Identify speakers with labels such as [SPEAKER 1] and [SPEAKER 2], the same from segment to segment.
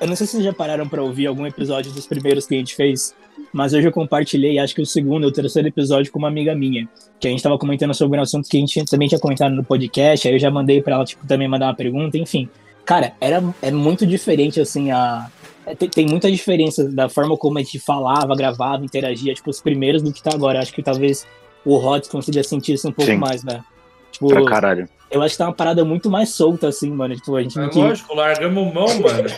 [SPEAKER 1] Eu não sei se vocês já pararam pra ouvir algum episódio dos primeiros que a gente fez, mas hoje eu compartilhei, acho que o segundo ou terceiro episódio com uma amiga minha, que a gente tava comentando sobre um assunto que a gente também tinha comentado no podcast, aí eu já mandei pra ela, tipo, também mandar uma pergunta, enfim. Cara, era, é muito diferente, assim, a... é, Tem, tem muita diferença da forma como a gente falava, gravava, interagia, tipo, os primeiros do que tá agora. Acho que talvez o Hot consiga sentir isso um pouco
[SPEAKER 2] Sim.
[SPEAKER 1] mais, né? Tipo,
[SPEAKER 2] Pra caralho.
[SPEAKER 1] eu acho que tá uma parada muito mais solta, assim, mano. Tipo, a gente
[SPEAKER 3] É
[SPEAKER 1] não tinha.
[SPEAKER 3] lógico, largamos mão, mano.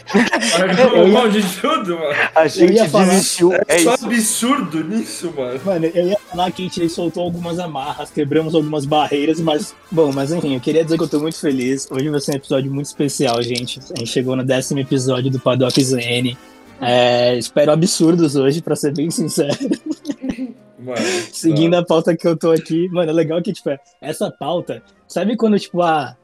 [SPEAKER 3] Largamos mão de tudo, mano.
[SPEAKER 2] A gente
[SPEAKER 1] ia falar-
[SPEAKER 2] desistiu. É
[SPEAKER 3] Só
[SPEAKER 2] isso.
[SPEAKER 3] absurdo nisso, mano.
[SPEAKER 1] Mano, eu ia falar que a gente soltou algumas amarras, quebramos algumas barreiras, mas. Bom, mas enfim, eu queria dizer que eu tô muito feliz. Hoje vai ser um episódio muito especial, gente. A gente chegou no décimo episódio do Paddock ZN. É, espero absurdos hoje, pra ser bem sincero.
[SPEAKER 3] Mano,
[SPEAKER 1] Seguindo a pauta que eu tô aqui. Mano, é legal que, tipo, essa pauta. Sabe quando, tipo, a.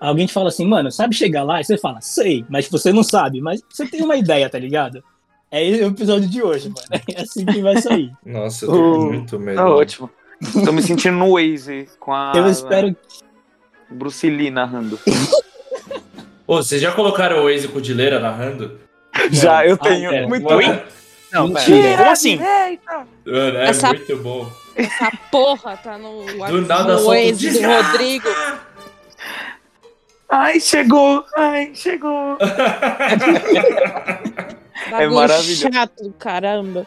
[SPEAKER 1] Alguém te fala assim, mano, sabe chegar lá? E você fala, sei, mas tipo, você não sabe, mas você tem uma ideia, tá ligado? É esse o episódio de hoje, mano. É assim que vai sair.
[SPEAKER 3] Nossa, eu tô com
[SPEAKER 2] Oh,
[SPEAKER 3] muito medo.
[SPEAKER 2] Tá ótimo. Tô me sentindo no Waze com a
[SPEAKER 1] Eu espero
[SPEAKER 2] Bruce Lee narrando.
[SPEAKER 3] Ô, vocês já colocaram o Waze com o Dileira narrando?
[SPEAKER 2] Já, eu
[SPEAKER 1] Ah,
[SPEAKER 2] tenho
[SPEAKER 1] é.
[SPEAKER 2] muito.
[SPEAKER 3] Mano,
[SPEAKER 4] Não,
[SPEAKER 1] Mentira.
[SPEAKER 4] pera. Como assim?
[SPEAKER 3] mano, é
[SPEAKER 5] Essa-
[SPEAKER 3] muito bom.
[SPEAKER 5] Essa porra tá no,
[SPEAKER 3] Do nada
[SPEAKER 5] no
[SPEAKER 3] solta um
[SPEAKER 5] Waze do
[SPEAKER 3] desgraça.
[SPEAKER 5] Rodrigo.
[SPEAKER 2] Ai, chegou! Ai, chegou!
[SPEAKER 4] É
[SPEAKER 5] Bagulho
[SPEAKER 2] maravilhoso.
[SPEAKER 5] chato, caramba.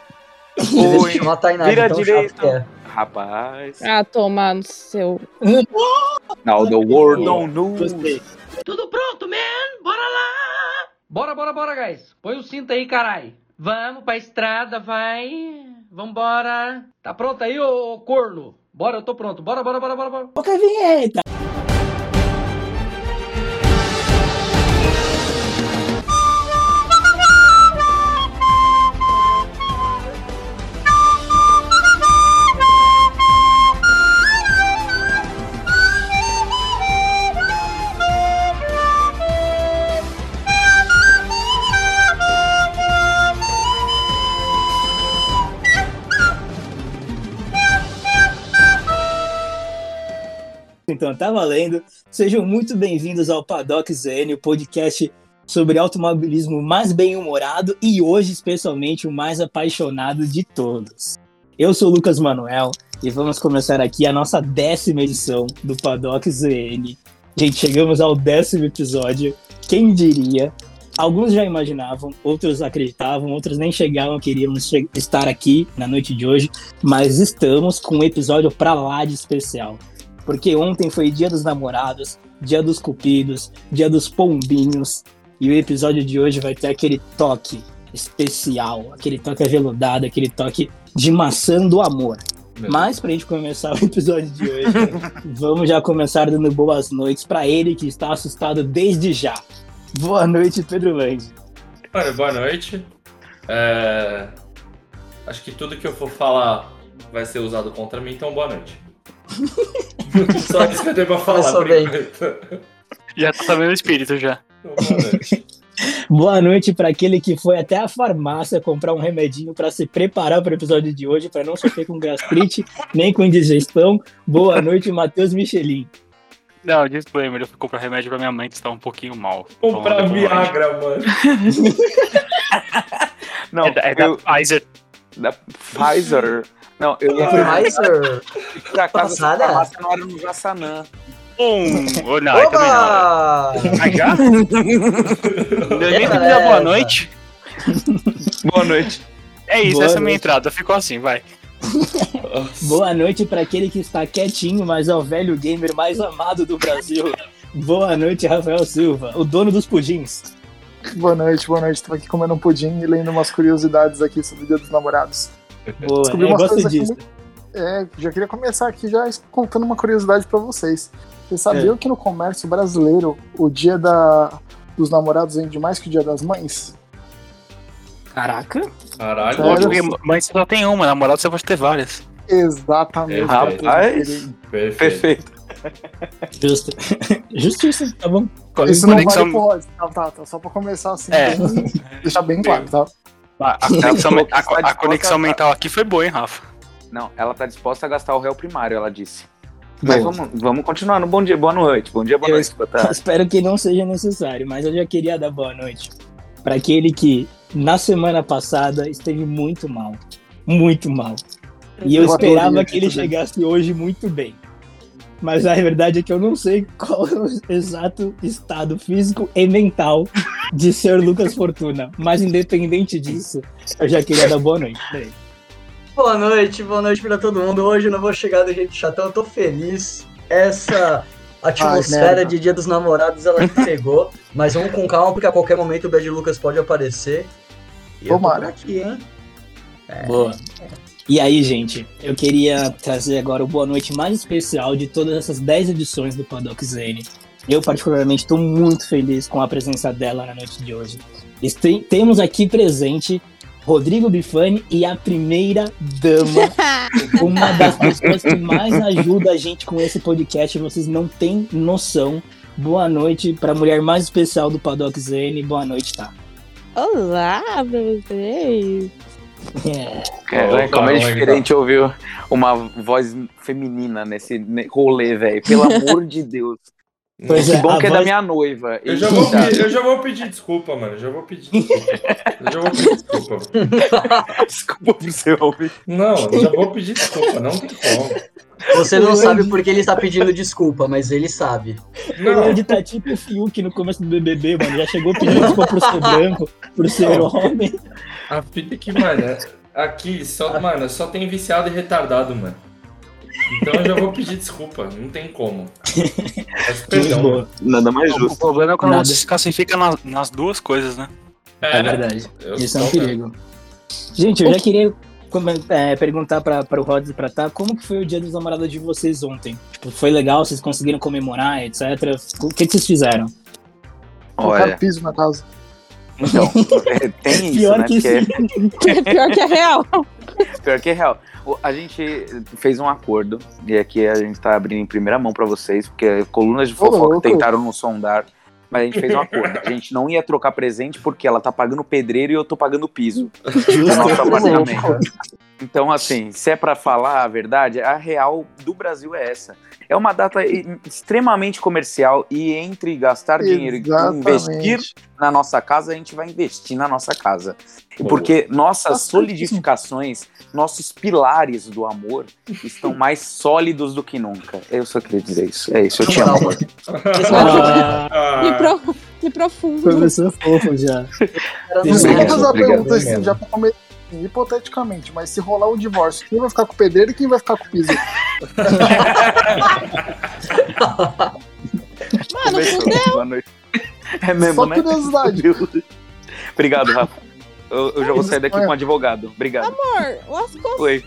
[SPEAKER 6] Deixa eu
[SPEAKER 2] Oi.
[SPEAKER 6] chamar a Tainá,
[SPEAKER 2] Vira
[SPEAKER 6] então,
[SPEAKER 2] direito.
[SPEAKER 6] chato que é.
[SPEAKER 2] Rapaz.
[SPEAKER 5] Ah, tomar no seu...
[SPEAKER 2] Now the world don't knows.
[SPEAKER 1] Gostei.
[SPEAKER 7] Tudo pronto, man? Bora lá! Bora, bora, bora, guys. Põe o cinto aí, carai. Vamos pra estrada, vai. Vambora. Tá pronto aí, ô, ô corno? Bora, eu tô pronto. Bora, bora, bora, bora, bora.
[SPEAKER 1] Então, tá valendo. Sejam muito bem-vindos ao Paddock ZN, o podcast sobre automobilismo mais bem-humorado e hoje, especialmente, o mais apaixonado de todos. Eu sou o Lucas Manuel e vamos começar aqui a nossa décima edição do Paddock ZN. Gente, chegamos ao décimo episódio. Quem diria? Alguns já imaginavam, outros acreditavam, outros nem chegavam, queríamos che- estar aqui na noite de hoje, mas estamos com um episódio pra lá de especial porque ontem foi dia dos namorados, dia dos cupidos, dia dos pombinhos, e o episódio de hoje vai ter aquele toque especial, aquele toque aveludado, aquele toque de maçã do amor.
[SPEAKER 3] É.
[SPEAKER 1] Mas pra gente começar o episódio de hoje, vamos já começar dando boas noites pra ele que está assustado desde já. Boa noite, Pedro Lange.
[SPEAKER 3] Mano, boa noite. É, Acho que tudo que eu for falar vai ser usado contra mim, então boa noite. Só isso que eu tenho pra falar,
[SPEAKER 6] Começou
[SPEAKER 3] por
[SPEAKER 6] bem.
[SPEAKER 3] enquanto.
[SPEAKER 4] Já tá sabendo o espírito já.
[SPEAKER 3] Então, boa noite.
[SPEAKER 1] Boa noite pra aquele que foi até a farmácia comprar um remedinho pra se preparar pro episódio de hoje, pra não sofrer com gastrite nem com indigestão. Boa noite, Matheus Michelin.
[SPEAKER 4] Não, disclaimer, eu fui comprar remédio pra minha mãe que estava um pouquinho mal. Então,
[SPEAKER 3] Comprar
[SPEAKER 4] Tomando remédio.
[SPEAKER 3] Viagra, mano.
[SPEAKER 2] Não,
[SPEAKER 4] É da, é da
[SPEAKER 2] eu,
[SPEAKER 4] Pfizer.
[SPEAKER 2] da Pfizer. Não, eu
[SPEAKER 6] E
[SPEAKER 2] ia
[SPEAKER 6] a por
[SPEAKER 2] por
[SPEAKER 6] mais, sir?
[SPEAKER 2] pra casa essa
[SPEAKER 6] passada?
[SPEAKER 2] farmácia na hora no Jassanã.
[SPEAKER 4] Um. Ou não, aí também não.
[SPEAKER 6] Oba!
[SPEAKER 4] Ah, já? Não deu nem pra me dar
[SPEAKER 6] Beleza.
[SPEAKER 4] boa noite.
[SPEAKER 2] Boa noite.
[SPEAKER 4] É isso,
[SPEAKER 1] Boa
[SPEAKER 4] essa é a minha
[SPEAKER 1] noite.
[SPEAKER 4] entrada. Ficou assim, vai.
[SPEAKER 1] Boa noite pra aquele que está quietinho, mas é o velho gamer mais amado do Brasil. Boa noite, Rafael Silva, o dono dos pudins.
[SPEAKER 8] Boa noite, boa noite. Tava aqui comendo um pudim e lendo umas curiosidades aqui sobre o Dia dos Namorados.
[SPEAKER 1] Boa,
[SPEAKER 8] Descobri
[SPEAKER 1] eu
[SPEAKER 8] umas
[SPEAKER 1] gosto
[SPEAKER 8] coisas aqui
[SPEAKER 1] disso.
[SPEAKER 8] É, já queria começar aqui já contando uma curiosidade pra vocês. Vocês
[SPEAKER 1] É.
[SPEAKER 8] sabiam que no comércio brasileiro o Dia da- dos Namorados vende mais que o Dia das Mães?
[SPEAKER 1] Caraca.
[SPEAKER 3] Caralho,
[SPEAKER 8] Sério?
[SPEAKER 4] Lógico, porque mãe você só tem uma, namorado você pode ter várias.
[SPEAKER 8] Exatamente.
[SPEAKER 3] Perfeito.
[SPEAKER 2] É, Rapaz,
[SPEAKER 3] perfeito.
[SPEAKER 2] perfeito.
[SPEAKER 1] Justo. Justiça, tá bom.
[SPEAKER 8] Isso não
[SPEAKER 4] Conexão-
[SPEAKER 8] vale pro Rod. Tá, tá, tá. Só pra começar assim,
[SPEAKER 4] É.
[SPEAKER 8] bem- deixar bem claro, tá?
[SPEAKER 4] A, a conexão, men-
[SPEAKER 2] Está
[SPEAKER 4] a- a conexão
[SPEAKER 2] disposta a-
[SPEAKER 4] mental aqui foi boa, hein, Rafa?
[SPEAKER 2] Não, ela tá disposta a gastar o réu primário, ela disse. Mas vamos, vamos continuar no bom dia, boa noite. Bom dia, boa
[SPEAKER 1] Eu-
[SPEAKER 2] noite. Boa tarde.
[SPEAKER 1] Espero que não seja necessário, mas eu já queria dar boa noite para aquele que na semana passada esteve muito mal. Muito mal. E eu,
[SPEAKER 8] Eu adorei
[SPEAKER 1] esperava
[SPEAKER 8] aqui
[SPEAKER 1] que ele
[SPEAKER 8] também.
[SPEAKER 1] chegasse hoje muito bem. Mas a verdade é que eu não sei qual é o exato estado físico e mental de ser Lucas Fortuna. Mas independente disso, eu já queria dar boa noite. pra ele.
[SPEAKER 6] Boa noite, boa noite pra todo mundo. Hoje eu não vou chegar do jeito chatão, eu tô feliz. Essa atmosfera
[SPEAKER 8] merda.
[SPEAKER 6] de Dia dos Namorados, ela pegou. Mas vamos com calma, porque a qualquer momento o Bad Lucas pode aparecer. E eu tô
[SPEAKER 8] Tomara.
[SPEAKER 6] por aqui, hein?
[SPEAKER 1] Boa. E aí, gente, eu queria trazer agora o boa noite mais especial de todas essas 10 edições do Paddock Zane. Eu, particularmente, estou muito feliz com a presença dela na noite de hoje. Este- temos aqui presente Rodrigo Bifani e a primeira dama, uma das pessoas que mais ajuda a gente com esse podcast. Vocês não têm noção. Boa noite para a mulher mais especial do Paddock Zane. Boa noite, tá?
[SPEAKER 5] Olá pra vocês.
[SPEAKER 1] É.
[SPEAKER 2] Caralho, como é
[SPEAKER 3] Opa,
[SPEAKER 2] diferente ouvir uma voz feminina nesse ne- rolê, velho. Pelo amor de Deus.
[SPEAKER 1] Pois
[SPEAKER 2] Que
[SPEAKER 1] é,
[SPEAKER 2] bom
[SPEAKER 1] a
[SPEAKER 2] que é da
[SPEAKER 1] voz-
[SPEAKER 2] minha noiva.
[SPEAKER 3] Eu já, vou, pe- eu já vou pedir desculpa, mano. Eu já vou pedir desculpa. Eu já vou pedir desculpa.
[SPEAKER 2] Desculpa pro seu ouvir.
[SPEAKER 3] Não, eu já vou pedir desculpa. Não tem como.
[SPEAKER 6] Você não sabe porque ele está pedindo desculpa, mas ele sabe.
[SPEAKER 1] O
[SPEAKER 3] Não,
[SPEAKER 1] Andy tá tipo o Fiuk no começo do BBB, mano. Já chegou pedindo desculpa pro ser branco, pro ser homem.
[SPEAKER 3] a fita é que, mano, é- aqui só, mano, só tem viciado e retardado, mano. Então eu já vou pedir desculpa. Não tem como. Mas perdão. mano.
[SPEAKER 2] Nada mais
[SPEAKER 4] O problema é quando
[SPEAKER 1] Nada.
[SPEAKER 4] você se classifica na- nas duas coisas, né?
[SPEAKER 1] É verdade.
[SPEAKER 3] eu
[SPEAKER 1] Isso é um
[SPEAKER 3] sou-
[SPEAKER 1] perigo. Gente, eu já queria comen- é, perguntar pra, pra o Rods e pra Tá como que foi o dia dos namorados de vocês ontem? Tipo, foi legal? Vocês conseguiram comemorar, etc? O que, que vocês fizeram?
[SPEAKER 8] Colocaram
[SPEAKER 2] Olha,
[SPEAKER 8] piso na casa.
[SPEAKER 2] então, é, tem isso,
[SPEAKER 1] Pior
[SPEAKER 2] né?
[SPEAKER 1] que
[SPEAKER 2] Porque é-
[SPEAKER 5] É pior que a real.
[SPEAKER 2] Pior que é real. O- A gente fez um acordo, e aqui a gente tá abrindo em primeira mão pra vocês, porque colunas de
[SPEAKER 8] Ô,
[SPEAKER 2] fofoca
[SPEAKER 8] louco.
[SPEAKER 2] tentaram nos sondar, mas a gente fez um acordo. A gente não ia trocar presente porque ela tá pagando pedreiro e eu tô pagando piso no nosso
[SPEAKER 8] Ô,
[SPEAKER 2] apartamento.
[SPEAKER 8] louco.
[SPEAKER 2] Então, assim, se é pra falar a verdade, a real do Brasil é essa. É uma data e- extremamente comercial e entre gastar dinheiro e investir
[SPEAKER 8] Exatamente.
[SPEAKER 2] na nossa casa, a gente vai investir na nossa casa.
[SPEAKER 3] Boa.
[SPEAKER 2] Porque nossas
[SPEAKER 8] Nossa,
[SPEAKER 2] solidificações, nossos pilares do amor estão mais sólidos do que nunca. Eu só queria dizer isso. É isso, eu te amo. amor.
[SPEAKER 6] Esse
[SPEAKER 1] Ah,
[SPEAKER 5] Que,
[SPEAKER 3] Ah,
[SPEAKER 5] pro... que profundo.
[SPEAKER 1] começou fofo já.
[SPEAKER 6] cara
[SPEAKER 1] Obrigado,
[SPEAKER 8] Deixa eu fazer uma
[SPEAKER 2] obrigado,
[SPEAKER 8] pergunta assim,
[SPEAKER 3] obrigado.
[SPEAKER 8] já pra comer, assim, hipoteticamente, mas se rolar o divórcio, quem vai ficar com o pedreiro e quem vai ficar com o piso?
[SPEAKER 5] Mano,
[SPEAKER 2] Começou.
[SPEAKER 5] fudeu.
[SPEAKER 2] Boa noite. É mesmo,
[SPEAKER 8] Só
[SPEAKER 2] né?
[SPEAKER 8] curiosidade.
[SPEAKER 2] Meu Deus. Obrigado, Rafa. Eu, eu já vou sair daqui com um advogado. Obrigado.
[SPEAKER 5] Amor, lascou.
[SPEAKER 2] Oi.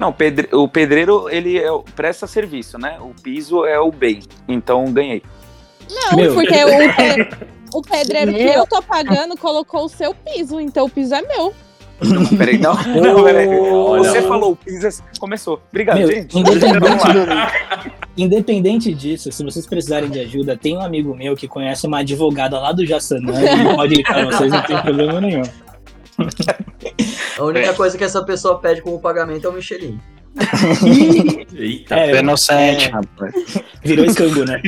[SPEAKER 2] Não, pedre- o pedreiro, ele é o- presta serviço, né? O piso é o bem. Então, ganhei.
[SPEAKER 5] Não,
[SPEAKER 1] Meu.
[SPEAKER 5] porque o, pe- o pedreiro que eu tô pagando colocou o seu piso, então o piso é meu.
[SPEAKER 2] Não, Então, peraí, não. não peraí.
[SPEAKER 3] Olha.
[SPEAKER 2] Você falou o piso, é, começou. Obrigado,
[SPEAKER 1] Meu,
[SPEAKER 2] gente.
[SPEAKER 1] independente
[SPEAKER 2] Vamos lá.
[SPEAKER 1] Independente disso, se vocês precisarem de ajuda, tem um amigo meu que conhece uma advogada lá do Jaçanã e pode ligar vocês, não tem problema nenhum.
[SPEAKER 6] é- A única coisa que essa pessoa pede como pagamento é o Michelin.
[SPEAKER 3] Eita.
[SPEAKER 1] É,
[SPEAKER 4] inocente.
[SPEAKER 1] virou escambo, né?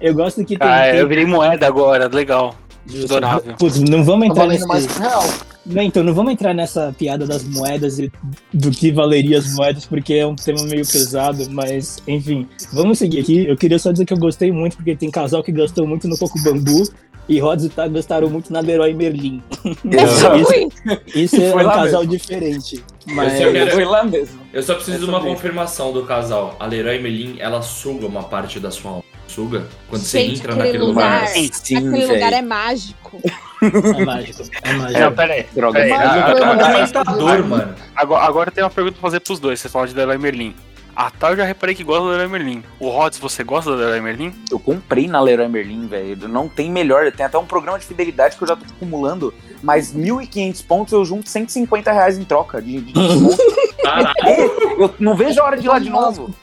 [SPEAKER 1] Eu gosto que tem. um
[SPEAKER 4] Ah, eu
[SPEAKER 1] tem
[SPEAKER 4] virei moeda agora, legal. Adorável.
[SPEAKER 1] Putz, não vamos
[SPEAKER 2] Então,
[SPEAKER 8] Tá
[SPEAKER 1] entrar nesse.
[SPEAKER 8] valendo mais que real.
[SPEAKER 1] Não, então, não vamos entrar nessa piada das moedas e do que valeria as moedas, porque é um tema meio pesado, mas, enfim, vamos seguir aqui. Eu queria só dizer que eu gostei muito, porque tem casal que gastou muito no Coco Bambu e Rods e Tá gastaram muito na Leroy Merlin.
[SPEAKER 2] Exato.
[SPEAKER 1] Isso-
[SPEAKER 5] Ui,
[SPEAKER 1] Isso é
[SPEAKER 2] Foi
[SPEAKER 1] um
[SPEAKER 2] lá
[SPEAKER 1] casal diferente. Mas
[SPEAKER 3] Eu quero-
[SPEAKER 2] Foi lá mesmo.
[SPEAKER 3] Eu só preciso
[SPEAKER 2] É
[SPEAKER 3] de uma
[SPEAKER 2] sobre isso.
[SPEAKER 3] confirmação do casal. A Leroy Merlin, ela suga uma parte da sua alma. Suga? Quando
[SPEAKER 5] Gente,
[SPEAKER 3] você entra
[SPEAKER 5] aquele
[SPEAKER 3] naquele
[SPEAKER 5] lugar.
[SPEAKER 3] lugar.
[SPEAKER 4] Sim,
[SPEAKER 5] aquele lugar é mágico.
[SPEAKER 1] é mágico. É
[SPEAKER 4] Não,
[SPEAKER 1] mágico.
[SPEAKER 4] pera aí.
[SPEAKER 2] Droga.
[SPEAKER 4] Peraí,
[SPEAKER 8] Mas
[SPEAKER 4] a-
[SPEAKER 8] o
[SPEAKER 4] a-
[SPEAKER 8] problema
[SPEAKER 4] a-
[SPEAKER 8] é
[SPEAKER 3] Dor, Tá mano.
[SPEAKER 4] Agora, agora tem uma pergunta pra fazer pros dois. Você fala de Leroy Merlin. A tal eu já reparei que gosta do Leroy Merlin. O Rods, você gosta do Leroy Merlin?
[SPEAKER 2] Eu comprei na Leroy Merlin, velho. Não tem melhor. Tem até um programa de fidelidade que eu já tô acumulando. Mas 1.500 pontos eu junto 150 reais em troca. De, de desconto.
[SPEAKER 3] Caralho.
[SPEAKER 2] eu não vejo a hora de ir lá de novo.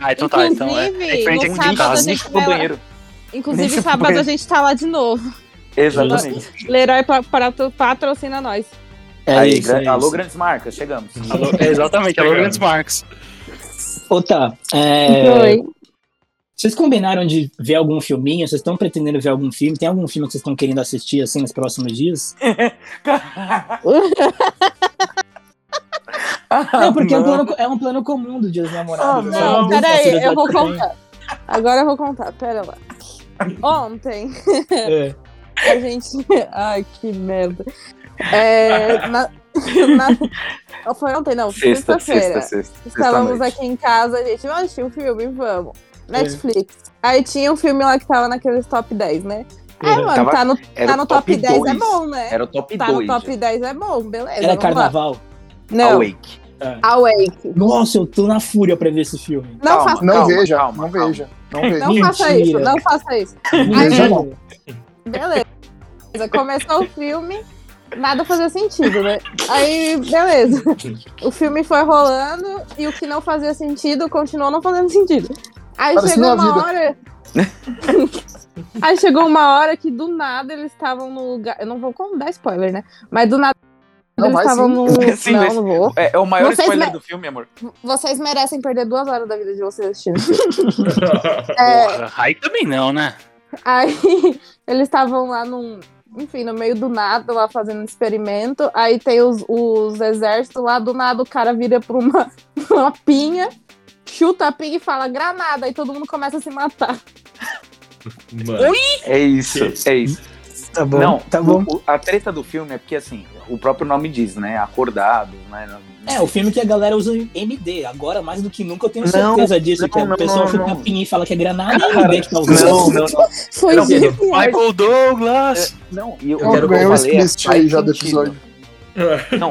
[SPEAKER 4] Ah, então tá. Então é.
[SPEAKER 5] Inclusive,
[SPEAKER 4] é diferente
[SPEAKER 5] no
[SPEAKER 4] aqui em
[SPEAKER 5] sábado a
[SPEAKER 4] casa.
[SPEAKER 5] gente
[SPEAKER 2] Nicho pro
[SPEAKER 5] vai lá-
[SPEAKER 2] banheiro.
[SPEAKER 5] Inclusive,
[SPEAKER 2] Deixa
[SPEAKER 5] sábado
[SPEAKER 2] eu-
[SPEAKER 5] a gente tá lá de novo.
[SPEAKER 2] Exatamente.
[SPEAKER 5] Leroy pa- para- patrocina nós.
[SPEAKER 1] É
[SPEAKER 2] aí,
[SPEAKER 1] isso, é
[SPEAKER 2] gra- alô,
[SPEAKER 1] isso.
[SPEAKER 2] grandes marcas, chegamos.
[SPEAKER 4] Alô, é, exatamente, alô, Grandes Marques.
[SPEAKER 1] Ô, tá. é, Tá, Vocês combinaram de ver algum filminho? Vocês estão pretendendo ver algum filme? Tem algum filme que vocês estão querendo assistir assim nos próximos dias? não, porque é um, plano, é um plano comum do Dia dos Namorados.
[SPEAKER 2] Ah,
[SPEAKER 1] é uma
[SPEAKER 9] Não,
[SPEAKER 1] dúvida se
[SPEAKER 9] peraí,
[SPEAKER 1] eles
[SPEAKER 9] eu
[SPEAKER 1] já
[SPEAKER 9] vou
[SPEAKER 1] têm.
[SPEAKER 9] contar. Agora eu vou contar, pera lá. Ontem,
[SPEAKER 1] É.
[SPEAKER 9] a gente. Ai, que merda. É, na- na- Foi ontem, não,
[SPEAKER 2] Sexta,
[SPEAKER 9] sexta-feira.
[SPEAKER 2] sexta, sexta.
[SPEAKER 9] Estávamos
[SPEAKER 2] sexta-noite.
[SPEAKER 9] aqui em casa, a gente, vamos assistir um filme? Vamos.
[SPEAKER 2] É.
[SPEAKER 9] Netflix. Aí tinha um filme lá que tava naqueles top 10, né? Aí, mano,
[SPEAKER 2] É, Tava-
[SPEAKER 9] tá no,
[SPEAKER 2] Era
[SPEAKER 9] tá no
[SPEAKER 2] o
[SPEAKER 9] top 10 é
[SPEAKER 2] dois.
[SPEAKER 9] bom, né?
[SPEAKER 2] Era o top
[SPEAKER 9] tá
[SPEAKER 2] 2.
[SPEAKER 9] no top 10 é bom, beleza.
[SPEAKER 1] Era
[SPEAKER 9] vamos
[SPEAKER 1] carnaval?
[SPEAKER 9] Lá. Não,
[SPEAKER 2] Awake.
[SPEAKER 9] Awake.
[SPEAKER 1] Nossa, eu tô na fúria pra ver esse filme.
[SPEAKER 9] Não
[SPEAKER 2] Calma.
[SPEAKER 9] faça,
[SPEAKER 8] Não
[SPEAKER 2] Calma,
[SPEAKER 8] veja,
[SPEAKER 2] calma,
[SPEAKER 8] não
[SPEAKER 2] calma.
[SPEAKER 8] veja. Não veja.
[SPEAKER 9] não faça
[SPEAKER 1] Mentira.
[SPEAKER 9] isso, não faça isso.
[SPEAKER 8] Veja não.
[SPEAKER 9] Beleza. Começou o filme, nada fazia sentido, né? Aí, beleza. O filme foi rolando e o que não fazia sentido continuou não fazendo sentido. Aí
[SPEAKER 8] Parece
[SPEAKER 9] chegou
[SPEAKER 8] minha
[SPEAKER 9] uma
[SPEAKER 8] assim, vida.
[SPEAKER 9] hora. Aí chegou uma hora que do nada eles estavam no lugar. Eu não vou con- dar spoiler, né? Mas do nada
[SPEAKER 8] Não
[SPEAKER 9] eles
[SPEAKER 8] vai
[SPEAKER 9] estavam
[SPEAKER 8] sim.
[SPEAKER 9] no.
[SPEAKER 2] Sim,
[SPEAKER 9] não,
[SPEAKER 2] mas-
[SPEAKER 9] não vou.
[SPEAKER 2] É, é o maior
[SPEAKER 9] Vocês
[SPEAKER 2] spoiler
[SPEAKER 9] me-
[SPEAKER 2] do filme, amor.
[SPEAKER 9] Vocês merecem perder duas horas da vida de vocês assistindo. esse filme. É,
[SPEAKER 4] Porra, aí também não, né?
[SPEAKER 9] Aí eles estavam lá num. Enfim, no meio do nada, lá fazendo um experimento. Aí tem os, os exércitos lá, do nada o cara vira pra uma, uma pinha, chuta a pinha e fala granada, aí todo mundo começa a se matar.
[SPEAKER 3] Mano,
[SPEAKER 2] É isso, é isso.
[SPEAKER 1] Tá bom.
[SPEAKER 2] Não,
[SPEAKER 1] tá bom.
[SPEAKER 2] o- a treta do filme é porque, assim, o próprio nome diz, né? Acordado, né?
[SPEAKER 1] É, o filme que a galera usa MD. Agora, mais do que nunca, eu tenho
[SPEAKER 2] Não,
[SPEAKER 1] certeza disso.
[SPEAKER 2] não,
[SPEAKER 1] que é o
[SPEAKER 2] não,
[SPEAKER 1] pessoal
[SPEAKER 2] não,
[SPEAKER 1] fica
[SPEAKER 2] não.
[SPEAKER 1] na pinha e fala que é granada e MD que tá usando.
[SPEAKER 2] Não, não, não.
[SPEAKER 9] Foi
[SPEAKER 2] Não,
[SPEAKER 9] genial.
[SPEAKER 4] Michael Douglas!
[SPEAKER 2] não. E eu,
[SPEAKER 8] Não,
[SPEAKER 2] quero que
[SPEAKER 8] ganhou
[SPEAKER 2] eu
[SPEAKER 8] o
[SPEAKER 2] falei, é
[SPEAKER 8] split
[SPEAKER 2] faz
[SPEAKER 8] aí um já do
[SPEAKER 2] sentido.
[SPEAKER 8] episódio.
[SPEAKER 2] Não,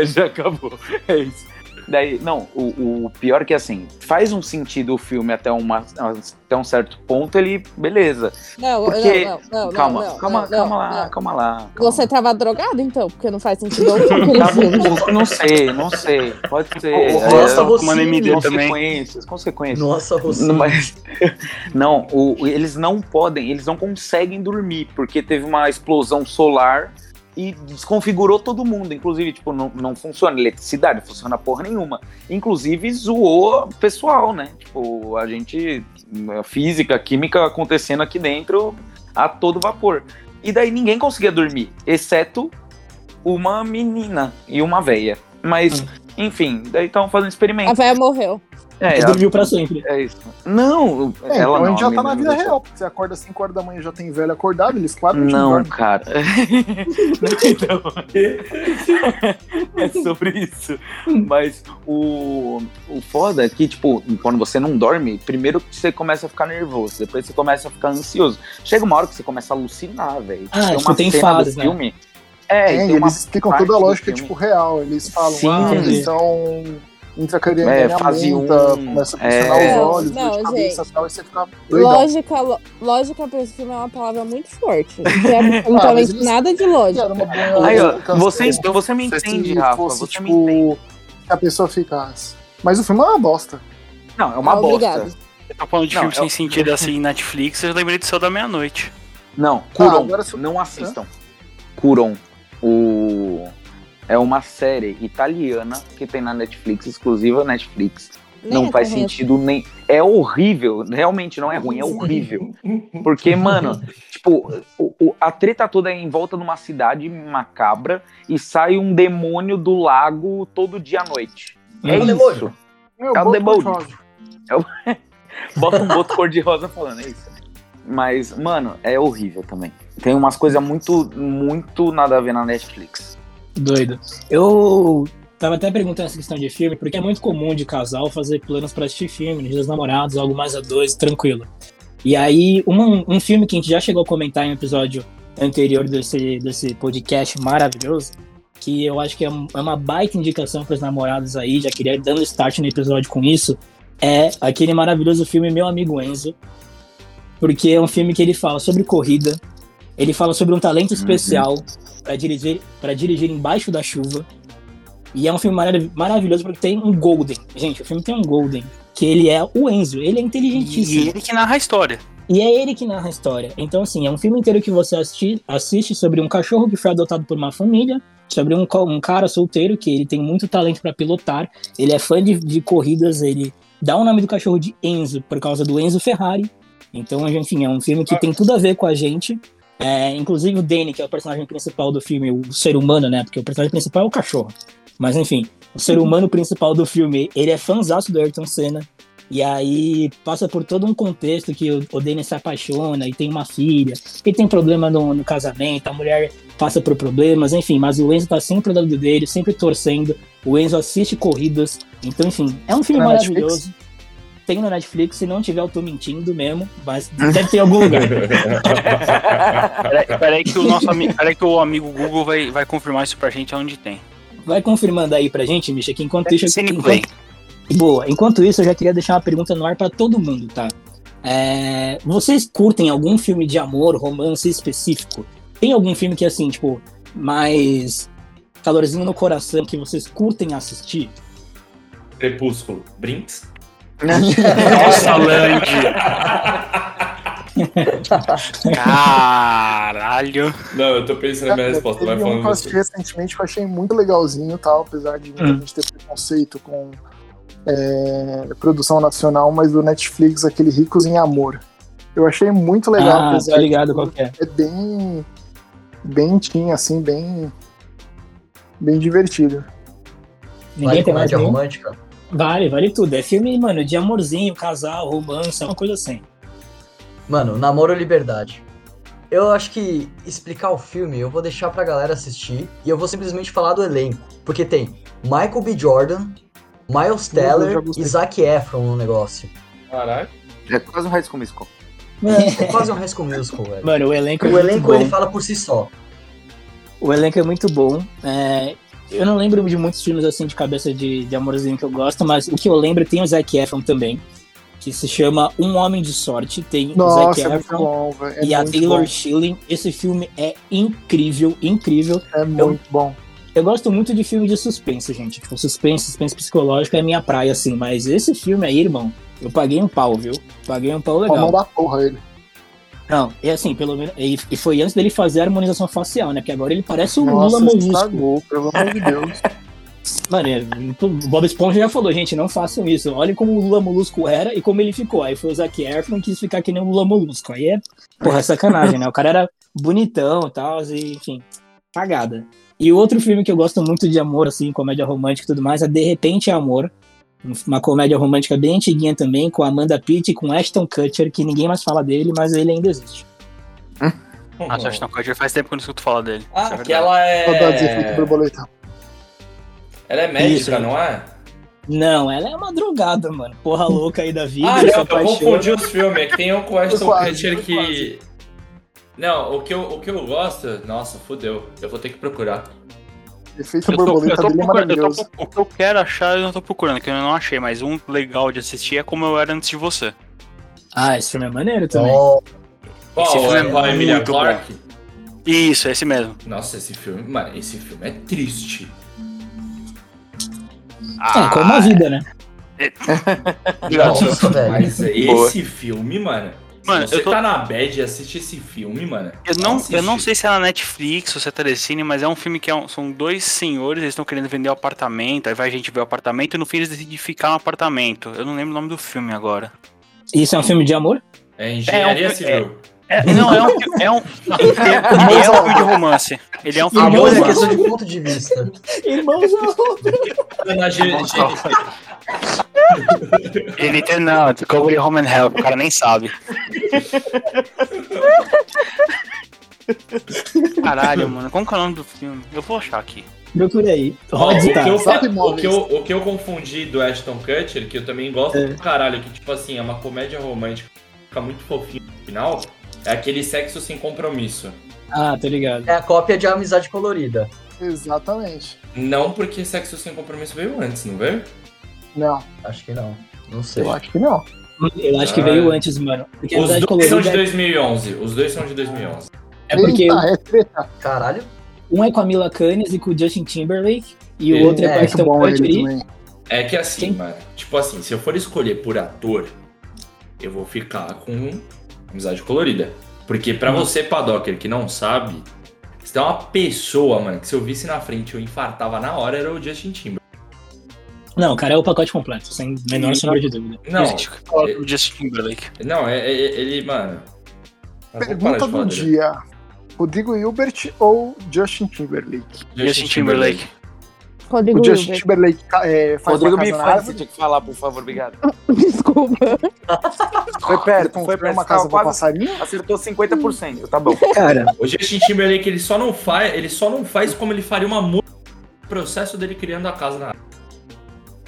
[SPEAKER 2] É. já acabou. É isso. Daí, não, o, o pior é que assim, faz um sentido o filme até, uma, até um certo ponto, ele. Beleza.
[SPEAKER 9] Não,
[SPEAKER 2] Porque-
[SPEAKER 9] não, não, não,
[SPEAKER 2] calma,
[SPEAKER 9] não,
[SPEAKER 2] calma,
[SPEAKER 9] não,
[SPEAKER 2] calma,
[SPEAKER 9] não,
[SPEAKER 2] lá,
[SPEAKER 9] não.
[SPEAKER 2] calma lá, calma
[SPEAKER 9] Você é
[SPEAKER 2] lá.
[SPEAKER 9] tava drogado então? Porque não faz sentido algum aquele
[SPEAKER 2] Tá
[SPEAKER 9] filme.
[SPEAKER 2] bom, não sei, não sei. Pode ser.
[SPEAKER 4] O
[SPEAKER 2] é,
[SPEAKER 4] Ross
[SPEAKER 6] Nossa,
[SPEAKER 4] tava com uma
[SPEAKER 6] você-
[SPEAKER 4] NMD também.
[SPEAKER 2] consequências, consequências.
[SPEAKER 6] Nossa,
[SPEAKER 2] Não,
[SPEAKER 6] Rocinho.
[SPEAKER 2] mas- não, o- eles não podem, eles não conseguem dormir, porque teve uma explosão solar e desconfigurou todo mundo. Inclusive, tipo, não, não funciona eletricidade, não funciona porra nenhuma. Inclusive, zoou o pessoal, né? Tipo, a gente. a Física, a química acontecendo aqui dentro a todo vapor. E daí ninguém conseguia dormir, exceto uma menina e uma véia. Mas, enfim, daí estavam fazendo
[SPEAKER 9] A
[SPEAKER 2] experimento.
[SPEAKER 9] véia morreu.
[SPEAKER 2] É,
[SPEAKER 1] Ele
[SPEAKER 2] a-
[SPEAKER 1] dormiu pra sempre.
[SPEAKER 2] é isso. Não,
[SPEAKER 8] É,
[SPEAKER 2] ela
[SPEAKER 8] então a
[SPEAKER 2] não.
[SPEAKER 8] gente já tá
[SPEAKER 2] menina
[SPEAKER 8] na vida
[SPEAKER 2] não deixou.
[SPEAKER 8] real. Você acorda às 5 horas da manhã já tem velho acordado, eles quatro
[SPEAKER 2] Não,
[SPEAKER 8] dormem.
[SPEAKER 2] cara. então, é sobre isso. Mas o, o foda é que, tipo, quando você não dorme, primeiro que você começa a ficar nervoso, depois você começa a ficar ansioso. Chega uma hora que você começa a alucinar, velho.
[SPEAKER 1] Ah, tipo,
[SPEAKER 2] uma
[SPEAKER 1] tem
[SPEAKER 2] cena
[SPEAKER 1] fases,
[SPEAKER 2] do
[SPEAKER 1] né?
[SPEAKER 2] filme. É, e
[SPEAKER 8] É,
[SPEAKER 2] tem
[SPEAKER 8] e
[SPEAKER 2] uma
[SPEAKER 8] eles explicam
[SPEAKER 2] parte
[SPEAKER 8] toda a
[SPEAKER 2] do
[SPEAKER 8] lógica,
[SPEAKER 2] filme-
[SPEAKER 8] tipo, real. Eles falam,
[SPEAKER 2] Sim.
[SPEAKER 8] ah, um
[SPEAKER 1] Entendi.
[SPEAKER 8] eles são intracraniana
[SPEAKER 2] É,
[SPEAKER 8] aumenta,
[SPEAKER 2] fase um,
[SPEAKER 8] começa a funcionar
[SPEAKER 2] é.
[SPEAKER 8] os olhos,
[SPEAKER 9] Não,
[SPEAKER 8] dor de cabeça e tal, e você fica doidão.
[SPEAKER 9] Lógica, lo- lógica pra esse filme é uma palavra muito forte. Não tem absolutamente
[SPEAKER 8] eles-
[SPEAKER 9] nada de lógica.
[SPEAKER 8] Era uma boa-
[SPEAKER 2] Aí, ó,
[SPEAKER 8] Cansou.
[SPEAKER 2] você, você me
[SPEAKER 8] Se
[SPEAKER 2] entende, Rafa.
[SPEAKER 8] fosse,
[SPEAKER 2] Você
[SPEAKER 8] tipo,
[SPEAKER 2] me entende.
[SPEAKER 8] que a pessoa ficasse. Mas o filme é uma bosta.
[SPEAKER 2] Não, é uma
[SPEAKER 8] Ah,
[SPEAKER 9] Obrigado.
[SPEAKER 2] bosta.
[SPEAKER 4] Você tá falando de
[SPEAKER 2] Não,
[SPEAKER 4] filme
[SPEAKER 2] eu-
[SPEAKER 4] sem sentido assim Netflix, eu lembrei do Céu da Meia-Noite.
[SPEAKER 2] Não, Curon.
[SPEAKER 8] agora se-
[SPEAKER 2] Não assistam. Curon. O... É uma série italiana que tem na Netflix, exclusiva Netflix.
[SPEAKER 9] Nem
[SPEAKER 2] não
[SPEAKER 9] é
[SPEAKER 2] faz
[SPEAKER 9] correto.
[SPEAKER 2] sentido nem. É horrível. Realmente não é ruim, é horrível. Porque, mano, tipo, o- o- a treta toda é em volta de uma cidade macabra e sai um demônio do lago todo dia à noite. É
[SPEAKER 6] um
[SPEAKER 2] isso.
[SPEAKER 6] demônio.
[SPEAKER 8] Meu,
[SPEAKER 2] Tá
[SPEAKER 8] bom,
[SPEAKER 2] debol-
[SPEAKER 8] bom, bom.
[SPEAKER 2] Bota um boto cor-de-rosa falando, é isso. Mas, mano, é horrível também. Tem umas coisas muito, muito nada a ver na Netflix.
[SPEAKER 1] Doido. Eu tava até perguntando essa questão de filme, porque é muito comum de casal fazer planos pra assistir filme, no Dia dos Namorados, algo mais a dois, tranquilo. E aí, uma- um filme que a gente já chegou a comentar em um episódio anterior desse, desse podcast maravilhoso, que eu acho que é, um- é uma baita indicação pros namorados aí, já queria ir dando start no episódio com isso, é aquele maravilhoso filme Meu Amigo Enzo, porque é um filme que ele fala sobre corrida, ele fala sobre um talento especial pra dirigir para dirigir embaixo da chuva. E é um filme marav- maravilhoso porque tem um Golden. Gente, o filme tem um Golden, que ele é o Enzo, ele é
[SPEAKER 4] E
[SPEAKER 1] inteligentíssimo.
[SPEAKER 4] ele que narra a história.
[SPEAKER 1] E é ele que narra a história. Então, assim, é um filme inteiro que você assisti- assiste sobre um cachorro que foi adotado por uma família, sobre um, co- um cara solteiro que ele tem muito talento pra pilotar, ele é fã de, de corridas, ele dá o nome do cachorro de Enzo por causa do Enzo Ferrari. Então, enfim, é um filme que tem tudo a ver com a gente. É, inclusive o Danny, que é o personagem principal do filme, o ser humano, né? Porque o personagem principal é o cachorro. Mas enfim, o ser
[SPEAKER 8] Uhum.
[SPEAKER 1] humano principal do filme, ele é fanzaço do Ayrton Senna. E aí passa por todo um contexto que o, o Danny se apaixona e tem uma filha, e tem problema no, no casamento, a mulher passa por problemas, enfim, mas o Enzo tá sempre do lado dele, sempre torcendo. O Enzo assiste corridas. Então, enfim, é um filme
[SPEAKER 8] Na Netflix?
[SPEAKER 1] maravilhoso. Tem na Netflix, se não tiver, eu tô mentindo mesmo, mas deve ter em algum lugar.
[SPEAKER 4] Peraí, peraí que o nosso amigo, peraí que o amigo Google vai, vai confirmar isso pra gente onde tem.
[SPEAKER 1] Vai confirmando aí pra gente, Misha, que enquanto isso.
[SPEAKER 4] Cineplay.
[SPEAKER 1] Boa. Enquanto isso, eu já queria deixar uma pergunta no ar pra todo mundo, tá? É, Vocês curtem algum filme de amor, romance específico? Tem algum filme que, assim, tipo, mais calorzinho no coração que vocês curtem assistir?
[SPEAKER 3] Crepúsculo. Brinks?
[SPEAKER 4] Nossa, Land! Caralho!
[SPEAKER 3] Não, eu tô pensando na minha resposta, vai
[SPEAKER 8] Teve um
[SPEAKER 3] falando assim.
[SPEAKER 8] que eu assisti
[SPEAKER 3] você.
[SPEAKER 8] recentemente que eu achei muito legalzinho, tal, apesar de muita
[SPEAKER 1] Hum.
[SPEAKER 8] gente ter preconceito com é, produção nacional, mas do Netflix, aquele Ricos em Amor. Eu achei muito legal,
[SPEAKER 1] ah,
[SPEAKER 8] apesar
[SPEAKER 1] tô ligado
[SPEAKER 8] de-
[SPEAKER 1] qual que é.
[SPEAKER 8] é bem bem teen, assim, bem bem divertido.
[SPEAKER 1] Ninguém tem mais
[SPEAKER 6] comédia
[SPEAKER 1] nenhum?
[SPEAKER 6] romântica.
[SPEAKER 1] Vale, vale tudo. É filme, mano, de amorzinho, casal, romance, é uma coisa assim.
[SPEAKER 6] Mano, Namoro ou Liberdade. Eu acho que explicar o filme eu vou deixar pra galera assistir e eu vou simplesmente falar do elenco. Porque tem Michael B. Jordan, Miles
[SPEAKER 8] Meu Deus,
[SPEAKER 6] Teller
[SPEAKER 8] já gostei.
[SPEAKER 6] e Zac Efron no negócio.
[SPEAKER 3] Caralho.
[SPEAKER 2] É quase um High School Musical.
[SPEAKER 6] É quase um High School Musical, velho.
[SPEAKER 1] Mano, o elenco é
[SPEAKER 6] O
[SPEAKER 1] muito
[SPEAKER 6] elenco
[SPEAKER 1] bom.
[SPEAKER 6] ele fala por si só.
[SPEAKER 1] O elenco é muito bom. É, eu não lembro de muitos filmes assim de cabeça de, de amorzinho que eu gosto, mas o que eu lembro tem o Zac Efron também, que se chama Um Homem de Sorte. Tem o
[SPEAKER 8] Nossa,
[SPEAKER 1] Zac
[SPEAKER 8] é muito
[SPEAKER 1] Efron
[SPEAKER 8] bom, velho. É
[SPEAKER 1] e a
[SPEAKER 8] muito
[SPEAKER 1] Taylor
[SPEAKER 8] bom,
[SPEAKER 1] Schilling. Esse filme é incrível, incrível.
[SPEAKER 8] É muito bom.
[SPEAKER 1] Eu gosto muito de filme de suspense, gente. Tipo, suspense, suspense psicológico é minha praia, assim. Mas esse filme aí, irmão, eu paguei um pau, viu? Paguei um pau
[SPEAKER 8] Com a mão
[SPEAKER 1] legal.
[SPEAKER 8] da porra ele.
[SPEAKER 1] Não, e assim, pelo menos. E, e foi antes dele fazer a harmonização facial, né? Porque agora ele parece um Lula
[SPEAKER 8] Nossa, tá
[SPEAKER 1] molusco.
[SPEAKER 8] estragou, pelo amor de Deus.
[SPEAKER 1] Mano, é, o Bob Esponja já falou, gente, não façam isso. Olhem como o Lula Molusco era e como ele ficou. Aí foi o Zac Efron que quis ficar que nem o Lula Molusco. Aí é, porra, é sacanagem, né? O cara era bonitão e tal, e, enfim, cagada. E outro filme que eu gosto muito de amor, assim, comédia romântica e tudo mais, é De Repente é Amor. Uma comédia romântica bem antiguinha também, com Amanda Pitt e com Ashton Kutcher, que ninguém mais fala dele, mas ele ainda existe.
[SPEAKER 4] Ah, só Ashton Kutcher faz tempo que eu não escuto falar dele.
[SPEAKER 3] Ah,
[SPEAKER 4] Isso é
[SPEAKER 3] que
[SPEAKER 4] verdade.
[SPEAKER 3] ela
[SPEAKER 8] Saudades efeito
[SPEAKER 3] é.
[SPEAKER 8] borboleta.
[SPEAKER 3] Ela é médica,
[SPEAKER 1] Isso.
[SPEAKER 3] não é?
[SPEAKER 1] Não, ela é uma drogada, mano. Porra louca aí da vida,
[SPEAKER 3] Ah,
[SPEAKER 1] se
[SPEAKER 3] não, eu
[SPEAKER 1] apaixona.
[SPEAKER 3] confundi os filmes. É que tem um com Ashton
[SPEAKER 8] quase,
[SPEAKER 3] Kutcher
[SPEAKER 8] foi
[SPEAKER 3] que. Não, o que, eu, o que eu gosto. Nossa, fudeu. Eu vou ter que procurar.
[SPEAKER 8] Efeito
[SPEAKER 4] Eu tô, eu
[SPEAKER 8] borboleta
[SPEAKER 4] tô
[SPEAKER 8] dele é
[SPEAKER 4] procurando, eu tô
[SPEAKER 8] maravilhoso.
[SPEAKER 4] pro- o que eu quero achar eu não tô procurando, que eu não achei, mas um legal de assistir é como eu era antes de você.
[SPEAKER 1] Ah, esse filme é maneiro também.
[SPEAKER 6] Ó,
[SPEAKER 3] Qual?
[SPEAKER 4] Esse filme
[SPEAKER 3] é
[SPEAKER 4] é
[SPEAKER 3] com a Emilia
[SPEAKER 4] muito
[SPEAKER 3] Clarke?
[SPEAKER 4] Isso, é esse mesmo.
[SPEAKER 3] Nossa, esse filme. Mano, esse filme é triste.
[SPEAKER 1] É, como a vida, né?
[SPEAKER 4] Obrigado, senhor.
[SPEAKER 6] nossa,
[SPEAKER 1] É.
[SPEAKER 6] velho.
[SPEAKER 3] Mas esse
[SPEAKER 2] Boa.
[SPEAKER 3] filme, mano.
[SPEAKER 4] Mano,
[SPEAKER 3] se você
[SPEAKER 4] eu tô-
[SPEAKER 3] tá na bad e assiste esse filme, mano.
[SPEAKER 4] Eu não, eu não
[SPEAKER 3] assiste.
[SPEAKER 4] sei se é na Netflix ou se é telecine, mas é um filme que é um- são dois senhores, eles estão querendo vender o apartamento, aí vai a gente ver o apartamento e no fim eles decidem ficar no apartamento. Eu não lembro o nome do filme agora.
[SPEAKER 1] Isso é um filme de amor?
[SPEAKER 3] É engenharia
[SPEAKER 4] É um-
[SPEAKER 3] civil.
[SPEAKER 4] É, não, é um, fi- é um, ele é um filme de romance. Ele é um filme de
[SPEAKER 6] Amor é
[SPEAKER 4] romance.
[SPEAKER 6] questão de ponto de vista.
[SPEAKER 1] Irmãos à obra.
[SPEAKER 3] Na
[SPEAKER 4] É,
[SPEAKER 3] gê- gê-
[SPEAKER 4] Ele tem, não, Discovery Home and Health, o cara nem sabe. Caralho, mano, como que é o nome do filme? Eu vou achar aqui.
[SPEAKER 1] Procura aí.
[SPEAKER 3] Ó,
[SPEAKER 1] Rod
[SPEAKER 3] o,
[SPEAKER 1] tá.
[SPEAKER 3] que eu,
[SPEAKER 8] Zac
[SPEAKER 3] fa- o,
[SPEAKER 8] Morris.
[SPEAKER 3] que eu, o que eu confundi do Ashton Kutcher, que eu também gosto
[SPEAKER 1] É.
[SPEAKER 3] pra caralho, que tipo assim, é uma comédia romântica, fica muito fofinho no final, é aquele sexo sem compromisso.
[SPEAKER 1] Ah, tô ligado.
[SPEAKER 6] É a cópia de Amizade Colorida.
[SPEAKER 8] Exatamente.
[SPEAKER 3] Não porque sexo sem compromisso veio antes, não veio?
[SPEAKER 8] Não,
[SPEAKER 6] Acho que não. Não sei.
[SPEAKER 8] eu acho que não.
[SPEAKER 1] Eu acho que
[SPEAKER 3] Ah.
[SPEAKER 1] veio antes, mano. Porque tá é- a
[SPEAKER 3] Os dois
[SPEAKER 1] Amizade
[SPEAKER 3] são de
[SPEAKER 1] Colorida
[SPEAKER 3] 2011. Os dois são de 2011.
[SPEAKER 1] é porque
[SPEAKER 8] Eita, é treta.
[SPEAKER 6] Caralho.
[SPEAKER 1] um é com a Mila Kunis e com o Justin Timberlake, e o
[SPEAKER 3] Ele
[SPEAKER 1] outro é,
[SPEAKER 6] é
[SPEAKER 1] com a
[SPEAKER 8] Muito
[SPEAKER 1] Ashton
[SPEAKER 8] bom ele
[SPEAKER 1] Kutcher. e-
[SPEAKER 8] também.
[SPEAKER 3] É que assim,
[SPEAKER 1] Quem?
[SPEAKER 3] mano, tipo assim, se eu for escolher por ator, eu vou ficar com Amizade Colorida. Porque pra você, Padocker, que não sabe, se tem uma pessoa, mano, que se eu visse na frente eu infartava na hora, era o Justin Timber.
[SPEAKER 1] Não, cara, é o pacote completo, sem menor sombra de dúvida.
[SPEAKER 3] Não,
[SPEAKER 4] Existe.
[SPEAKER 3] ele-
[SPEAKER 4] É, tipo, Justin Timberlake.
[SPEAKER 3] não, é, é- é- ele, mano. Mas vamos parar
[SPEAKER 8] Pergunta
[SPEAKER 3] de
[SPEAKER 8] do
[SPEAKER 3] falar dele.
[SPEAKER 8] dia. Rodrigo Hilbert ou Justin Timberlake?
[SPEAKER 4] Justin Timberlake.
[SPEAKER 5] Rodrigo
[SPEAKER 8] o Justin
[SPEAKER 5] Hilbert.
[SPEAKER 8] Timberlake ca- é, faz
[SPEAKER 2] Rodrigo,
[SPEAKER 8] uma
[SPEAKER 2] me
[SPEAKER 8] casa na
[SPEAKER 2] fala, você
[SPEAKER 8] árvore.
[SPEAKER 2] tinha que falar, por favor, obrigado. Ah,
[SPEAKER 5] Desculpa.
[SPEAKER 2] Foi
[SPEAKER 8] Ele
[SPEAKER 2] perto, foi
[SPEAKER 8] construiu
[SPEAKER 2] perto.
[SPEAKER 8] é, uma
[SPEAKER 2] Uma
[SPEAKER 8] casa do
[SPEAKER 2] quase,
[SPEAKER 8] passarinho?
[SPEAKER 2] acertou 50%, tá bom.
[SPEAKER 1] Cara,
[SPEAKER 3] O Justin Timberlake, ele só não faz, ele só não faz como ele faria uma música. O processo dele criando a casa na área.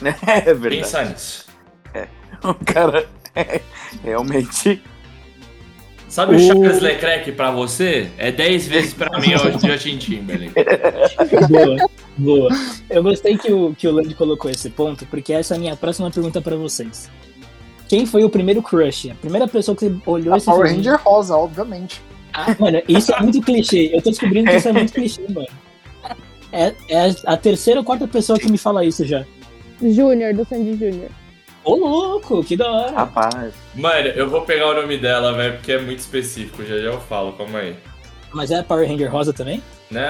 [SPEAKER 2] É verdade.
[SPEAKER 3] Pensa nisso.
[SPEAKER 2] O cara é, realmente.
[SPEAKER 3] Sabe o
[SPEAKER 1] O-
[SPEAKER 3] Chaves Leclerc pra você? É 10 vezes pra mim é o Justin Timberlake.
[SPEAKER 1] boa, boa. Eu gostei que o, que o Land colocou esse ponto, porque essa é a minha próxima pergunta pra vocês. Quem foi o primeiro crush? A primeira pessoa que você olhou
[SPEAKER 8] A
[SPEAKER 1] esse filme?
[SPEAKER 8] Power Ranger rosa, obviamente.
[SPEAKER 1] Ah, mano, isso é muito clichê. Eu tô descobrindo que isso é muito clichê, mano. É, é a terceira ou quarta pessoa que me fala isso já.
[SPEAKER 5] Júnior, do Sandy Júnior.
[SPEAKER 1] Ô, louco, que da hora.
[SPEAKER 2] Ah. Rapaz.
[SPEAKER 3] Mano, eu vou pegar o nome dela, velho, porque é muito específico. Já já eu falo, calma aí.
[SPEAKER 1] Mas é a Power Ranger rosa também?
[SPEAKER 3] Não.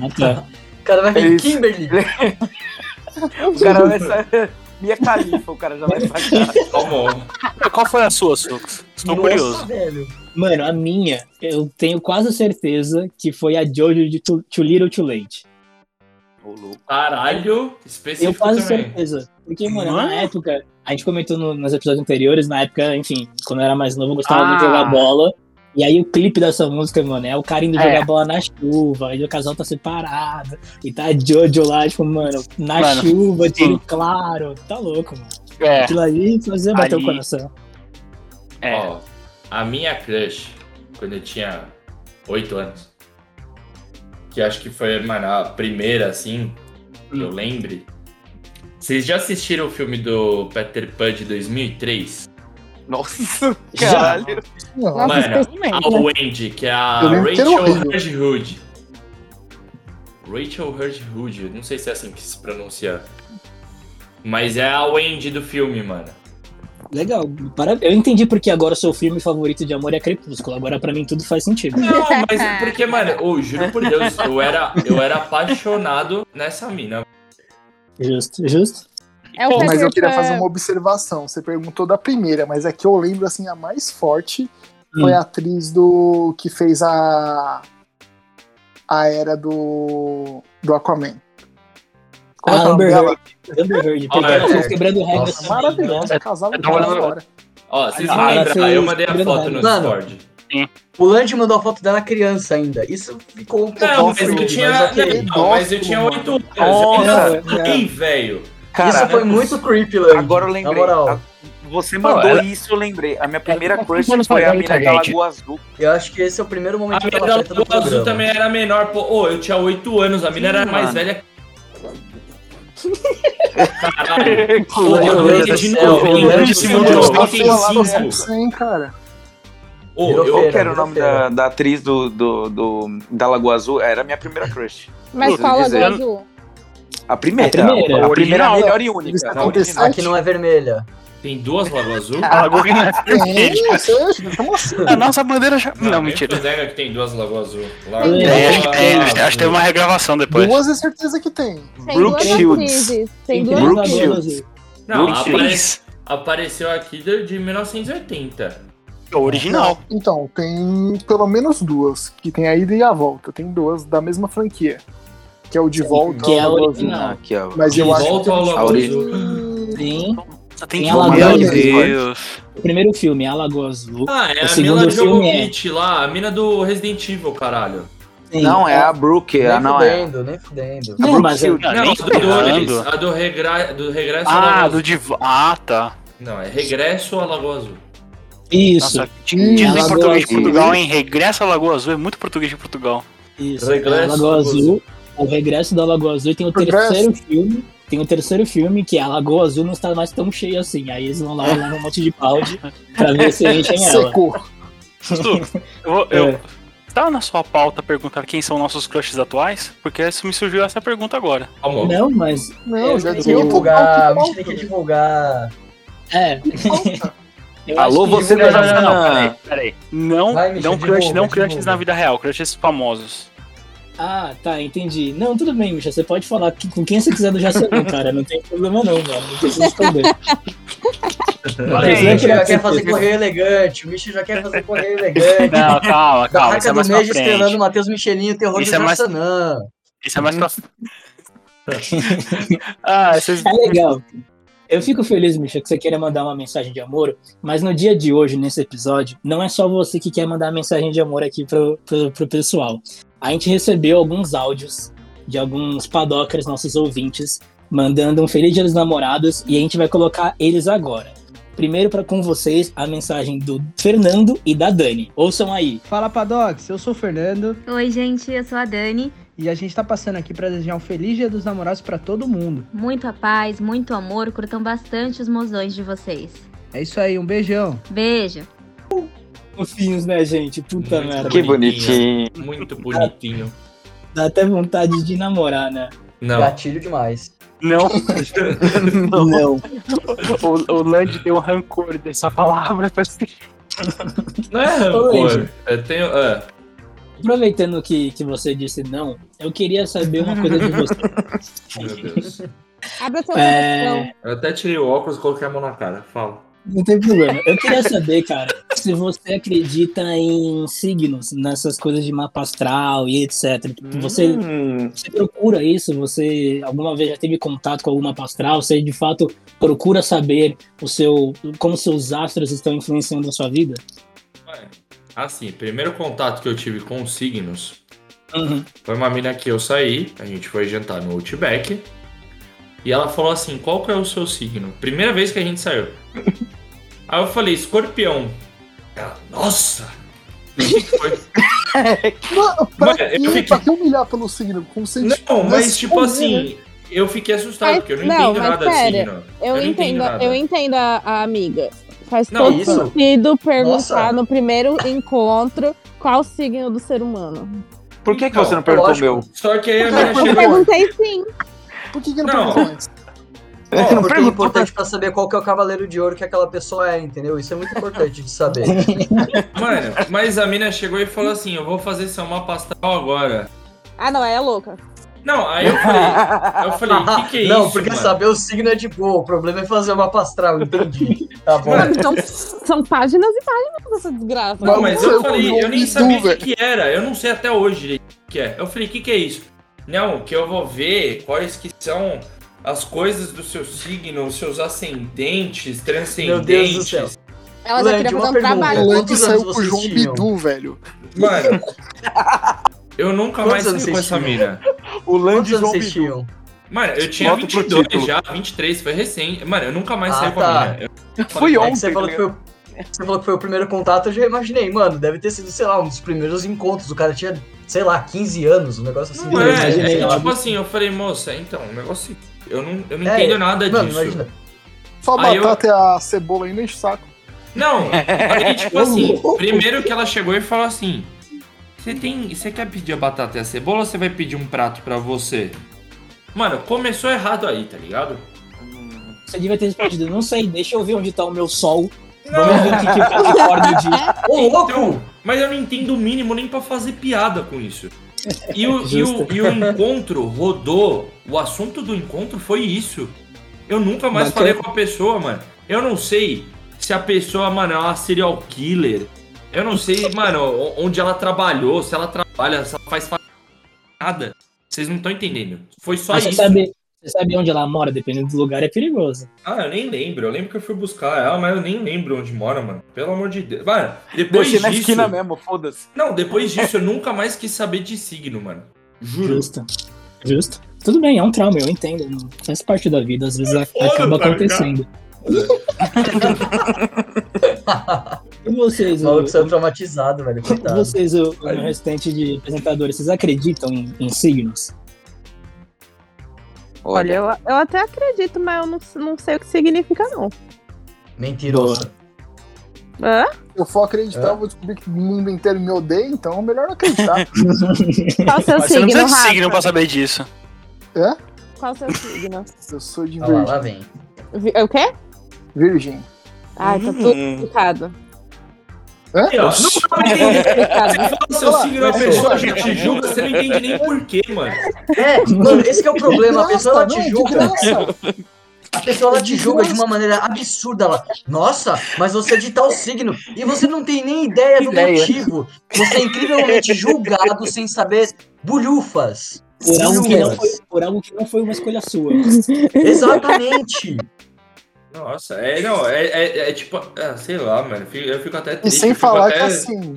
[SPEAKER 1] Ah, tá.
[SPEAKER 6] O cara vai
[SPEAKER 2] É
[SPEAKER 6] vir
[SPEAKER 2] isso.
[SPEAKER 6] Kimberly.
[SPEAKER 2] O cara vai sair. Minha califa, o cara já vai pra casa.
[SPEAKER 3] Calma.
[SPEAKER 4] Qual foi a sua, Sux? Estou curioso.
[SPEAKER 6] velho.
[SPEAKER 1] Mano, a minha, eu tenho quase certeza que foi a Jojo de Too Too Little Too Late.
[SPEAKER 2] Ô, louco.
[SPEAKER 3] Caralho, específico
[SPEAKER 1] Eu quase
[SPEAKER 3] também.
[SPEAKER 1] certeza. Porque, mano,
[SPEAKER 4] Mano.
[SPEAKER 1] na época, a gente comentou no- nos episódios anteriores, na época, enfim, quando eu era mais novo, eu gostava
[SPEAKER 2] Ah.
[SPEAKER 1] de jogar bola. E aí o clipe dessa música, mano, é o cara indo
[SPEAKER 4] É.
[SPEAKER 1] jogar bola na chuva, aí o casal tá separado, e tá a Jojo lá, tipo, mano, na
[SPEAKER 4] Mano,
[SPEAKER 1] chuva,
[SPEAKER 4] sim.
[SPEAKER 1] tiro claro. Tá louco, mano.
[SPEAKER 4] É,
[SPEAKER 1] Aquilo ali fazia bater o
[SPEAKER 4] Ali.
[SPEAKER 1] coração.
[SPEAKER 4] é.
[SPEAKER 3] Ó, a minha crush, quando eu tinha 8 anos, que acho que foi, mano, a primeira, assim, que
[SPEAKER 1] Hum.
[SPEAKER 3] eu lembre. Vocês já assistiram o filme do Peter Pan de 2003?
[SPEAKER 2] Nossa,
[SPEAKER 1] Já.
[SPEAKER 2] caralho.
[SPEAKER 8] Não,
[SPEAKER 5] Nossa,
[SPEAKER 3] Mano,
[SPEAKER 5] especialmente.
[SPEAKER 3] A Wendy, que é a
[SPEAKER 8] Eu lembro que era
[SPEAKER 3] Rachel
[SPEAKER 8] horrível.
[SPEAKER 3] Hurd-Hood. Rachel Hurd-Hood, não sei se é assim que se pronuncia. Mas é a Wendy do filme, mano.
[SPEAKER 1] Legal. Para... Eu entendi porque agora o seu filme favorito de amor é Crepúsculo. Agora pra mim tudo faz sentido.
[SPEAKER 3] Não, mas é porque, mano, eu juro por Deus, eu era, eu era apaixonado nessa mina,
[SPEAKER 1] Justo, justo.
[SPEAKER 5] É o
[SPEAKER 8] Mas eu queria
[SPEAKER 5] Peter Pan.
[SPEAKER 8] fazer uma observação. Você perguntou da primeira, mas aqui eu lembro assim a mais forte foi
[SPEAKER 1] Hum.
[SPEAKER 8] a atriz do que fez a a era do do Aquaman. Como é que é
[SPEAKER 1] Ah,
[SPEAKER 8] o nome
[SPEAKER 1] Amber
[SPEAKER 8] dela?
[SPEAKER 1] Heard. Amber Heard.
[SPEAKER 3] Ah,
[SPEAKER 1] Pegando
[SPEAKER 3] é.
[SPEAKER 1] fogo, quebrando regras.
[SPEAKER 8] Nossa,
[SPEAKER 1] também. né?
[SPEAKER 8] maravilhosa, casava
[SPEAKER 4] eu
[SPEAKER 8] com
[SPEAKER 4] É, tava
[SPEAKER 8] ela
[SPEAKER 4] olhando-
[SPEAKER 8] agora.
[SPEAKER 3] Ó, vocês
[SPEAKER 1] Ah,
[SPEAKER 3] vão lembrar,
[SPEAKER 1] vocês
[SPEAKER 3] eu mandei a
[SPEAKER 1] lembraram.
[SPEAKER 3] foto no
[SPEAKER 6] Mano.
[SPEAKER 3] Discord.
[SPEAKER 6] O Land mandou a foto dela criança ainda. Isso ficou um pouco
[SPEAKER 3] Não, mas eu
[SPEAKER 6] ofensivo,
[SPEAKER 3] tinha.
[SPEAKER 6] mas ok.
[SPEAKER 8] aquele
[SPEAKER 3] Não, mas eu
[SPEAKER 8] dócil,
[SPEAKER 3] tinha
[SPEAKER 8] mano.
[SPEAKER 3] 8 anos.
[SPEAKER 2] Nossa.
[SPEAKER 3] Eu fiquei, velho.
[SPEAKER 6] Isso
[SPEAKER 2] Cara,
[SPEAKER 6] foi muito creepy, Land.
[SPEAKER 2] agora eu lembrei.
[SPEAKER 6] Na moral,
[SPEAKER 2] A- Você mandou
[SPEAKER 4] ela-
[SPEAKER 2] isso, eu lembrei. A minha primeira
[SPEAKER 4] Ela-
[SPEAKER 2] crush
[SPEAKER 4] Mano,
[SPEAKER 2] foi a
[SPEAKER 4] fala
[SPEAKER 2] mina
[SPEAKER 4] aí,
[SPEAKER 2] da
[SPEAKER 4] gente.
[SPEAKER 2] Lagoa Azul.
[SPEAKER 6] eu acho que esse é o primeiro
[SPEAKER 3] A
[SPEAKER 6] momento de
[SPEAKER 3] mina da
[SPEAKER 6] tela preta do
[SPEAKER 3] Lua Azul
[SPEAKER 6] programa.
[SPEAKER 3] também era menor, pô. Ô, eu tinha 8 anos, a mina
[SPEAKER 2] Sim,
[SPEAKER 3] era mais
[SPEAKER 2] mano.
[SPEAKER 3] velha. Caralho.
[SPEAKER 6] Meu
[SPEAKER 3] Porra, eu
[SPEAKER 6] Deus
[SPEAKER 3] lembrei
[SPEAKER 6] do
[SPEAKER 3] de
[SPEAKER 6] céu,
[SPEAKER 3] novo,
[SPEAKER 6] eu
[SPEAKER 3] eu
[SPEAKER 6] lembro
[SPEAKER 3] lembrei
[SPEAKER 6] desse
[SPEAKER 3] de novo.
[SPEAKER 6] filme.
[SPEAKER 3] Eu
[SPEAKER 8] Ela
[SPEAKER 3] fiquei
[SPEAKER 8] foi lá no
[SPEAKER 3] cinco.
[SPEAKER 8] Simpson, cara.
[SPEAKER 3] Ô,
[SPEAKER 6] Virou
[SPEAKER 3] eu-
[SPEAKER 2] Qual que
[SPEAKER 6] Feira,
[SPEAKER 2] era o
[SPEAKER 6] virou
[SPEAKER 2] nome
[SPEAKER 6] feira.
[SPEAKER 2] da, da atriz do, do, do- da Lagoa Azul? Era a minha primeira crush.
[SPEAKER 5] Mas
[SPEAKER 2] Preciso
[SPEAKER 5] qual
[SPEAKER 2] dizer.
[SPEAKER 5] Lagoa Azul?
[SPEAKER 2] A primeira.
[SPEAKER 1] A primeira.
[SPEAKER 2] a primeira
[SPEAKER 4] Original.
[SPEAKER 2] melhor e única.
[SPEAKER 8] Isso
[SPEAKER 2] a original.
[SPEAKER 6] Aqui não é vermelha.
[SPEAKER 3] Tem duas Lagoa Azul?
[SPEAKER 4] A Lagoa não é vermelha.
[SPEAKER 8] Sim, eu sei, eu tô mostrando.
[SPEAKER 4] A nossa bandeira já. Não,
[SPEAKER 3] nem
[SPEAKER 4] mentira.
[SPEAKER 3] Nega que tem duas Lagoa Azul.
[SPEAKER 1] É,
[SPEAKER 4] É, acho que tem, acho
[SPEAKER 3] Azul.
[SPEAKER 4] que teve uma regravação depois.
[SPEAKER 8] Duas é certeza que tem.
[SPEAKER 5] Tem
[SPEAKER 2] Brooke
[SPEAKER 5] duas
[SPEAKER 2] Shields.
[SPEAKER 5] atrizes. Tem duas
[SPEAKER 1] Incrível,
[SPEAKER 2] Brooke
[SPEAKER 1] Lagoa
[SPEAKER 2] Shields.
[SPEAKER 1] Azul.
[SPEAKER 3] Não,
[SPEAKER 2] Brooke
[SPEAKER 3] apare-
[SPEAKER 4] Três.
[SPEAKER 3] apareceu aqui de de 1980.
[SPEAKER 4] É o original.
[SPEAKER 8] Então, tem pelo menos duas, que tem a ida e a volta. Tem duas da mesma franquia. Que é o de volta.
[SPEAKER 1] que é a
[SPEAKER 8] Lagoa
[SPEAKER 1] original.
[SPEAKER 8] Azul.
[SPEAKER 2] Não, aqui, ó.
[SPEAKER 8] Mas
[SPEAKER 3] De
[SPEAKER 8] eu acho que
[SPEAKER 3] volta ao
[SPEAKER 8] a gente-
[SPEAKER 3] Lagoa
[SPEAKER 2] Aurí-
[SPEAKER 3] Azul.
[SPEAKER 1] Sim.
[SPEAKER 4] Só tem
[SPEAKER 1] Tem
[SPEAKER 4] que
[SPEAKER 1] a Lagoa
[SPEAKER 4] Meu
[SPEAKER 1] Azul.
[SPEAKER 4] Deus.
[SPEAKER 1] O primeiro filme é A Lagoa Azul.
[SPEAKER 3] Ah, é
[SPEAKER 1] O
[SPEAKER 3] a
[SPEAKER 1] segundo
[SPEAKER 3] mina
[SPEAKER 1] filme é-
[SPEAKER 3] Djokovic lá, a mina do Resident Evil, caralho.
[SPEAKER 1] Sim.
[SPEAKER 2] Não, é a Brooke.
[SPEAKER 6] Nem
[SPEAKER 2] ah, não é.
[SPEAKER 6] fudendo, nem fudendo.
[SPEAKER 1] Não,
[SPEAKER 2] Brooke
[SPEAKER 1] mas é-
[SPEAKER 2] Shields.
[SPEAKER 4] Não,
[SPEAKER 3] Não,
[SPEAKER 4] Tá nem
[SPEAKER 3] a do Dolores,
[SPEAKER 4] ferrando.
[SPEAKER 3] a do, regra... do Regresso à Lagoa
[SPEAKER 4] Ah,
[SPEAKER 3] Azul.
[SPEAKER 4] do Divo. Ah, tá.
[SPEAKER 3] Não, é Regresso à Lagoa Azul.
[SPEAKER 1] Isso,
[SPEAKER 4] Nossa, diz
[SPEAKER 1] a
[SPEAKER 4] em
[SPEAKER 1] Lagoa
[SPEAKER 4] português de
[SPEAKER 1] Azul.
[SPEAKER 4] Portugal, hein? Regressa à Lagoa Azul é muito português de Portugal.
[SPEAKER 1] isso.
[SPEAKER 3] Regresso
[SPEAKER 1] É a Lagoa
[SPEAKER 3] da
[SPEAKER 1] Azul, o regresso da Lagoa Azul e tem o
[SPEAKER 8] Regresso.
[SPEAKER 1] terceiro filme. Tem o terceiro filme, que é a Lagoa Azul não está mais tão cheia assim. Aí eles vão lá e levam um monte de balde pra ver se enchem ela.
[SPEAKER 8] Secou.
[SPEAKER 4] Stu, eu, vou-
[SPEAKER 6] É.
[SPEAKER 4] eu- tá na sua pauta perguntar quem são nossos crushes atuais? Porque isso me surgiu essa pergunta agora.
[SPEAKER 3] Calma.
[SPEAKER 1] Não, mas.
[SPEAKER 8] Não, já
[SPEAKER 1] eu-
[SPEAKER 8] tinha
[SPEAKER 1] eu-
[SPEAKER 6] Divulgar, a
[SPEAKER 8] Não,
[SPEAKER 6] gente tem que divulgar.
[SPEAKER 1] É. Eu
[SPEAKER 2] Alô,
[SPEAKER 1] acho que-
[SPEAKER 2] você da Jana.
[SPEAKER 4] Peraí. Não,
[SPEAKER 6] Vai, Michel,
[SPEAKER 4] não,
[SPEAKER 6] de
[SPEAKER 4] crush,
[SPEAKER 6] novo,
[SPEAKER 4] não
[SPEAKER 6] de
[SPEAKER 4] crushes
[SPEAKER 6] novo.
[SPEAKER 4] na vida real, crushes famosos.
[SPEAKER 1] Ah, tá, entendi. Não, tudo bem, Micha. Você pode falar que- com quem você quiser do Jacelão, cara. Não tem problema não, mano. Não precisa esconder.
[SPEAKER 6] O
[SPEAKER 1] Mas
[SPEAKER 6] Michel
[SPEAKER 1] lembra
[SPEAKER 6] já
[SPEAKER 1] da
[SPEAKER 6] quer fazer
[SPEAKER 1] certeza.
[SPEAKER 6] correio elegante. O Michel já quer fazer correio elegante.
[SPEAKER 4] Não, calma, calma. Isso é
[SPEAKER 6] Barraca
[SPEAKER 4] mais
[SPEAKER 6] do
[SPEAKER 4] pra
[SPEAKER 6] Mês estrelando
[SPEAKER 4] frente.
[SPEAKER 6] Matheus Michelinho, terror
[SPEAKER 4] Isso
[SPEAKER 6] do
[SPEAKER 4] é mais-
[SPEAKER 6] Jaçanã.
[SPEAKER 4] Isso é mais pra Ah, vocês.
[SPEAKER 1] Tá legal. Eu fico feliz, Micha, que você queira mandar uma mensagem de amor, mas no dia de hoje, nesse episódio, não é só você que quer mandar mensagem de amor aqui pro, pro, pro pessoal. A gente recebeu alguns áudios de alguns padocas, nossos ouvintes, mandando um Feliz Dia dos Namorados e a gente vai colocar eles agora. Primeiro, para com vocês, a mensagem do Fernando e da Dani. Ouçam aí.
[SPEAKER 10] Fala Padox, eu sou o Fernando
[SPEAKER 11] Oi, gente, eu sou a Dani.
[SPEAKER 10] e a gente tá passando aqui pra desejar um feliz dia dos namorados pra todo mundo.
[SPEAKER 11] Muita paz, muito amor, curtam bastante os mozões de vocês.
[SPEAKER 10] É isso aí, um beijão.
[SPEAKER 11] Beijo!
[SPEAKER 1] Fofinhos, né, gente? Puta
[SPEAKER 3] Muito
[SPEAKER 1] merda.
[SPEAKER 2] Que bonitinho.
[SPEAKER 3] Muito bonitinho.
[SPEAKER 1] Dá até vontade de namorar, né?
[SPEAKER 3] Não,
[SPEAKER 6] Gatilho demais.
[SPEAKER 4] Não. não.
[SPEAKER 1] Não.
[SPEAKER 4] O, o Land tem um rancor dessa palavra. parece que-
[SPEAKER 3] não é
[SPEAKER 1] Ô,
[SPEAKER 3] rancor.
[SPEAKER 1] Leite.
[SPEAKER 3] Eu tenho. ah,
[SPEAKER 1] Aproveitando que, que você disse não, eu queria saber uma coisa de você.
[SPEAKER 3] meu Deus.
[SPEAKER 5] Abre seu
[SPEAKER 1] É.
[SPEAKER 5] coração.
[SPEAKER 3] Eu até tirei o óculos e coloquei a mão na cara. Fala.
[SPEAKER 1] Não tem problema. Eu queria saber, cara, se você acredita em signos, nessas coisas de mapa astral e etc. Você,
[SPEAKER 2] Hum,
[SPEAKER 1] você procura isso? Você alguma vez já teve contato com algum mapa astral? Você de fato procura saber o seu como seus astros estão influenciando a sua vida?
[SPEAKER 3] Ué, Assim, primeiro contato que eu tive com os signos Foi uma mina que eu saí, a gente foi jantar no Outback. E ela falou assim: qual que é o seu signo? Primeira vez que a gente saiu. Aí eu falei: escorpião. Ela, nossa! E foi-
[SPEAKER 8] Não, pra,
[SPEAKER 3] Mano, eu
[SPEAKER 8] que,
[SPEAKER 3] fiquei-
[SPEAKER 8] pra que humilhar pelo signo? Como se a gente
[SPEAKER 3] Não, mas
[SPEAKER 8] pudesse
[SPEAKER 3] tipo
[SPEAKER 8] esconder, né?
[SPEAKER 3] assim, eu fiquei assustado,
[SPEAKER 5] Mas-
[SPEAKER 3] porque eu não,
[SPEAKER 5] não,
[SPEAKER 3] entendo
[SPEAKER 5] mas
[SPEAKER 3] nada de
[SPEAKER 5] sério,
[SPEAKER 3] signo.
[SPEAKER 5] Eu,
[SPEAKER 3] não
[SPEAKER 5] entendo,
[SPEAKER 3] nada.
[SPEAKER 5] eu entendo a, a amiga. Faz
[SPEAKER 3] Não,
[SPEAKER 5] todo
[SPEAKER 6] isso-
[SPEAKER 5] sentido perguntar
[SPEAKER 6] Nossa.
[SPEAKER 5] no primeiro encontro qual o signo do ser humano.
[SPEAKER 2] Por que, que
[SPEAKER 3] Então,
[SPEAKER 2] você não perguntou o
[SPEAKER 6] lógico.
[SPEAKER 2] meu?
[SPEAKER 3] Só que aí a
[SPEAKER 8] Cara,
[SPEAKER 3] mina
[SPEAKER 8] quando
[SPEAKER 5] Eu
[SPEAKER 3] chegou.
[SPEAKER 5] perguntei sim.
[SPEAKER 8] Por que, que não,
[SPEAKER 3] Não.
[SPEAKER 8] perguntou antes?
[SPEAKER 6] É, porque é
[SPEAKER 2] perguntou
[SPEAKER 6] importante pra saber qual que é o cavaleiro de ouro que aquela pessoa é, entendeu? Isso é muito importante de saber.
[SPEAKER 3] Mano, mas a mina chegou e falou assim: eu vou fazer seu mapa astral agora.
[SPEAKER 5] Ah, não, é louca.
[SPEAKER 3] Não, aí eu falei: eu falei, que que é
[SPEAKER 6] Não,
[SPEAKER 3] isso,
[SPEAKER 6] porque
[SPEAKER 3] mano?
[SPEAKER 6] saber o signo é de boa, o problema é fazer uma pastral, entendi. Tá bom.
[SPEAKER 3] Mano,
[SPEAKER 5] Então, são páginas e páginas dessa desgraça.
[SPEAKER 3] Não, mas eu
[SPEAKER 8] Maluco,
[SPEAKER 3] falei, eu nem
[SPEAKER 8] maluco,
[SPEAKER 3] sabia o que,
[SPEAKER 8] velho.
[SPEAKER 3] que era. Eu não sei até hoje direito o que é. Eu falei, o que, que é isso? Não, que eu vou ver quais que são as coisas do seu signo, os seus ascendentes,
[SPEAKER 6] Meu Deus do céu.
[SPEAKER 3] transcendentes.
[SPEAKER 5] Ela já
[SPEAKER 6] Land,
[SPEAKER 5] queria
[SPEAKER 6] uma
[SPEAKER 5] fazer um
[SPEAKER 6] pergunta.
[SPEAKER 8] O
[SPEAKER 5] trabalho.
[SPEAKER 8] Lando
[SPEAKER 6] Quantos anos
[SPEAKER 8] saiu pro
[SPEAKER 6] vocês
[SPEAKER 8] João
[SPEAKER 6] tinham?
[SPEAKER 8] Bidu, velho.
[SPEAKER 3] Mano, eu nunca mais
[SPEAKER 6] Quantos anos
[SPEAKER 3] fui com
[SPEAKER 6] vocês
[SPEAKER 3] essa mina.
[SPEAKER 12] O
[SPEAKER 6] Quantos
[SPEAKER 12] Land
[SPEAKER 6] anos
[SPEAKER 12] João
[SPEAKER 6] vocês
[SPEAKER 12] Bidu.
[SPEAKER 6] tinham?
[SPEAKER 3] Mano, eu tinha
[SPEAKER 12] Volta pro
[SPEAKER 3] 22
[SPEAKER 12] título.
[SPEAKER 3] já, 23, foi recente. Mano, eu nunca mais
[SPEAKER 6] Ah,
[SPEAKER 3] saí com a
[SPEAKER 6] tá.
[SPEAKER 3] mina.
[SPEAKER 12] Fui
[SPEAKER 6] É
[SPEAKER 12] ontem.
[SPEAKER 6] que você falou
[SPEAKER 12] tá
[SPEAKER 6] que foi o... Você falou que foi o primeiro contato, eu já imaginei, mano. Deve ter sido, sei lá, um dos primeiros encontros. O cara tinha, sei lá, 15 anos, um negócio assim.
[SPEAKER 3] Não é, é
[SPEAKER 1] imaginei,
[SPEAKER 3] que,
[SPEAKER 1] óbvio.
[SPEAKER 3] tipo assim, eu falei, moça, então, o negócio. Eu não, eu não
[SPEAKER 6] É,
[SPEAKER 3] entendo nada
[SPEAKER 6] Mano,
[SPEAKER 3] disso.
[SPEAKER 6] imagina.
[SPEAKER 8] Só
[SPEAKER 3] Aí eu-
[SPEAKER 8] batata e a cebola ainda enche o saco.
[SPEAKER 3] Não, aí, tipo assim, primeiro que ela chegou e falou assim: Você tem. Você quer pedir a batata e a cebola ou você vai pedir um prato pra você? Mano, começou errado aí, tá ligado?
[SPEAKER 1] Você devia ter respondido, não sei, deixa eu ver onde tá o meu sol. Vamos ver o que, que o Capricórnio diz.
[SPEAKER 6] Ô, louco!
[SPEAKER 3] Então, mas eu não entendo o mínimo nem pra fazer piada com isso. E o, e o,
[SPEAKER 1] Justo.
[SPEAKER 3] e o encontro rodou. O assunto do encontro foi isso. Eu nunca mais
[SPEAKER 1] Bacana.
[SPEAKER 3] falei com a pessoa, mano. Eu não sei se a pessoa, mano, é uma serial killer. Eu não sei, mano, o- onde ela trabalhou, se ela trabalha, se ela faz fa- nada. Vocês não estão entendendo. Foi só
[SPEAKER 1] Mas você
[SPEAKER 3] isso.
[SPEAKER 1] sabe, você sabe onde ela mora, dependendo do lugar, é perigoso.
[SPEAKER 3] Ah, eu nem lembro. Eu lembro que eu fui buscar ela, mas eu nem lembro onde mora, mano. Pelo amor de Deus. Mano, depois
[SPEAKER 2] né?
[SPEAKER 12] Deixei na
[SPEAKER 3] disso.
[SPEAKER 12] esquina mesmo, foda-se.
[SPEAKER 3] Não, depois disso eu nunca mais quis saber de signo, mano. Juro.
[SPEAKER 1] Justo. Justo. Tudo bem, é um trauma, eu entendo. Faz parte da vida, às vezes a-
[SPEAKER 3] Foda,
[SPEAKER 1] acaba
[SPEAKER 3] tá ligado?
[SPEAKER 1] acontecendo. E vocês,
[SPEAKER 6] O maluco
[SPEAKER 2] é
[SPEAKER 1] o,
[SPEAKER 6] saiu é traumatizado,
[SPEAKER 2] um
[SPEAKER 6] velho. Coitado.
[SPEAKER 1] vocês o, o restante de apresentadores, vocês acreditam em, em signos?
[SPEAKER 2] é
[SPEAKER 5] Olha, eu, eu até acredito, mas eu não, não sei o que significa, não.
[SPEAKER 6] Mentiroso.
[SPEAKER 5] Hã?
[SPEAKER 8] Se eu for acreditar,
[SPEAKER 6] É.
[SPEAKER 8] eu vou descobrir que o mundo inteiro me odeia, então é melhor não acreditar.
[SPEAKER 5] Qual o seu
[SPEAKER 1] um
[SPEAKER 4] Mas você não
[SPEAKER 5] signo,
[SPEAKER 4] precisa de
[SPEAKER 5] Rafa?
[SPEAKER 4] signo pra saber disso.
[SPEAKER 5] Qual o seu signo?
[SPEAKER 8] eu sou de
[SPEAKER 6] Olha lá,
[SPEAKER 8] virgem.
[SPEAKER 6] lá vem.
[SPEAKER 5] Vi- é O quê? Ah,
[SPEAKER 8] virgem.
[SPEAKER 1] Uhum.
[SPEAKER 5] Ai, tá tudo explicado.
[SPEAKER 3] Aí, ó, não dá pra entender. Você
[SPEAKER 5] Explicado.
[SPEAKER 3] fala seu
[SPEAKER 8] Olha lá,
[SPEAKER 3] signo é uma
[SPEAKER 8] pessoa.
[SPEAKER 3] pessoa que te julga, você não entende nem porquê, mano.
[SPEAKER 6] É, mano, esse que é o problema. A
[SPEAKER 8] Nossa,
[SPEAKER 6] pessoa ela
[SPEAKER 8] não,
[SPEAKER 6] te
[SPEAKER 8] de
[SPEAKER 6] julga.
[SPEAKER 8] graça.
[SPEAKER 6] A pessoa ela te julga de uma maneira absurda. Ela, Nossa, mas você é de tal signo. E você não tem nem ideia do
[SPEAKER 2] Ideia.
[SPEAKER 6] motivo. Você é incrivelmente julgado sem saber bolhufas.
[SPEAKER 1] Por algo, um que não
[SPEAKER 6] Bolhufas.
[SPEAKER 1] foi, por algo que não foi uma escolha sua.
[SPEAKER 6] Exatamente.
[SPEAKER 3] Nossa, é, não, é, é- é tipo, ah, sei lá, mano, eu fico- eu fico até
[SPEAKER 8] E
[SPEAKER 3] triste.
[SPEAKER 8] sem
[SPEAKER 3] eu fico
[SPEAKER 8] falar
[SPEAKER 3] até- Ah,
[SPEAKER 8] que assim.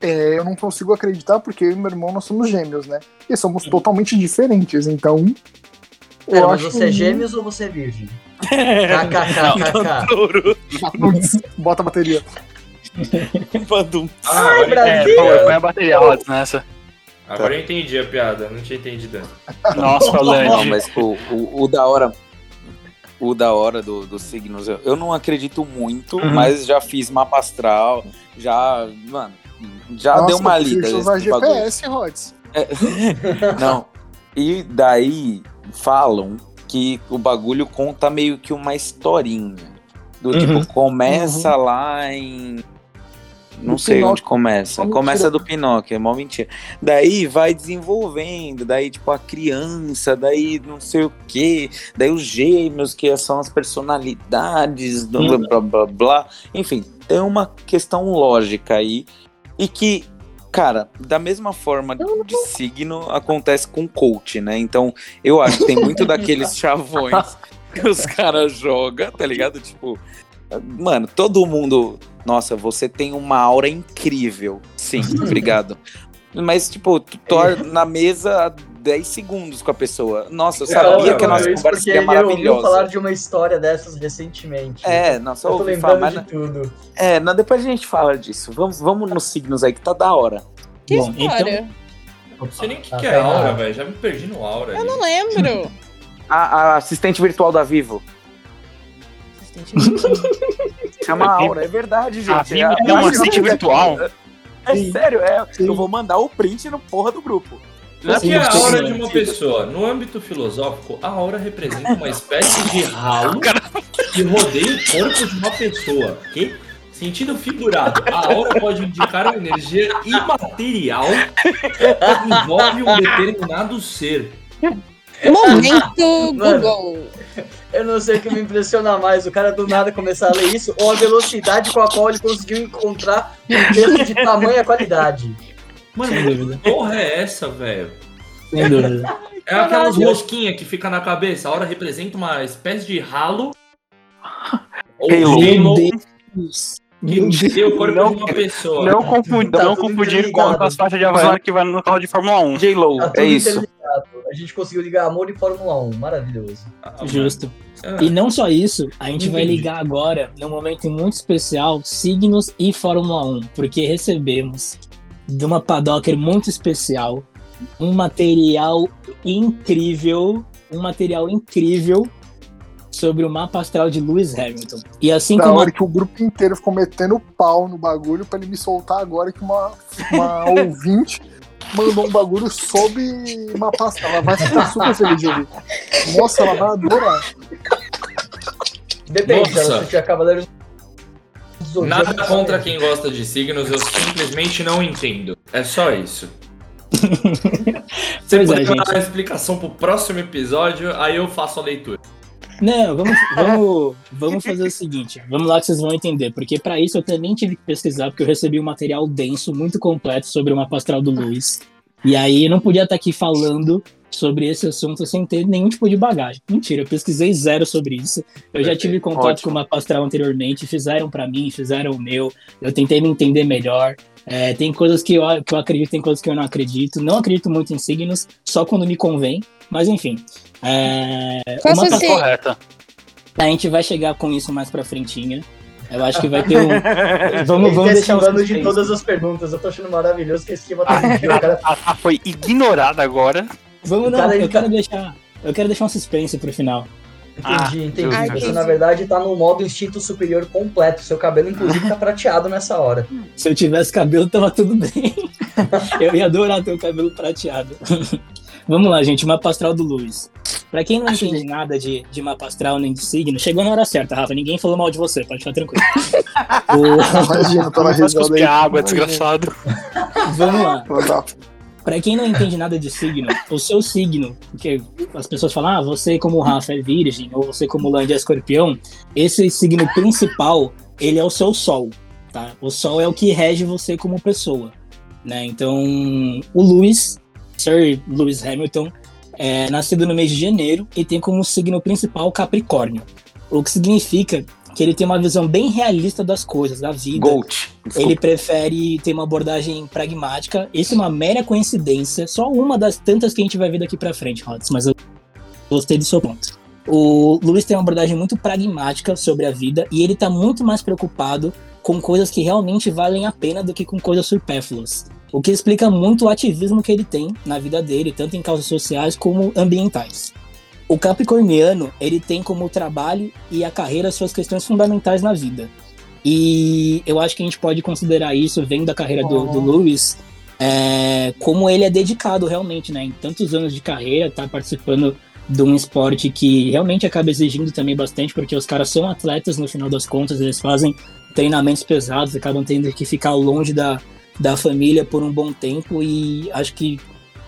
[SPEAKER 8] é, eu não consigo acreditar porque eu e meu irmão nós somos gêmeos, né? E somos totalmente diferentes, então. Eu
[SPEAKER 6] Pera, mas
[SPEAKER 8] acho
[SPEAKER 6] você é
[SPEAKER 8] que-
[SPEAKER 6] gêmeos ou você é virgem? KKKKK.
[SPEAKER 8] Bota a bateria.
[SPEAKER 3] Ah, agora, eu
[SPEAKER 4] É,
[SPEAKER 3] entendi,
[SPEAKER 4] pô, põe
[SPEAKER 3] agora,
[SPEAKER 4] a bateria Rods nessa.
[SPEAKER 3] eu entendi a piada, eu não tinha entendido. antes.
[SPEAKER 4] Nossa,
[SPEAKER 2] Não,
[SPEAKER 4] Lange.
[SPEAKER 2] mas o, o, o da hora. O da hora do- dos signos, eu, eu não acredito muito,
[SPEAKER 4] Uhum.
[SPEAKER 2] mas já fiz mapa astral, já. Mano, já
[SPEAKER 8] Nossa,
[SPEAKER 2] deu uma
[SPEAKER 8] eu preciso
[SPEAKER 2] lida.
[SPEAKER 8] usar
[SPEAKER 2] nesse bagulho.
[SPEAKER 8] GPS, Rods.
[SPEAKER 2] Não. E daí falam que o bagulho conta meio que uma historinha. Do
[SPEAKER 1] Uhum.
[SPEAKER 2] tipo, começa lá em. Não
[SPEAKER 8] No
[SPEAKER 2] sei onde
[SPEAKER 8] Pinóquio.
[SPEAKER 2] começa.
[SPEAKER 8] Mó mentira.
[SPEAKER 2] começa do Pinóquio, é mó mentira. Daí vai desenvolvendo, daí, tipo, a criança, daí não sei o quê, daí os gêmeos, que são as personalidades, blá
[SPEAKER 1] Uhum.
[SPEAKER 2] blá blá blá. Enfim, tem uma questão lógica aí. E que Cara, da mesma forma de signo acontece com coach, né? Então, eu acho que tem muito daqueles chavões que os caras jogam, tá ligado? Tipo, mano, todo mundo. Nossa, você tem uma aura incrível. Sim, obrigado. Mas, tipo, tu
[SPEAKER 6] É.
[SPEAKER 2] torna na mesa há 10 segundos com a pessoa. Nossa, eu sabia
[SPEAKER 3] eu
[SPEAKER 2] que a nossa
[SPEAKER 3] falei
[SPEAKER 2] conversa
[SPEAKER 6] é Porque
[SPEAKER 2] seria
[SPEAKER 6] eu ouvi falar
[SPEAKER 2] maravilhosa.
[SPEAKER 6] de uma história dessas recentemente.
[SPEAKER 2] É, nós só
[SPEAKER 6] eu tô
[SPEAKER 2] ouvi falar.
[SPEAKER 6] lembrando
[SPEAKER 2] Mas,
[SPEAKER 6] de tudo.
[SPEAKER 2] é, não, depois a gente fala disso. Vamos, vamos nos signos aí que tá da hora.
[SPEAKER 5] Que
[SPEAKER 1] Bom, então-
[SPEAKER 5] história?
[SPEAKER 3] Não sei nem o que,
[SPEAKER 6] Ah,
[SPEAKER 3] que é
[SPEAKER 6] tá.
[SPEAKER 3] aura, velho, já me perdi no aura.
[SPEAKER 5] Eu
[SPEAKER 3] ali.
[SPEAKER 5] não lembro.
[SPEAKER 2] A, a assistente virtual da Vivo. Chama a Aura, é verdade, gente.
[SPEAKER 4] A Vivo
[SPEAKER 2] É-
[SPEAKER 4] tem um
[SPEAKER 2] é-
[SPEAKER 4] assistente
[SPEAKER 2] é-
[SPEAKER 4] virtual.
[SPEAKER 2] É sério, é.
[SPEAKER 1] Sim.
[SPEAKER 2] Eu vou mandar o print no porra do grupo.
[SPEAKER 3] O que
[SPEAKER 1] Sim,
[SPEAKER 3] é a
[SPEAKER 1] sim,
[SPEAKER 3] aura
[SPEAKER 1] sim.
[SPEAKER 3] de uma pessoa? No âmbito filosófico, a aura representa uma espécie de ralo que rodeia o corpo de uma pessoa. Que? Sentido figurado, a aura pode indicar uma energia imaterial que envolve um determinado ser.
[SPEAKER 5] Momento
[SPEAKER 6] Mano.
[SPEAKER 5] Google.
[SPEAKER 6] Eu não sei o que me impressiona mais, o cara do nada começar a ler isso, ou a velocidade com a qual ele conseguiu encontrar um texto de tamanha qualidade.
[SPEAKER 3] Mano,
[SPEAKER 1] Sem dúvida.
[SPEAKER 3] que porra é essa, velho?
[SPEAKER 1] Sem dúvida.
[SPEAKER 3] É aquelas rosquinhas que fica na cabeça. A aura representa uma espécie de ralo. Ou
[SPEAKER 2] Halo.
[SPEAKER 1] Meu
[SPEAKER 3] halo
[SPEAKER 1] Deus.
[SPEAKER 3] que
[SPEAKER 1] Meu Deus.
[SPEAKER 3] rodeia o corpo
[SPEAKER 2] Não,
[SPEAKER 3] de uma pessoa.
[SPEAKER 2] é
[SPEAKER 4] Não confundir,
[SPEAKER 6] Tá
[SPEAKER 4] não
[SPEAKER 6] tudo
[SPEAKER 4] confundir com
[SPEAKER 6] interligado.
[SPEAKER 4] as faixas de Havaiana que vai no carro de Fórmula 1.
[SPEAKER 2] J-Lo,
[SPEAKER 6] Tá tudo
[SPEAKER 2] é isso.
[SPEAKER 6] interligado. A gente conseguiu ligar amor e Fórmula 1, maravilhoso.
[SPEAKER 3] Ah,
[SPEAKER 1] Justo.
[SPEAKER 3] ah,
[SPEAKER 1] E não só isso, a gente vai
[SPEAKER 3] Entendi.
[SPEAKER 1] ligar agora, num momento muito especial, signos e Fórmula 1, porque recebemos de uma padocker muito especial um material incrível, um material incrível sobre o mapa astral de Lewis Hamilton. E assim
[SPEAKER 8] Da
[SPEAKER 1] como
[SPEAKER 8] hora que o grupo inteiro ficou metendo pau no bagulho pra ele me soltar agora que uma, uma ouvinte mandou um bagulho sobre uma pasta. Ela vai ficar super feliz de ouvir. Nossa, ela vai adorar.
[SPEAKER 6] Depende, se ela
[SPEAKER 3] Nossa.
[SPEAKER 6] assistir Cavaleiros do Zodíaco,
[SPEAKER 3] Nada
[SPEAKER 6] talvez.
[SPEAKER 3] contra quem gosta de signos, eu simplesmente não entendo. É só isso. Você
[SPEAKER 1] Pois é,
[SPEAKER 3] pode
[SPEAKER 1] gente.
[SPEAKER 3] dar uma explicação pro próximo episódio, aí eu faço a leitura.
[SPEAKER 1] Não, vamos, vamos, vamos fazer o seguinte. Vamos lá que vocês vão entender. Porque pra isso eu também tive que pesquisar, porque eu recebi um material denso, muito completo, sobre o mapa astral do Luiz. E aí eu não podia estar aqui falando sobre esse assunto sem ter nenhum tipo de bagagem. Mentira, eu pesquisei zero sobre isso. Eu já tive contato com o mapa astral anteriormente, fizeram pra mim, fizeram o meu. Eu tentei me entender melhor. É, tem coisas que eu, que eu acredito, tem coisas que eu não acredito. Não acredito muito em signos, só quando me convém. Mas enfim. É,
[SPEAKER 5] Faça
[SPEAKER 1] Uma
[SPEAKER 5] assim.
[SPEAKER 4] Correta.
[SPEAKER 1] a gente vai chegar com isso mais pra frentinha. Eu acho que vai ter um. vamos
[SPEAKER 6] Ele
[SPEAKER 1] vamos
[SPEAKER 6] tá
[SPEAKER 1] deixar o
[SPEAKER 6] esquivando
[SPEAKER 1] suspense.
[SPEAKER 6] de todas as perguntas, eu tô achando maravilhoso que a esquiva tá mentira, o cara.
[SPEAKER 4] A, a Ah, foi ignorada agora.
[SPEAKER 1] Vamos não,
[SPEAKER 6] Cara, ele
[SPEAKER 1] eu
[SPEAKER 6] tá-
[SPEAKER 1] quero deixar. Eu quero deixar um suspense pro final.
[SPEAKER 6] Entendi, entendi.
[SPEAKER 5] justo.
[SPEAKER 6] Você, na verdade, tá no modo instinto superior completo. Seu cabelo, inclusive, tá prateado nessa hora.
[SPEAKER 1] Se eu tivesse cabelo, tava tudo bem. eu ia adorar ter o cabelo prateado. vamos lá, gente. Uma pastral do Luiz. Pra quem não entende nada de, de mapa astral nem de signo, chegou na hora certa, Rafa. Ninguém falou mal de você, pode ficar tranquilo.
[SPEAKER 8] Imagina, tá na
[SPEAKER 4] Mas
[SPEAKER 8] risada aí.
[SPEAKER 4] cuspir água, desgraçado.
[SPEAKER 1] O- vamos lá.
[SPEAKER 8] Vai dar.
[SPEAKER 1] Pra quem não entende nada de signo, o seu signo, porque as pessoas falam, ah, você como o Rafa é virgem, ou você como o Land é escorpião, esse signo principal, ele é o seu sol, tá? O sol é o que rege você como pessoa, né? Então, o Lewis, Sir Lewis Hamilton, é nascido no mês de janeiro e tem como signo principal Capricórnio, o que significa que ele tem uma visão bem realista das coisas, da vida.
[SPEAKER 2] Gold.
[SPEAKER 1] Ele prefere ter uma abordagem pragmática. Esse é uma mera coincidência, só uma das tantas que a gente vai ver daqui pra frente, Rods, mas eu gostei do seu ponto. O Luiz tem uma abordagem muito pragmática sobre a vida e ele tá muito mais preocupado com coisas que realmente valem a pena do que com coisas supérfluas. O que explica muito o ativismo que ele tem na vida dele, tanto em causas sociais como ambientais. O capricorniano, ele tem como trabalho e a carreira suas questões fundamentais na vida. E eu acho que a gente pode considerar isso, vendo a carreira do, do Lewis, é, como ele é dedicado realmente, né? Em tantos anos de carreira, tá participando de um esporte que realmente acaba exigindo também bastante, porque os caras são atletas no final das contas, eles fazem treinamentos pesados, acabam tendo que ficar longe da, da família por um bom tempo, e acho que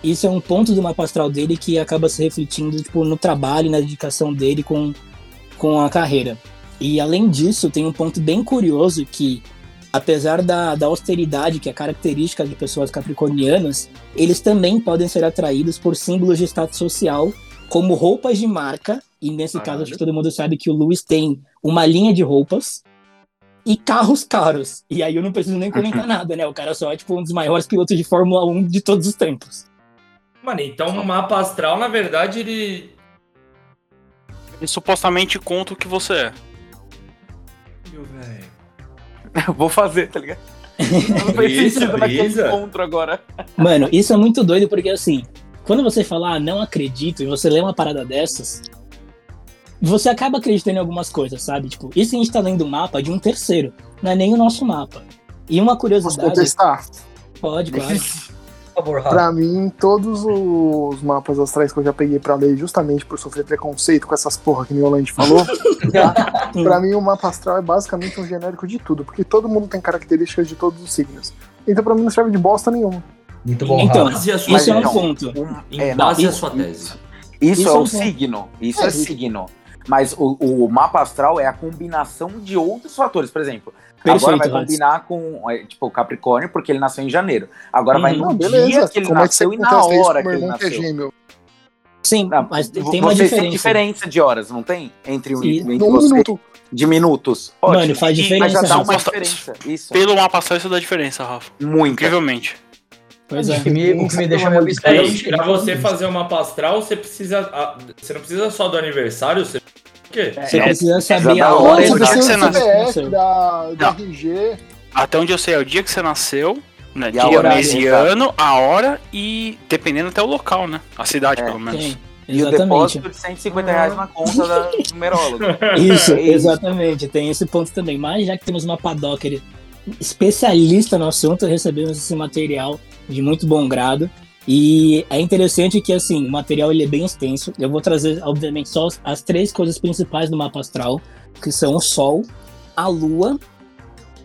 [SPEAKER 1] isso é um ponto do mapa astral dele que acaba se refletindo tipo, no trabalho, na dedicação dele com, com a carreira. E além disso, tem um ponto bem curioso que, apesar da, da austeridade que é característica de pessoas capricornianas, eles também podem ser atraídos por símbolos de status social, como roupas de marca, e nesse caso
[SPEAKER 3] Caralho.
[SPEAKER 1] acho que todo mundo sabe que o Luiz tem uma linha de roupas, e carros caros. E aí eu não preciso nem comentar nada, né? O cara só é tipo um dos maiores pilotos de Fórmula 1 de todos os tempos.
[SPEAKER 3] Mano, então o mapa astral, na verdade, ele.
[SPEAKER 4] Ele supostamente conta o que você é.
[SPEAKER 3] Meu velho.
[SPEAKER 2] Vou fazer, tá ligado? Não faz
[SPEAKER 3] Brisa,
[SPEAKER 2] sentido naquele
[SPEAKER 3] brisa.
[SPEAKER 2] encontro agora.
[SPEAKER 1] Mano, isso é muito doido porque assim, quando você fala ah, não acredito e você lê uma parada dessas, você acaba acreditando em algumas coisas, sabe? Tipo, isso a gente tá lendo o mapa de um terceiro, não é nem o nosso mapa. E uma
[SPEAKER 8] Posso
[SPEAKER 1] curiosidade,
[SPEAKER 8] contestar?
[SPEAKER 1] pode, claro.
[SPEAKER 6] Por favor,
[SPEAKER 2] Tá.
[SPEAKER 6] Rafa.
[SPEAKER 8] Pra mim, todos os mapas astrais que eu já peguei pra ler, justamente por sofrer preconceito com essas porra que nem o Land falou, tá? pra mim o mapa astral é basicamente um genérico de tudo, porque todo mundo tem características de todos os signos. Então pra mim não serve de bosta nenhuma.
[SPEAKER 6] Muito bom,
[SPEAKER 1] Então,
[SPEAKER 6] Rafa.
[SPEAKER 3] Base a sua
[SPEAKER 1] Isso é um
[SPEAKER 2] não.
[SPEAKER 1] ponto.
[SPEAKER 3] Em
[SPEAKER 2] É, não,
[SPEAKER 3] base à
[SPEAKER 2] isso-
[SPEAKER 3] sua tese.
[SPEAKER 2] Isso,
[SPEAKER 1] Isso
[SPEAKER 2] é
[SPEAKER 1] é
[SPEAKER 2] o
[SPEAKER 1] um-
[SPEAKER 2] signo. Isso é,
[SPEAKER 8] É.
[SPEAKER 2] signo. Mas o, o mapa astral é a combinação de outros fatores. Por exemplo, agora
[SPEAKER 1] Perfeito,
[SPEAKER 2] vai
[SPEAKER 1] Hans.
[SPEAKER 2] combinar com é, tipo, o Capricórnio, porque ele nasceu em janeiro. Agora vai
[SPEAKER 1] Uhum.
[SPEAKER 2] no
[SPEAKER 8] Não,
[SPEAKER 2] dia
[SPEAKER 8] beleza.
[SPEAKER 2] que ele
[SPEAKER 8] Como é que você
[SPEAKER 2] nasceu e na
[SPEAKER 8] contesta isso
[SPEAKER 2] hora
[SPEAKER 8] pro
[SPEAKER 2] que
[SPEAKER 8] meu
[SPEAKER 2] ele
[SPEAKER 8] irmão que é
[SPEAKER 2] nasceu.
[SPEAKER 8] gêmeo?
[SPEAKER 1] Sim,
[SPEAKER 2] Não,
[SPEAKER 1] mas
[SPEAKER 2] Vo-
[SPEAKER 1] tem uma
[SPEAKER 2] vocês têm
[SPEAKER 1] diferença.
[SPEAKER 2] diferença de horas, não tem? Entre, o,
[SPEAKER 1] Sim.
[SPEAKER 2] entre
[SPEAKER 8] Num
[SPEAKER 2] vocês.
[SPEAKER 8] minuto.
[SPEAKER 2] De minutos.
[SPEAKER 1] Mano,
[SPEAKER 2] Ótimo.
[SPEAKER 1] faz
[SPEAKER 2] Mas já
[SPEAKER 1] diferença,
[SPEAKER 2] dá uma
[SPEAKER 1] Rafa.
[SPEAKER 2] diferença. Isso.
[SPEAKER 4] Pelo mapa astral, isso dá diferença, Rafa.
[SPEAKER 2] Muito.
[SPEAKER 4] Incrivelmente.
[SPEAKER 1] Pois
[SPEAKER 6] O
[SPEAKER 1] é.
[SPEAKER 6] que me, o que me deixa meio
[SPEAKER 3] É,
[SPEAKER 6] obscuro.
[SPEAKER 1] um-
[SPEAKER 3] pra você fazer o mapa astral, você precisa. ah, Você não precisa só do aniversário, você. O quê?
[SPEAKER 1] Você
[SPEAKER 2] É,
[SPEAKER 1] precisa saber
[SPEAKER 2] da
[SPEAKER 1] a
[SPEAKER 2] hora
[SPEAKER 1] hora
[SPEAKER 2] e
[SPEAKER 8] Não,
[SPEAKER 2] do
[SPEAKER 1] do
[SPEAKER 8] você um
[SPEAKER 4] lugar que
[SPEAKER 8] precisa
[SPEAKER 4] você
[SPEAKER 8] do
[SPEAKER 1] nasceu.
[SPEAKER 8] CPF, da, do
[SPEAKER 4] Não.
[SPEAKER 8] RG.
[SPEAKER 4] Até onde eu sei, é o dia que você nasceu, né?
[SPEAKER 2] E a
[SPEAKER 4] dia,
[SPEAKER 2] hora, tá.
[SPEAKER 4] mês e
[SPEAKER 2] exato.
[SPEAKER 4] ano, a hora e dependendo até o local, né? A cidade,
[SPEAKER 2] É.
[SPEAKER 4] pelo menos.
[SPEAKER 1] Sim,
[SPEAKER 2] E o
[SPEAKER 1] exatamente.
[SPEAKER 2] depósito de 150 reais na conta da numeróloga.
[SPEAKER 1] Isso,
[SPEAKER 2] É isso.
[SPEAKER 1] exatamente. Tem esse ponto também. Mas já que temos uma padóquer especialista no assunto, recebemos esse material de muito bom grado. E é interessante que, assim, o material ele é bem extenso. Eu vou trazer, obviamente, só as- as três coisas principais do mapa astral, que são o Sol, a Lua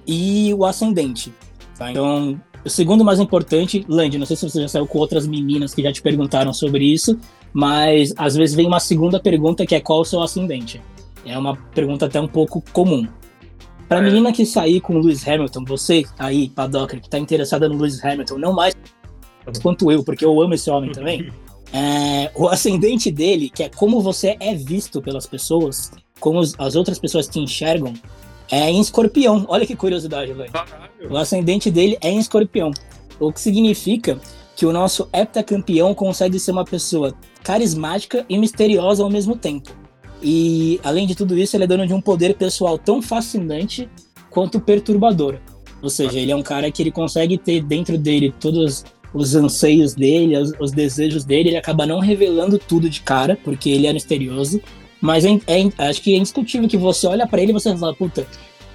[SPEAKER 1] e o Ascendente. tá? Então, o segundo mais importante, Land, não sei se você já saiu com outras meninas que já te perguntaram sobre isso, mas às vezes vem uma segunda pergunta que é qual o seu ascendente? É uma pergunta até um pouco comum. Pra menina que sair com o Lewis Hamilton, você aí, Padocker, que tá interessada no Lewis Hamilton, não mais quanto eu, porque eu amo esse homem também, é, o ascendente dele, que é como você é visto pelas pessoas, como os- as outras pessoas te enxergam, é em escorpião. Olha que curiosidade, velho. O ascendente dele é em escorpião. O que significa que o nosso heptacampeão consegue ser uma pessoa carismática e misteriosa ao mesmo tempo. E, além de tudo isso, ele é dono de um poder pessoal tão fascinante quanto perturbador. Ou seja, ele é um cara que ele consegue ter dentro dele todos os anseios dele, os, os desejos dele. Ele acaba não revelando tudo de cara, porque ele é misterioso. Mas é in- é in- acho que é indiscutível que você olha pra ele e você fala, puta,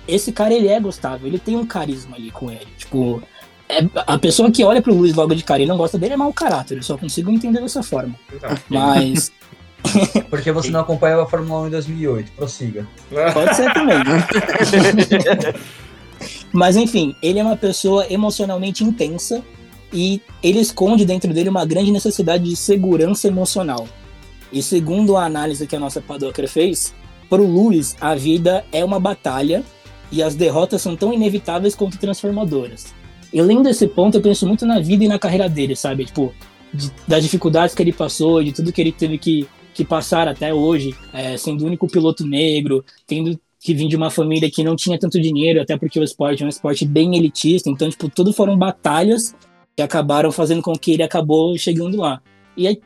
[SPEAKER 1] esse cara ele é Gustavo, ele tem um carisma ali com ele. Tipo, é- a pessoa que olha pro Luiz logo de cara e não gosta dele é mau caráter, eu só consigo entender dessa forma.
[SPEAKER 3] Não,
[SPEAKER 1] Mas
[SPEAKER 6] Porque você não acompanhava a Fórmula 1 em 2008. Prossiga.
[SPEAKER 1] Pode ser também. Mas enfim, ele é uma pessoa emocionalmente intensa e ele esconde dentro dele uma grande necessidade de segurança emocional. E segundo a análise que a nossa Padocker fez, para o Lewis, a vida é uma batalha e as derrotas são tão inevitáveis quanto transformadoras. Eu lendo esse ponto, eu penso muito na vida e na carreira dele, sabe? Tipo, de- das dificuldades que ele passou, de tudo que ele teve que, que passar até hoje, é, sendo o único piloto negro, tendo que vir de uma família que não tinha tanto dinheiro, até porque o esporte é um esporte bem elitista. Então, tipo, tudo foram batalhas que acabaram fazendo com que ele acabou chegando lá. E aí,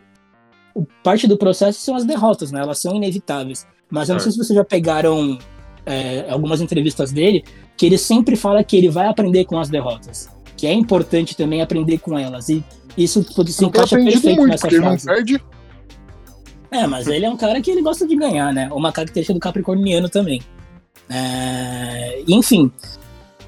[SPEAKER 1] o- parte do processo são as derrotas, né? Elas são inevitáveis. Mas eu não sei se vocês já pegaram é, algumas entrevistas dele, que ele sempre fala que ele vai aprender com as derrotas. Que é importante também aprender com elas. E isso pode se
[SPEAKER 8] Não tem
[SPEAKER 1] encaixa
[SPEAKER 8] aprendido
[SPEAKER 1] perfeito
[SPEAKER 8] muito,
[SPEAKER 1] nessa
[SPEAKER 8] porque ele não
[SPEAKER 1] frase.
[SPEAKER 8] perde.
[SPEAKER 1] É, mas ele é um cara que ele gosta de ganhar, né? Uma característica do capricorniano também. É, Enfim,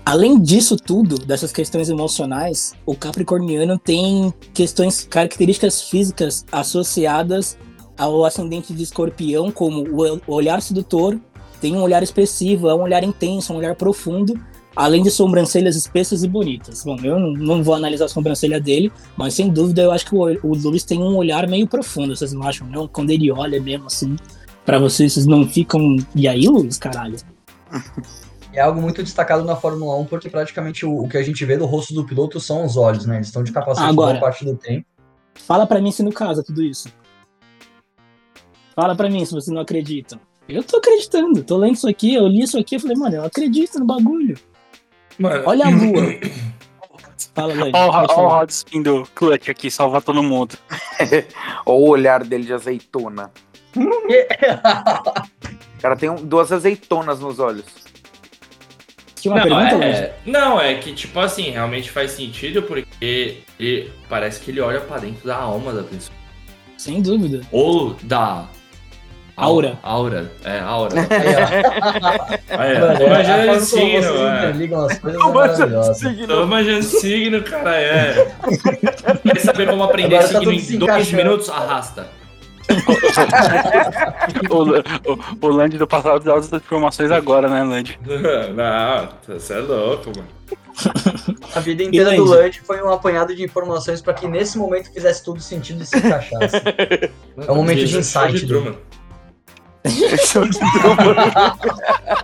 [SPEAKER 1] além disso tudo, dessas questões emocionais, o capricorniano tem questões, características físicas associadas ao ascendente de escorpião, como o el- o olhar sedutor, tem um olhar expressivo, é um olhar intenso, um olhar profundo, além de sobrancelhas espessas e bonitas. Bom, eu não, não vou analisar a sobrancelha dele, mas sem dúvida eu acho que o, o Luiz tem um olhar meio profundo, vocês não acham? Não, quando ele olha mesmo assim, pra vocês, vocês não ficam. E aí, Luiz, caralho?
[SPEAKER 6] É algo muito destacado na Fórmula 1, porque praticamente o, o que a gente vê do rosto do piloto são os olhos, né? Eles estão de capacete
[SPEAKER 1] Agora.
[SPEAKER 6] boa parte do tempo.
[SPEAKER 1] Fala pra mim se não casa tudo isso. Fala pra mim se vocês não acreditam. Eu tô acreditando, tô lendo isso aqui, eu li isso aqui, eu falei, mano, eu acredito no bagulho.
[SPEAKER 3] Mano,
[SPEAKER 1] Olha a lua. Fala, Lane.
[SPEAKER 4] Olha o Ra-
[SPEAKER 1] pode
[SPEAKER 4] olha o
[SPEAKER 1] falar.
[SPEAKER 4] Rod Spin do Clutch aqui, salvar todo mundo.
[SPEAKER 2] Olha o olhar dele de azeitona. O cara tem um- duas azeitonas nos olhos.
[SPEAKER 1] Tinha uma pergunta,
[SPEAKER 3] é,
[SPEAKER 1] Lane?
[SPEAKER 3] não, é que, tipo assim, realmente faz sentido porque ele, parece que ele olha pra dentro da alma da pessoa.
[SPEAKER 1] Sem dúvida.
[SPEAKER 3] Ou da.
[SPEAKER 1] Aura.
[SPEAKER 3] Aura, é, aura.
[SPEAKER 6] Aí, ó.
[SPEAKER 3] Olha, tô
[SPEAKER 6] a forma
[SPEAKER 3] imaginando
[SPEAKER 6] como
[SPEAKER 3] o signo,
[SPEAKER 6] vocês
[SPEAKER 3] é.
[SPEAKER 6] interligam as coisas é maravilhosa.
[SPEAKER 3] Tô imaginando signo, cara, é. Quer saber como aprender
[SPEAKER 6] Agora tá
[SPEAKER 3] signo
[SPEAKER 6] tudo
[SPEAKER 3] em
[SPEAKER 6] se
[SPEAKER 3] dois
[SPEAKER 6] encaixando.
[SPEAKER 3] minutos? Arrasta.
[SPEAKER 4] O, o, o Land do passado dá outras informações agora, né, Land?
[SPEAKER 3] Não, você é louco, mano.
[SPEAKER 6] A vida inteira do
[SPEAKER 1] Lange?
[SPEAKER 6] Lange foi um apanhado de informações para que nesse momento fizesse todo sentido e se encaixasse. É um momento de insight,
[SPEAKER 3] Show de
[SPEAKER 6] né?
[SPEAKER 3] Truman.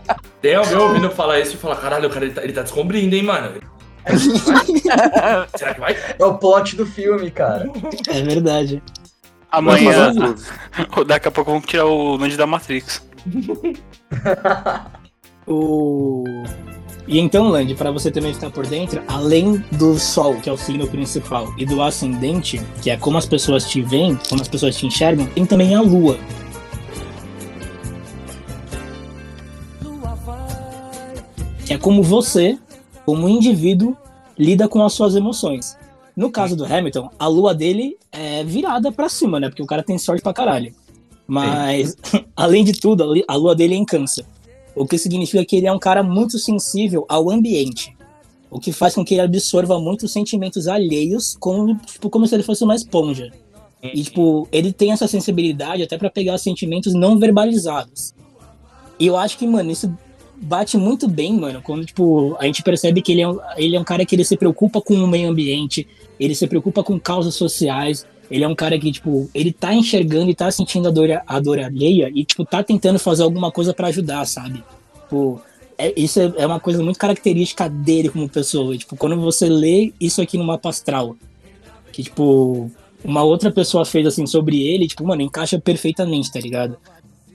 [SPEAKER 3] Tem alguém ouvindo falar isso e falar, caralho, o cara ele tá, ele tá descobrindo, hein, mano. Será que vai?
[SPEAKER 6] É o plot do filme, cara.
[SPEAKER 1] É verdade.
[SPEAKER 4] Amanhã, daqui a pouco vamos tirar o Land da Matrix.
[SPEAKER 1] O... E então, Land, para você também ficar por dentro, além do Sol, que é o signo principal, e do Ascendente, que é como as pessoas te veem, como as pessoas te enxergam, tem também a Lua. Que é como você, como indivíduo, lida com as suas emoções. No caso do Hamilton, a lua dele é virada para cima, né? Porque o cara tem sorte pra caralho. Mas, além de tudo, a li- a lua dele é em câncer. O que significa que ele é um cara muito sensível ao ambiente. O que faz com que ele absorva muitos sentimentos alheios, como, tipo, como se ele fosse uma esponja. E, tipo, ele tem essa sensibilidade até pra pegar sentimentos não verbalizados. E eu acho que, mano, isso bate muito bem, mano, quando, tipo, a gente percebe que ele é um, ele é um cara que ele se preocupa com o meio ambiente, ele se preocupa com causas sociais, ele é um cara que, tipo, ele tá enxergando e tá sentindo a dor, a dor alheia e, tipo, tá tentando fazer alguma coisa pra ajudar, sabe? Tipo, é- isso é, é uma coisa muito característica dele como pessoa. E, tipo, quando você lê isso aqui no mapa astral, que, tipo, uma outra pessoa fez, assim, sobre ele, tipo, mano, encaixa perfeitamente, tá ligado?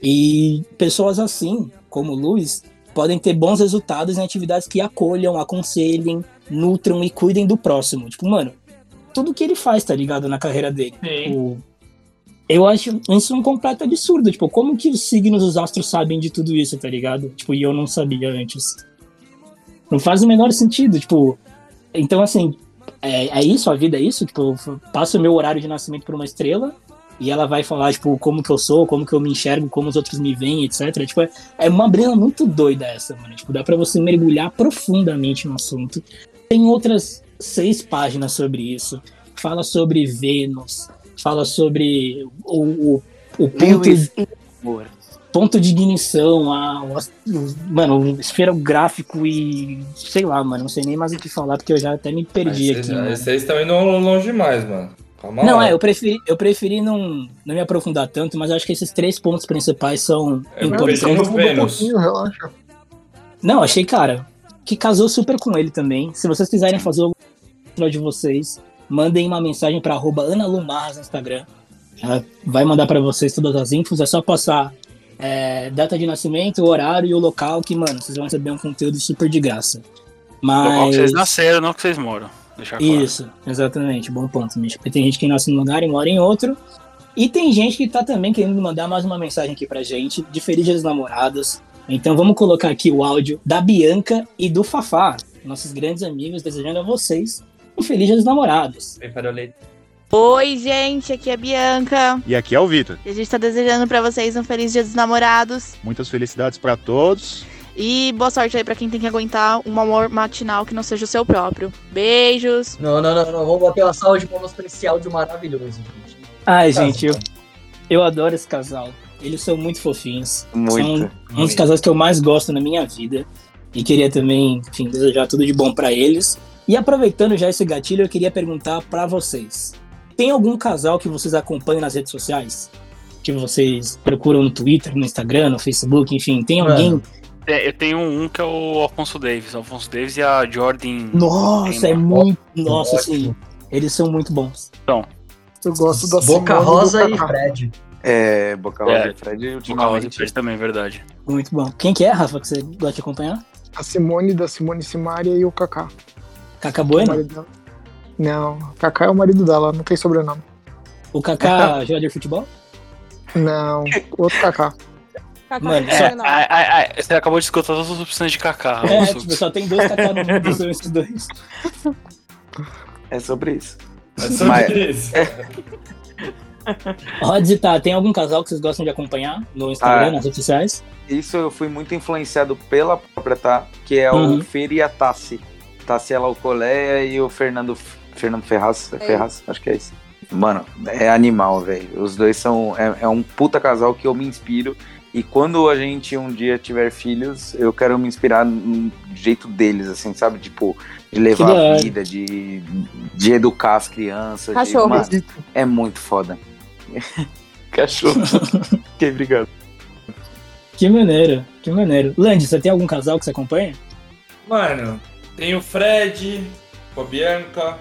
[SPEAKER 1] E pessoas assim, como o Luiz, podem ter bons resultados em atividades que acolham, aconselhem, nutram e cuidem do próximo. Tipo, mano, tudo que ele faz, tá ligado? Na carreira dele. Tipo, eu acho isso um completo absurdo. Tipo, como que os signos, os astros sabem de tudo isso, tá ligado? Tipo, e eu não sabia antes. Não faz o menor sentido, tipo. Então, assim, é, é isso, a vida é isso? Tipo, eu f- passo o meu horário de nascimento por uma estrela e ela vai falar, tipo, como que eu sou, como que eu me enxergo, como os outros me veem, etc. Tipo, é, é uma brisa muito doida essa, mano. Tipo, dá pra você mergulhar profundamente no assunto. Tem outras seis páginas sobre isso. Fala sobre Vênus, fala sobre o, o O ponto,
[SPEAKER 2] Lewis e amor.
[SPEAKER 1] ponto de ignição, a, o as- o- mano, o esferográfico e. sei lá, mano, não sei nem mais o que falar, porque eu já até me perdi
[SPEAKER 3] Mas
[SPEAKER 1] aqui.
[SPEAKER 3] vocês-
[SPEAKER 1] mano.
[SPEAKER 3] mas Vocês estão indo longe demais, mano. Calma
[SPEAKER 1] Não,
[SPEAKER 3] lá.
[SPEAKER 1] é, eu preferi, eu preferi não, não me aprofundar tanto, mas eu acho que esses três pontos principais são
[SPEAKER 3] É,
[SPEAKER 1] importantes.
[SPEAKER 3] prefiro-
[SPEAKER 8] Vamos um
[SPEAKER 3] Vênus.
[SPEAKER 8] pouquinho, relaxa.
[SPEAKER 1] Não, achei, cara, que casou super com ele também. Se vocês quiserem fazer o final de vocês, mandem uma mensagem pra arroba Ana Lumarras no Instagram. Ela vai mandar pra vocês todas as infos, é só passar é, data de nascimento, o horário e o local, que, mano, vocês vão receber um conteúdo super de graça.
[SPEAKER 4] Local que
[SPEAKER 1] Mas.
[SPEAKER 4] vocês nasceram, não que vocês moram. Deixa claro.
[SPEAKER 1] Isso, exatamente, bom ponto, Mitch. Porque tem gente que nasce num lugar e mora em outro. E tem gente que tá também querendo mandar mais uma mensagem aqui pra gente, de Feliz Dia dos Namorados. Então vamos colocar aqui o áudio da Bianca e do Fafá, nossos grandes amigos, desejando a vocês um Feliz Dia dos Namorados.
[SPEAKER 3] Prepara o leite.
[SPEAKER 12] Oi, gente, aqui é a Bianca.
[SPEAKER 13] E aqui é o Vitor.
[SPEAKER 12] E a gente tá desejando pra vocês um feliz dia dos namorados.
[SPEAKER 13] Muitas felicidades pra todos.
[SPEAKER 12] E boa sorte aí pra quem tem que aguentar um amor matinal que não seja o seu próprio. Beijos!
[SPEAKER 6] Não, não, não, não. Vamos bater uma salva de palmas pra esse áudio maravilhoso, gente.
[SPEAKER 1] Ai,
[SPEAKER 6] Casal.
[SPEAKER 1] gente, eu, eu adoro esse casal. Eles são muito fofinhos. são
[SPEAKER 2] Muito.
[SPEAKER 1] um dos casais que eu mais gosto na minha vida. E queria também, enfim, desejar tudo de bom pra eles. E aproveitando já esse gatilho, eu queria perguntar pra vocês: tem algum casal que vocês acompanham nas redes sociais? Que vocês procuram no Twitter, no Instagram, no Facebook, enfim, tem
[SPEAKER 6] Mano.
[SPEAKER 1] alguém?
[SPEAKER 4] É, eu tenho um que é o Alfonso Davis. O Alfonso Davis e a Jordan.
[SPEAKER 1] Nossa, é
[SPEAKER 4] Tem,
[SPEAKER 1] muito. Nossa, sim. Eles são muito bons.
[SPEAKER 8] Eu gosto da
[SPEAKER 6] Boca
[SPEAKER 8] Simone e do
[SPEAKER 6] Rosa e
[SPEAKER 8] Kaká.
[SPEAKER 6] Fred.
[SPEAKER 2] É, Boca
[SPEAKER 4] É.
[SPEAKER 2] Rosa e Fred
[SPEAKER 4] Boca Rosa e
[SPEAKER 2] ultimamente.
[SPEAKER 4] Pérez também, é verdade.
[SPEAKER 1] Muito bom. Quem que é, Rafa, que você gosta de acompanhar?
[SPEAKER 8] A Simone da Simone Simaria e o Kaká.
[SPEAKER 1] Cacá
[SPEAKER 8] que é o
[SPEAKER 1] Bueno?
[SPEAKER 8] marido dela. Não, Kaká é o marido dela, não tem sobrenome.
[SPEAKER 1] O Cacá jogador de futebol?
[SPEAKER 8] Não, outro Kaká.
[SPEAKER 5] Cacá,
[SPEAKER 1] Mano,
[SPEAKER 5] não
[SPEAKER 4] É,
[SPEAKER 5] sei não.
[SPEAKER 4] ai, ai, ai, você acabou de escutar todas as opções de Kaká.
[SPEAKER 1] É,
[SPEAKER 4] Alonso.
[SPEAKER 1] tipo, só tem dois Cacá no mundo, são esses dois.
[SPEAKER 2] É sobre isso.
[SPEAKER 3] É sobre
[SPEAKER 2] Mas-
[SPEAKER 3] isso.
[SPEAKER 1] Rods e tá, tem algum casal que vocês gostam de acompanhar no Instagram,
[SPEAKER 3] é.
[SPEAKER 2] Ah.
[SPEAKER 1] nas redes sociais?
[SPEAKER 2] Isso eu fui muito influenciado pela própria, tá? Que é
[SPEAKER 1] Uhum.
[SPEAKER 2] o Fer e a Tassi. Tassi Alcoleia e o Fernando, Fernando Ferraz. Ferraz, acho que é isso. Mano, é animal, velho. Os dois são. É, é um puta casal que eu me inspiro. E quando a gente um dia tiver filhos, eu quero me inspirar no jeito deles, assim, sabe? Tipo, de
[SPEAKER 1] Que
[SPEAKER 2] levar
[SPEAKER 1] da
[SPEAKER 2] a
[SPEAKER 1] hora.
[SPEAKER 2] vida, de, de educar as crianças. de-
[SPEAKER 5] Cachorro.
[SPEAKER 2] mano, é muito foda. Cachorro. que obrigado.
[SPEAKER 1] Que maneiro, que maneiro. Landy, você tem algum casal que você acompanha?
[SPEAKER 3] Mano, tem o Fred, com a Bianca.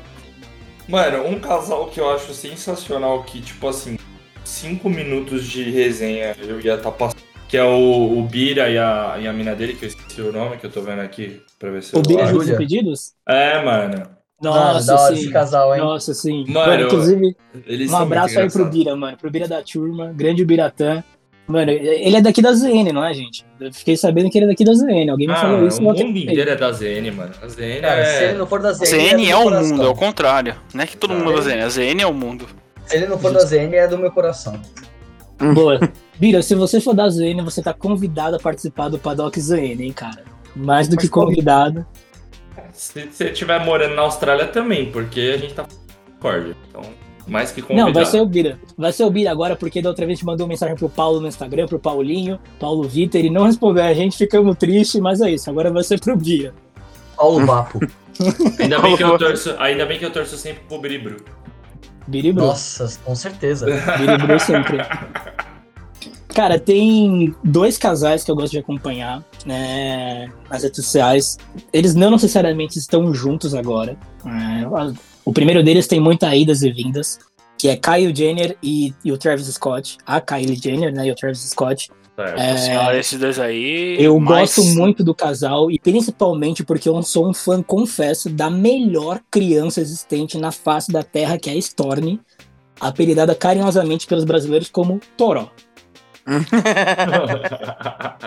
[SPEAKER 3] Mano, um casal que eu acho sensacional que, tipo assim, cinco minutos de resenha eu ia estar passando. Que é o, o Bira e a, e a mina dele, que eu esqueci o nome, que eu tô vendo aqui pra ver se
[SPEAKER 1] O
[SPEAKER 3] eu
[SPEAKER 1] Bira
[SPEAKER 3] acho.
[SPEAKER 1] Júlio
[SPEAKER 6] Júlia.
[SPEAKER 1] Pedidos?
[SPEAKER 3] É, mano.
[SPEAKER 6] Mano, da
[SPEAKER 1] Nossa,
[SPEAKER 6] hora
[SPEAKER 1] sim.
[SPEAKER 6] esse casal, hein?
[SPEAKER 1] Nossa, sim.
[SPEAKER 3] Mano,
[SPEAKER 1] Mano, inclusive,
[SPEAKER 3] Eles
[SPEAKER 1] um
[SPEAKER 3] são muito
[SPEAKER 1] abraço aí pro
[SPEAKER 3] engraçados.
[SPEAKER 1] Bira, mano. Pro Bira da turma, grande Biratã. Mano, ele é daqui da ZN, não é, gente? Eu fiquei sabendo que ele é daqui da ZN. Alguém me
[SPEAKER 3] Ah,
[SPEAKER 1] falou isso.
[SPEAKER 3] o
[SPEAKER 1] eu até
[SPEAKER 3] mundo
[SPEAKER 1] fiquei.
[SPEAKER 3] inteiro é da ZN, mano. A ZN
[SPEAKER 6] Cara, se
[SPEAKER 3] é...
[SPEAKER 6] ele não for da ZN.
[SPEAKER 4] ZN é
[SPEAKER 6] do meu
[SPEAKER 4] o
[SPEAKER 6] coração.
[SPEAKER 4] mundo, é o contrário. Não é que todo
[SPEAKER 3] Não,
[SPEAKER 4] mundo é da
[SPEAKER 3] é-
[SPEAKER 4] ZN, a ZN é o mundo.
[SPEAKER 6] Se ele não for da ZN, é do meu coração.
[SPEAKER 1] Boa. Bira, se você for da ZN, você tá convidado a participar do Paddock ZN, hein, cara? Mais do que convidado.
[SPEAKER 3] Se você estiver morando na Austrália também, porque a gente tá Discord. Então, mais que convidado.
[SPEAKER 1] Não, vai ser o Bira. Vai ser o Bira agora, porque da outra vez a gente mandou mensagem pro Paulo no Instagram, pro Paulinho, Paulo Vitor, ele não respondeu a gente, ficamos tristes, mas é isso. Agora vai ser pro Bira.
[SPEAKER 6] Paulo Vapo.
[SPEAKER 3] Ainda bem que eu torço, ainda bem que eu torço sempre pro Bribro.
[SPEAKER 1] Biribru.
[SPEAKER 6] Nossa, com certeza.
[SPEAKER 1] Biribru sempre. Cara, tem dois casais que eu gosto de acompanhar né, nas redes sociais. Eles não necessariamente estão juntos agora. É, o primeiro deles tem muitas idas e vindas, que é Kyle Jenner e, e o Travis Scott. A Kylie Jenner né, e o Travis Scott.
[SPEAKER 3] Certo.
[SPEAKER 4] Nossa Senhora, esses dois aí.
[SPEAKER 1] É. Eu
[SPEAKER 4] mas-
[SPEAKER 1] gosto muito do casal e principalmente porque eu sou um fã, confesso, da melhor criança existente na face da Terra, que é a Storm, apelidada carinhosamente pelos brasileiros como Toró.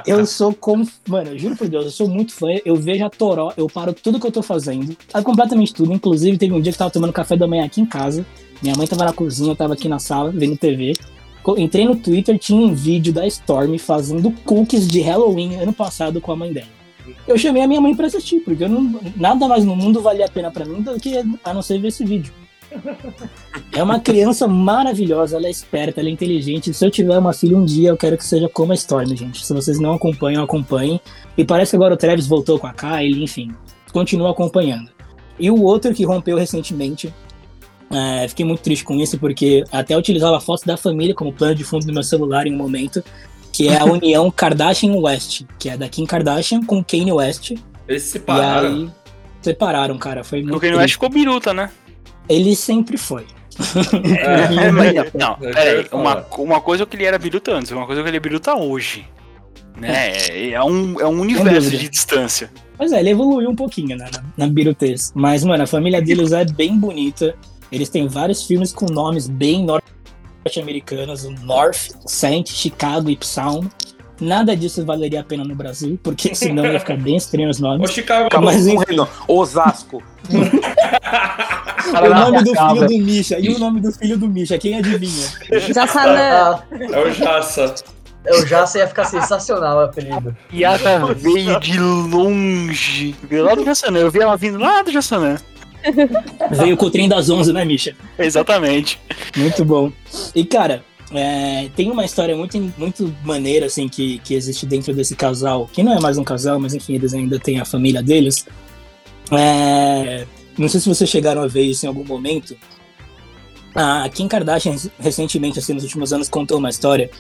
[SPEAKER 1] Eu sou como. Mano, eu juro por Deus, eu sou muito fã. Eu vejo a Toró, eu paro tudo que eu tô fazendo. ah, Completamente tudo. Inclusive, teve um dia que eu tava tomando café da manhã aqui em casa. Minha mãe tava na cozinha, eu tava aqui na sala, vendo TV. Co- Entrei no Twitter, tinha um vídeo da Storm fazendo cookies de Halloween ano passado com a mãe dela. Eu chamei a minha mãe pra assistir, porque eu não- nada mais no mundo valia a pena pra mim do que a não ser ver esse vídeo. É uma criança maravilhosa, ela é esperta, ela é inteligente. Se eu tiver uma filha um dia, eu quero que seja como a Storm, gente. Se vocês não acompanham, acompanhem. E parece que agora o Travis voltou com a Kylie, enfim, continua acompanhando. E o outro que rompeu recentemente, é, fiquei muito triste com isso, porque até utilizava fotos da família como plano de fundo do meu celular em um momento, que é a união Kardashian-West, que é da Kim Kardashian com Kanye West.
[SPEAKER 3] Eles se pararam.
[SPEAKER 1] E aí, separaram, cara. Foi muito
[SPEAKER 4] Porque o West
[SPEAKER 1] triste.
[SPEAKER 4] ficou biruta, né?
[SPEAKER 1] Ele sempre foi.
[SPEAKER 8] né?
[SPEAKER 4] É, mas não, não,
[SPEAKER 3] Eu
[SPEAKER 4] peraí.
[SPEAKER 3] quero
[SPEAKER 4] Uma,
[SPEAKER 3] falar.
[SPEAKER 4] uma coisa é que ele era biruta antes, uma coisa é que ele é biruta hoje. Né? É, é um, é um universo
[SPEAKER 1] dúvida.
[SPEAKER 4] de distância.
[SPEAKER 1] Mas é, ele evoluiu um pouquinho né, na, na birutez. Mas, mano, a família deles é bem bonita. Eles têm vários filmes com nomes bem norte-americanos. o North, Saint, Chicago e Psalm. Nada disso valeria a pena no Brasil, porque senão ia ficar bem estranho os nomes.
[SPEAKER 3] O Chicago
[SPEAKER 1] Mas, enfim,
[SPEAKER 2] Osasco.
[SPEAKER 1] o nome do filho do Misha. E o nome do filho do Misha, quem adivinha?
[SPEAKER 5] tá Jassanã.
[SPEAKER 3] É o Jaça.
[SPEAKER 6] Ah, Eu já sei, ia ficar sensacional o apelido.
[SPEAKER 4] Yara veio de longe. Veio lá do Jassanã. Eu vi ela vindo lá do Jassanã.
[SPEAKER 1] Veio com o trem das 11, né, Misha?
[SPEAKER 4] Exatamente.
[SPEAKER 1] Muito bom. E, cara, é, tem uma história muito, muito maneira, assim, que, que existe dentro desse casal, que não é mais um casal, mas enfim, eles ainda têm a família deles. É, não sei se vocês chegaram a ver isso em algum momento. A Kim Kardashian, recentemente, assim, nos últimos anos, contou uma história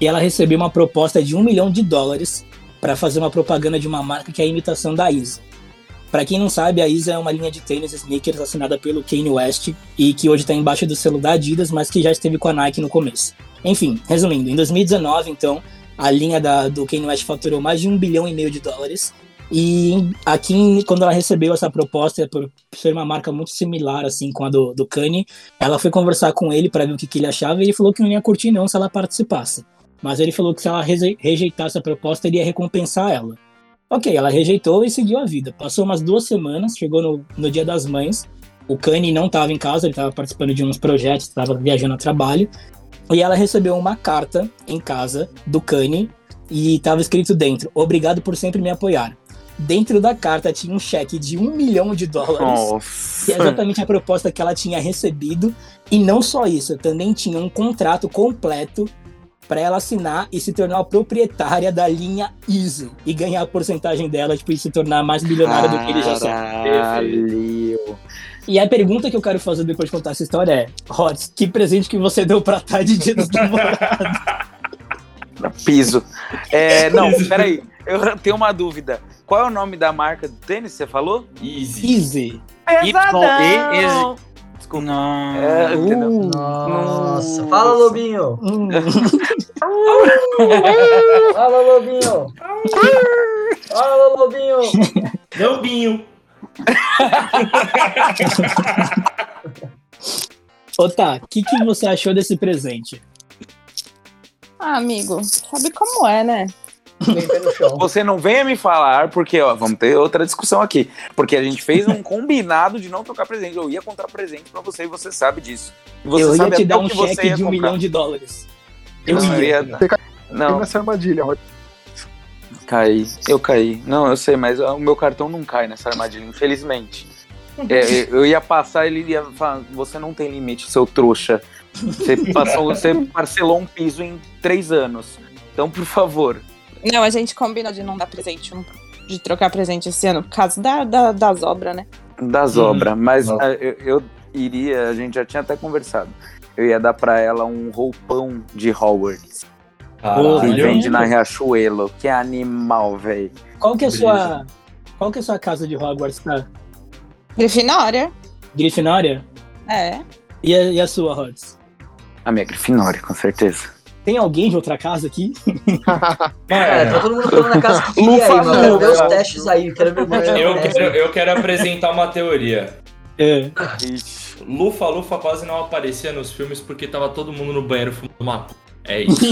[SPEAKER 1] e ela recebeu uma proposta de um milhão de dólares para fazer uma propaganda de uma marca que é a imitação da Isa. Pra quem não sabe, a Isa é uma linha de tênis e sneakers assinada pelo Kanye West e que hoje tá embaixo do selo da Adidas, mas que já esteve com a Nike no começo. Enfim, resumindo, em 2019, então, a linha da- do Kanye West faturou mais de um bilhão e meio de dólares. E a Kim, quando ela recebeu essa proposta, por ser uma marca muito similar assim com a do, do Kanye, ela foi conversar com ele para ver o que, que ele achava e ele falou que não ia curtir não se ela participasse. Mas ele falou que se ela reze- rejeitasse a proposta, ele ia recompensar ela. Ok, ela rejeitou e seguiu a vida. Passou umas duas semanas, chegou no, no Dia das Mães. O Kanye não estava em casa, ele estava participando de uns projetos, estava viajando a trabalho. E ela recebeu uma carta em casa do Kanye e estava escrito dentro: Obrigado por sempre me apoiar. Dentro da carta tinha um cheque de um milhão de dólares. Que é exatamente a proposta que ela tinha recebido. E não só isso, também tinha um contrato completo para ela assinar e se tornar a proprietária da linha Easy e ganhar a porcentagem dela, tipo, e se tornar mais milionária do que ele já são.
[SPEAKER 2] Caralho.
[SPEAKER 1] E a pergunta que eu quero fazer depois de contar essa história é: Hotz, que presente que você deu pra Thay de Dia dos Namorados?
[SPEAKER 2] Piso. É, não, peraí. Eu tenho uma dúvida. Qual é o nome da marca do tênis? Você falou?
[SPEAKER 3] Easy.
[SPEAKER 1] Easy.
[SPEAKER 2] Pesadão.
[SPEAKER 4] Desculpa. Não.
[SPEAKER 2] É, entendeu?
[SPEAKER 6] Nossa, fala Lobinho!
[SPEAKER 1] Uh,
[SPEAKER 6] Fala Lobinho! Fala Lobinho!
[SPEAKER 3] Lobinho.
[SPEAKER 1] Ô, Tá, o que, que você achou desse presente?
[SPEAKER 5] Ah, amigo, sabe como é, né?
[SPEAKER 2] Você não venha me falar, porque ó, vamos ter outra discussão aqui. Porque a gente fez um combinado de não trocar presente. Eu ia comprar presente pra você e você sabe disso. E Você
[SPEAKER 1] eu ia
[SPEAKER 2] sabe
[SPEAKER 1] te
[SPEAKER 2] até
[SPEAKER 1] dar
[SPEAKER 2] o
[SPEAKER 1] um
[SPEAKER 2] que você
[SPEAKER 1] cheque
[SPEAKER 2] ia
[SPEAKER 1] de um
[SPEAKER 2] comprar.
[SPEAKER 1] milhão de dólares. Eu
[SPEAKER 2] Não,
[SPEAKER 1] ia.
[SPEAKER 2] ia-
[SPEAKER 8] Você caiu
[SPEAKER 2] Não,
[SPEAKER 8] nessa armadilha, Rod.
[SPEAKER 2] caí. Eu caí. Não, eu sei, mas ó, o meu cartão não cai nessa armadilha, infelizmente. É, eu eu ia passar, ele ia falar, você não tem limite, seu trouxa. Você, passou, você parcelou um piso em três anos. Então, por favor.
[SPEAKER 5] Não, a gente combina de não dar presente, um- de trocar presente esse ano, por causa da, da- das obras, né?
[SPEAKER 2] Das
[SPEAKER 1] Uhum.
[SPEAKER 2] obras, mas
[SPEAKER 6] Nossa.
[SPEAKER 2] ah, eu, eu iria, a gente já tinha até conversado. Eu ia dar pra ela um roupão de Howard
[SPEAKER 1] Pô,
[SPEAKER 2] que
[SPEAKER 1] Ah, olha
[SPEAKER 2] vende
[SPEAKER 1] aí.
[SPEAKER 2] na Riachuelo. Que é animal, velho.
[SPEAKER 1] Qual que é a sua. Qual que é a sua casa de Hogwarts, tá?
[SPEAKER 5] Grifinória,
[SPEAKER 1] Grifinória?
[SPEAKER 5] é.
[SPEAKER 1] E a, e a sua, Hotz?
[SPEAKER 2] A minha Grifinória, com certeza.
[SPEAKER 1] Tem alguém de outra casa aqui?
[SPEAKER 6] É, tá todo mundo falando na casa que
[SPEAKER 2] Lufa,
[SPEAKER 6] aí, mano. Quero ver os
[SPEAKER 2] não.
[SPEAKER 6] testes aí, quero ver muito
[SPEAKER 3] Eu quero, eu quero apresentar uma teoria.
[SPEAKER 1] É.
[SPEAKER 3] Lufa Lufa quase não aparecia nos filmes porque tava todo mundo no banheiro fumando uma p- É isso.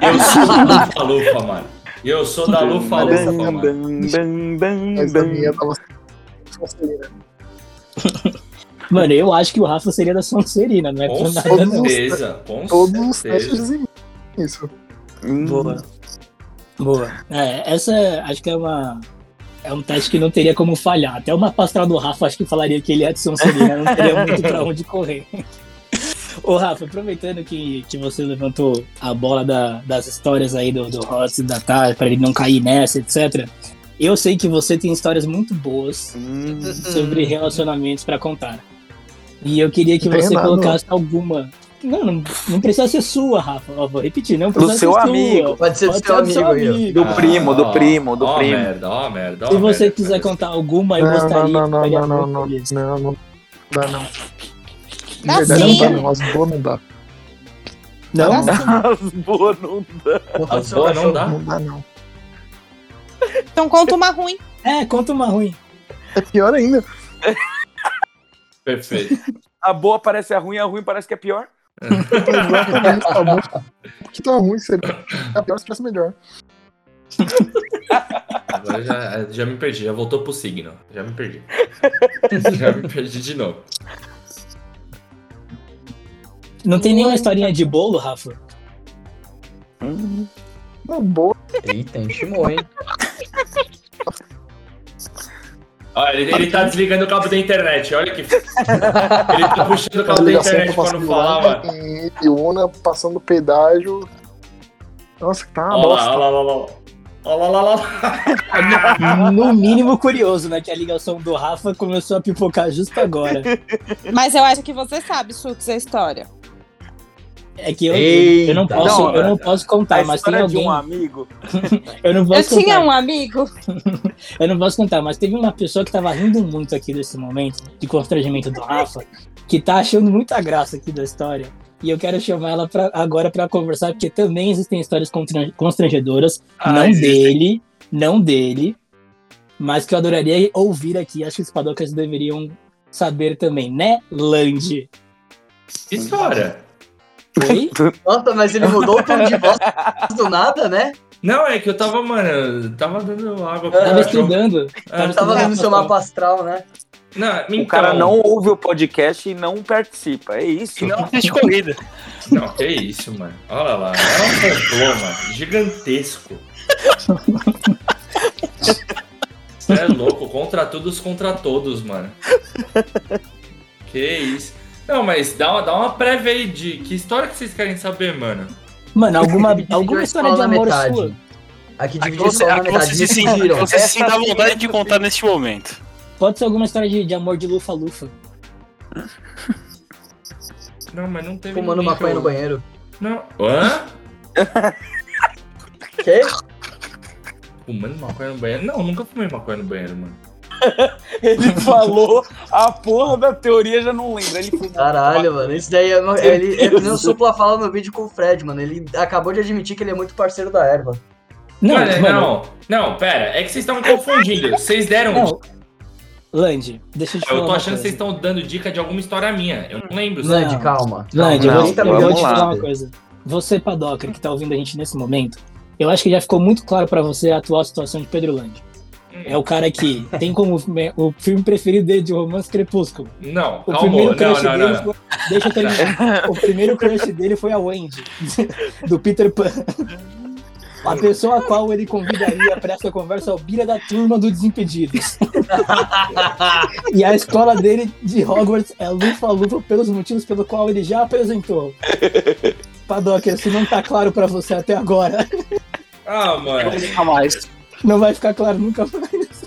[SPEAKER 3] Eu sou da Lufa Lufa, mano. Eu sou da Lufa Lufa, mano.
[SPEAKER 8] Mas é a minha tava.
[SPEAKER 1] Mano, eu acho que o Rafa seria da Sonserina, não é
[SPEAKER 3] Com
[SPEAKER 1] por nada, não.
[SPEAKER 3] certeza. Com
[SPEAKER 8] Todos os
[SPEAKER 3] certeza.
[SPEAKER 8] testes em isso.
[SPEAKER 1] Boa. Boa. É, essa acho que é uma, É um teste que não teria como falhar. Até uma pastoral do Rafa acho que falaria que ele é Edson Soriano, não teria muito pra onde correr. Ô, Rafa, aproveitando que, que você levantou a bola da- das histórias aí do, do Horst e da Tar, pra ele não cair nessa, etc. Eu sei que você tem histórias muito boas sobre relacionamentos pra contar. E eu queria que
[SPEAKER 10] Não tem
[SPEAKER 1] você
[SPEAKER 10] nada,
[SPEAKER 1] colocasse alguma. Não, não, não precisa ser sua, Rafa. Ó, vou repetir, não
[SPEAKER 2] Do
[SPEAKER 1] precisa ser
[SPEAKER 2] seu
[SPEAKER 1] sua.
[SPEAKER 2] amigo.
[SPEAKER 1] amigo.
[SPEAKER 2] Do primo, do
[SPEAKER 3] Ah,
[SPEAKER 2] primo, do
[SPEAKER 3] ó,
[SPEAKER 2] primo.
[SPEAKER 3] merda, ó, merda, ó,
[SPEAKER 1] Se você
[SPEAKER 3] merda.
[SPEAKER 1] quiser contar alguma, eu
[SPEAKER 8] não,
[SPEAKER 1] gostaria.
[SPEAKER 8] não,
[SPEAKER 1] que
[SPEAKER 8] não,
[SPEAKER 1] faria
[SPEAKER 8] não, não,
[SPEAKER 1] muito
[SPEAKER 8] não,
[SPEAKER 1] isso.
[SPEAKER 8] não, não dá não.
[SPEAKER 1] Dá
[SPEAKER 8] De verdade,
[SPEAKER 1] sim.
[SPEAKER 8] não dá não, as boas não dá.
[SPEAKER 1] Não?
[SPEAKER 2] As boas não dá.
[SPEAKER 3] As boas não dá.
[SPEAKER 8] Não dá não.
[SPEAKER 9] Então conta uma ruim.
[SPEAKER 1] É, conta uma ruim.
[SPEAKER 8] É pior ainda.
[SPEAKER 3] Perfeito.
[SPEAKER 2] A boa parece a ruim, a ruim parece que é pior.
[SPEAKER 8] Tá bom. Porque tá ruim, seria é pior se tivesse melhor.
[SPEAKER 3] Agora já, já me perdi, já voltou pro signo. Já me perdi. já me perdi de novo.
[SPEAKER 1] Não tem nenhuma historinha de bolo, Rafa?
[SPEAKER 8] Uma boa.
[SPEAKER 6] Eita, intimou, hein?
[SPEAKER 3] Olha, ele, ele tá desligando o cabo da internet, olha que. Ele tá puxando o cabo da internet quando falava.
[SPEAKER 8] Em Ibiúna, passando pedágio. Nossa, que tá uma
[SPEAKER 3] Olha lá,
[SPEAKER 8] bosta.
[SPEAKER 3] olha lá, olha lá. Olha lá, olha lá.
[SPEAKER 1] No mínimo curioso, né? Que a ligação do Rafa começou a pipocar justo agora.
[SPEAKER 9] Mas eu acho que você sabe, Chutes, a história.
[SPEAKER 1] É que eu,
[SPEAKER 2] Eita.
[SPEAKER 1] eu não posso,
[SPEAKER 2] Não,
[SPEAKER 1] eu não posso contar,
[SPEAKER 2] a
[SPEAKER 1] Tá, mas tem
[SPEAKER 2] história de
[SPEAKER 1] alguém.
[SPEAKER 2] um amigo.
[SPEAKER 1] Eu não
[SPEAKER 9] Eu
[SPEAKER 1] posso
[SPEAKER 9] tinha
[SPEAKER 1] contar.
[SPEAKER 9] um amigo.
[SPEAKER 1] Eu não posso contar, mas teve uma pessoa que tava rindo muito aqui desse momento de constrangimento do Rafa, que tá achando muita graça aqui da história. E eu quero chamar ela pra, agora pra conversar, porque também existem histórias constran- constrangedoras,
[SPEAKER 4] Ah,
[SPEAKER 1] não
[SPEAKER 4] existem.
[SPEAKER 1] dele, não dele, mas que eu adoraria ouvir aqui. Acho que os padocas deveriam saber também, né, Land?
[SPEAKER 3] Que história?
[SPEAKER 1] Oi?
[SPEAKER 6] Nossa, mas ele mudou o tom de voz do nada, né?
[SPEAKER 3] Não, é que eu tava, mano, eu tava dando água pro
[SPEAKER 6] Tava
[SPEAKER 3] cachorro.
[SPEAKER 1] estudando.
[SPEAKER 6] Ah, Eu tava vendo seu mapa astral, né?
[SPEAKER 3] Não,
[SPEAKER 1] Então.
[SPEAKER 3] então,
[SPEAKER 2] O cara não ouve o podcast e não participa. É isso.
[SPEAKER 3] Não.
[SPEAKER 4] corrida.
[SPEAKER 3] Não, que isso, mano. Olha lá, é um complô, Gigantesco. Você é louco, contra todos contra todos, mano. Que isso. Não, mas dá uma, dá uma prévia aí de que história que vocês querem saber, mano.
[SPEAKER 1] Mano, alguma, alguma
[SPEAKER 6] Dividiu
[SPEAKER 1] história
[SPEAKER 6] a escola
[SPEAKER 1] de
[SPEAKER 6] na
[SPEAKER 1] amor
[SPEAKER 6] metade.
[SPEAKER 1] sua?
[SPEAKER 6] Aqui
[SPEAKER 4] A que
[SPEAKER 6] dividiu a
[SPEAKER 4] você,
[SPEAKER 6] escola
[SPEAKER 4] a
[SPEAKER 6] na
[SPEAKER 4] que você
[SPEAKER 6] metade.
[SPEAKER 4] se sinta
[SPEAKER 6] Dividiram.
[SPEAKER 4] que você se sinta à
[SPEAKER 6] Essa
[SPEAKER 4] vontade de contar neste momento.
[SPEAKER 1] Pode ser alguma história de, de amor de lufa-lufa.
[SPEAKER 3] Não, mas não teve.
[SPEAKER 6] Fumando
[SPEAKER 3] ninguém
[SPEAKER 6] maconha
[SPEAKER 3] que
[SPEAKER 6] no
[SPEAKER 3] eu-
[SPEAKER 6] banheiro.
[SPEAKER 3] Não. Hã?
[SPEAKER 6] Quê?
[SPEAKER 3] Fumando maconha no banheiro? Não, nunca fumei maconha no banheiro, mano.
[SPEAKER 2] Ele falou a porra da teoria, já não lembra. Ele fumou.
[SPEAKER 6] Caralho, mano, isso daí é. uma- Ele, é que nem o Supla fala no vídeo com o Fred, mano. Ele acabou de admitir que ele é muito parceiro da erva.
[SPEAKER 1] Não,
[SPEAKER 3] Olha,
[SPEAKER 1] mano.
[SPEAKER 3] não, é, não, pera, é que vocês estão me confundindo. Vocês deram.
[SPEAKER 1] Não. Land, deixa eu te falar.
[SPEAKER 3] Eu tô
[SPEAKER 1] uma
[SPEAKER 3] achando
[SPEAKER 1] coisa.
[SPEAKER 3] que vocês estão dando dica de alguma história minha. Eu não lembro.
[SPEAKER 1] Não.
[SPEAKER 3] sabe?
[SPEAKER 6] Land, calma.
[SPEAKER 1] Land,
[SPEAKER 6] Calma,
[SPEAKER 1] eu vou
[SPEAKER 6] gente,
[SPEAKER 1] te-
[SPEAKER 6] também
[SPEAKER 1] eu vou
[SPEAKER 6] vamos
[SPEAKER 1] te
[SPEAKER 6] lá.
[SPEAKER 1] falar uma coisa. Você, Padoca, que tá ouvindo a gente nesse momento, eu acho que já ficou muito claro pra você a atual situação de Pedro Land. É o cara que tem como filme- o filme preferido dele de romance Crepúsculo.
[SPEAKER 3] Não,
[SPEAKER 1] O
[SPEAKER 3] calma.
[SPEAKER 1] primeiro
[SPEAKER 3] Não,
[SPEAKER 1] crush
[SPEAKER 3] não,
[SPEAKER 1] dele
[SPEAKER 3] não, não.
[SPEAKER 1] foi... Deixa eu terminar. o primeiro crush dele foi a Wendy, do Peter Pan. A pessoa a qual ele convidaria para essa conversa é o Bira da turma do Desimpedidos. e a escola dele de Hogwarts é Lufa Lufa pelos motivos pelo qual ele já apresentou. Padoca, isso não tá claro para você até agora.
[SPEAKER 3] Ah, mano.
[SPEAKER 4] mais.
[SPEAKER 1] Não vai ficar claro nunca mais.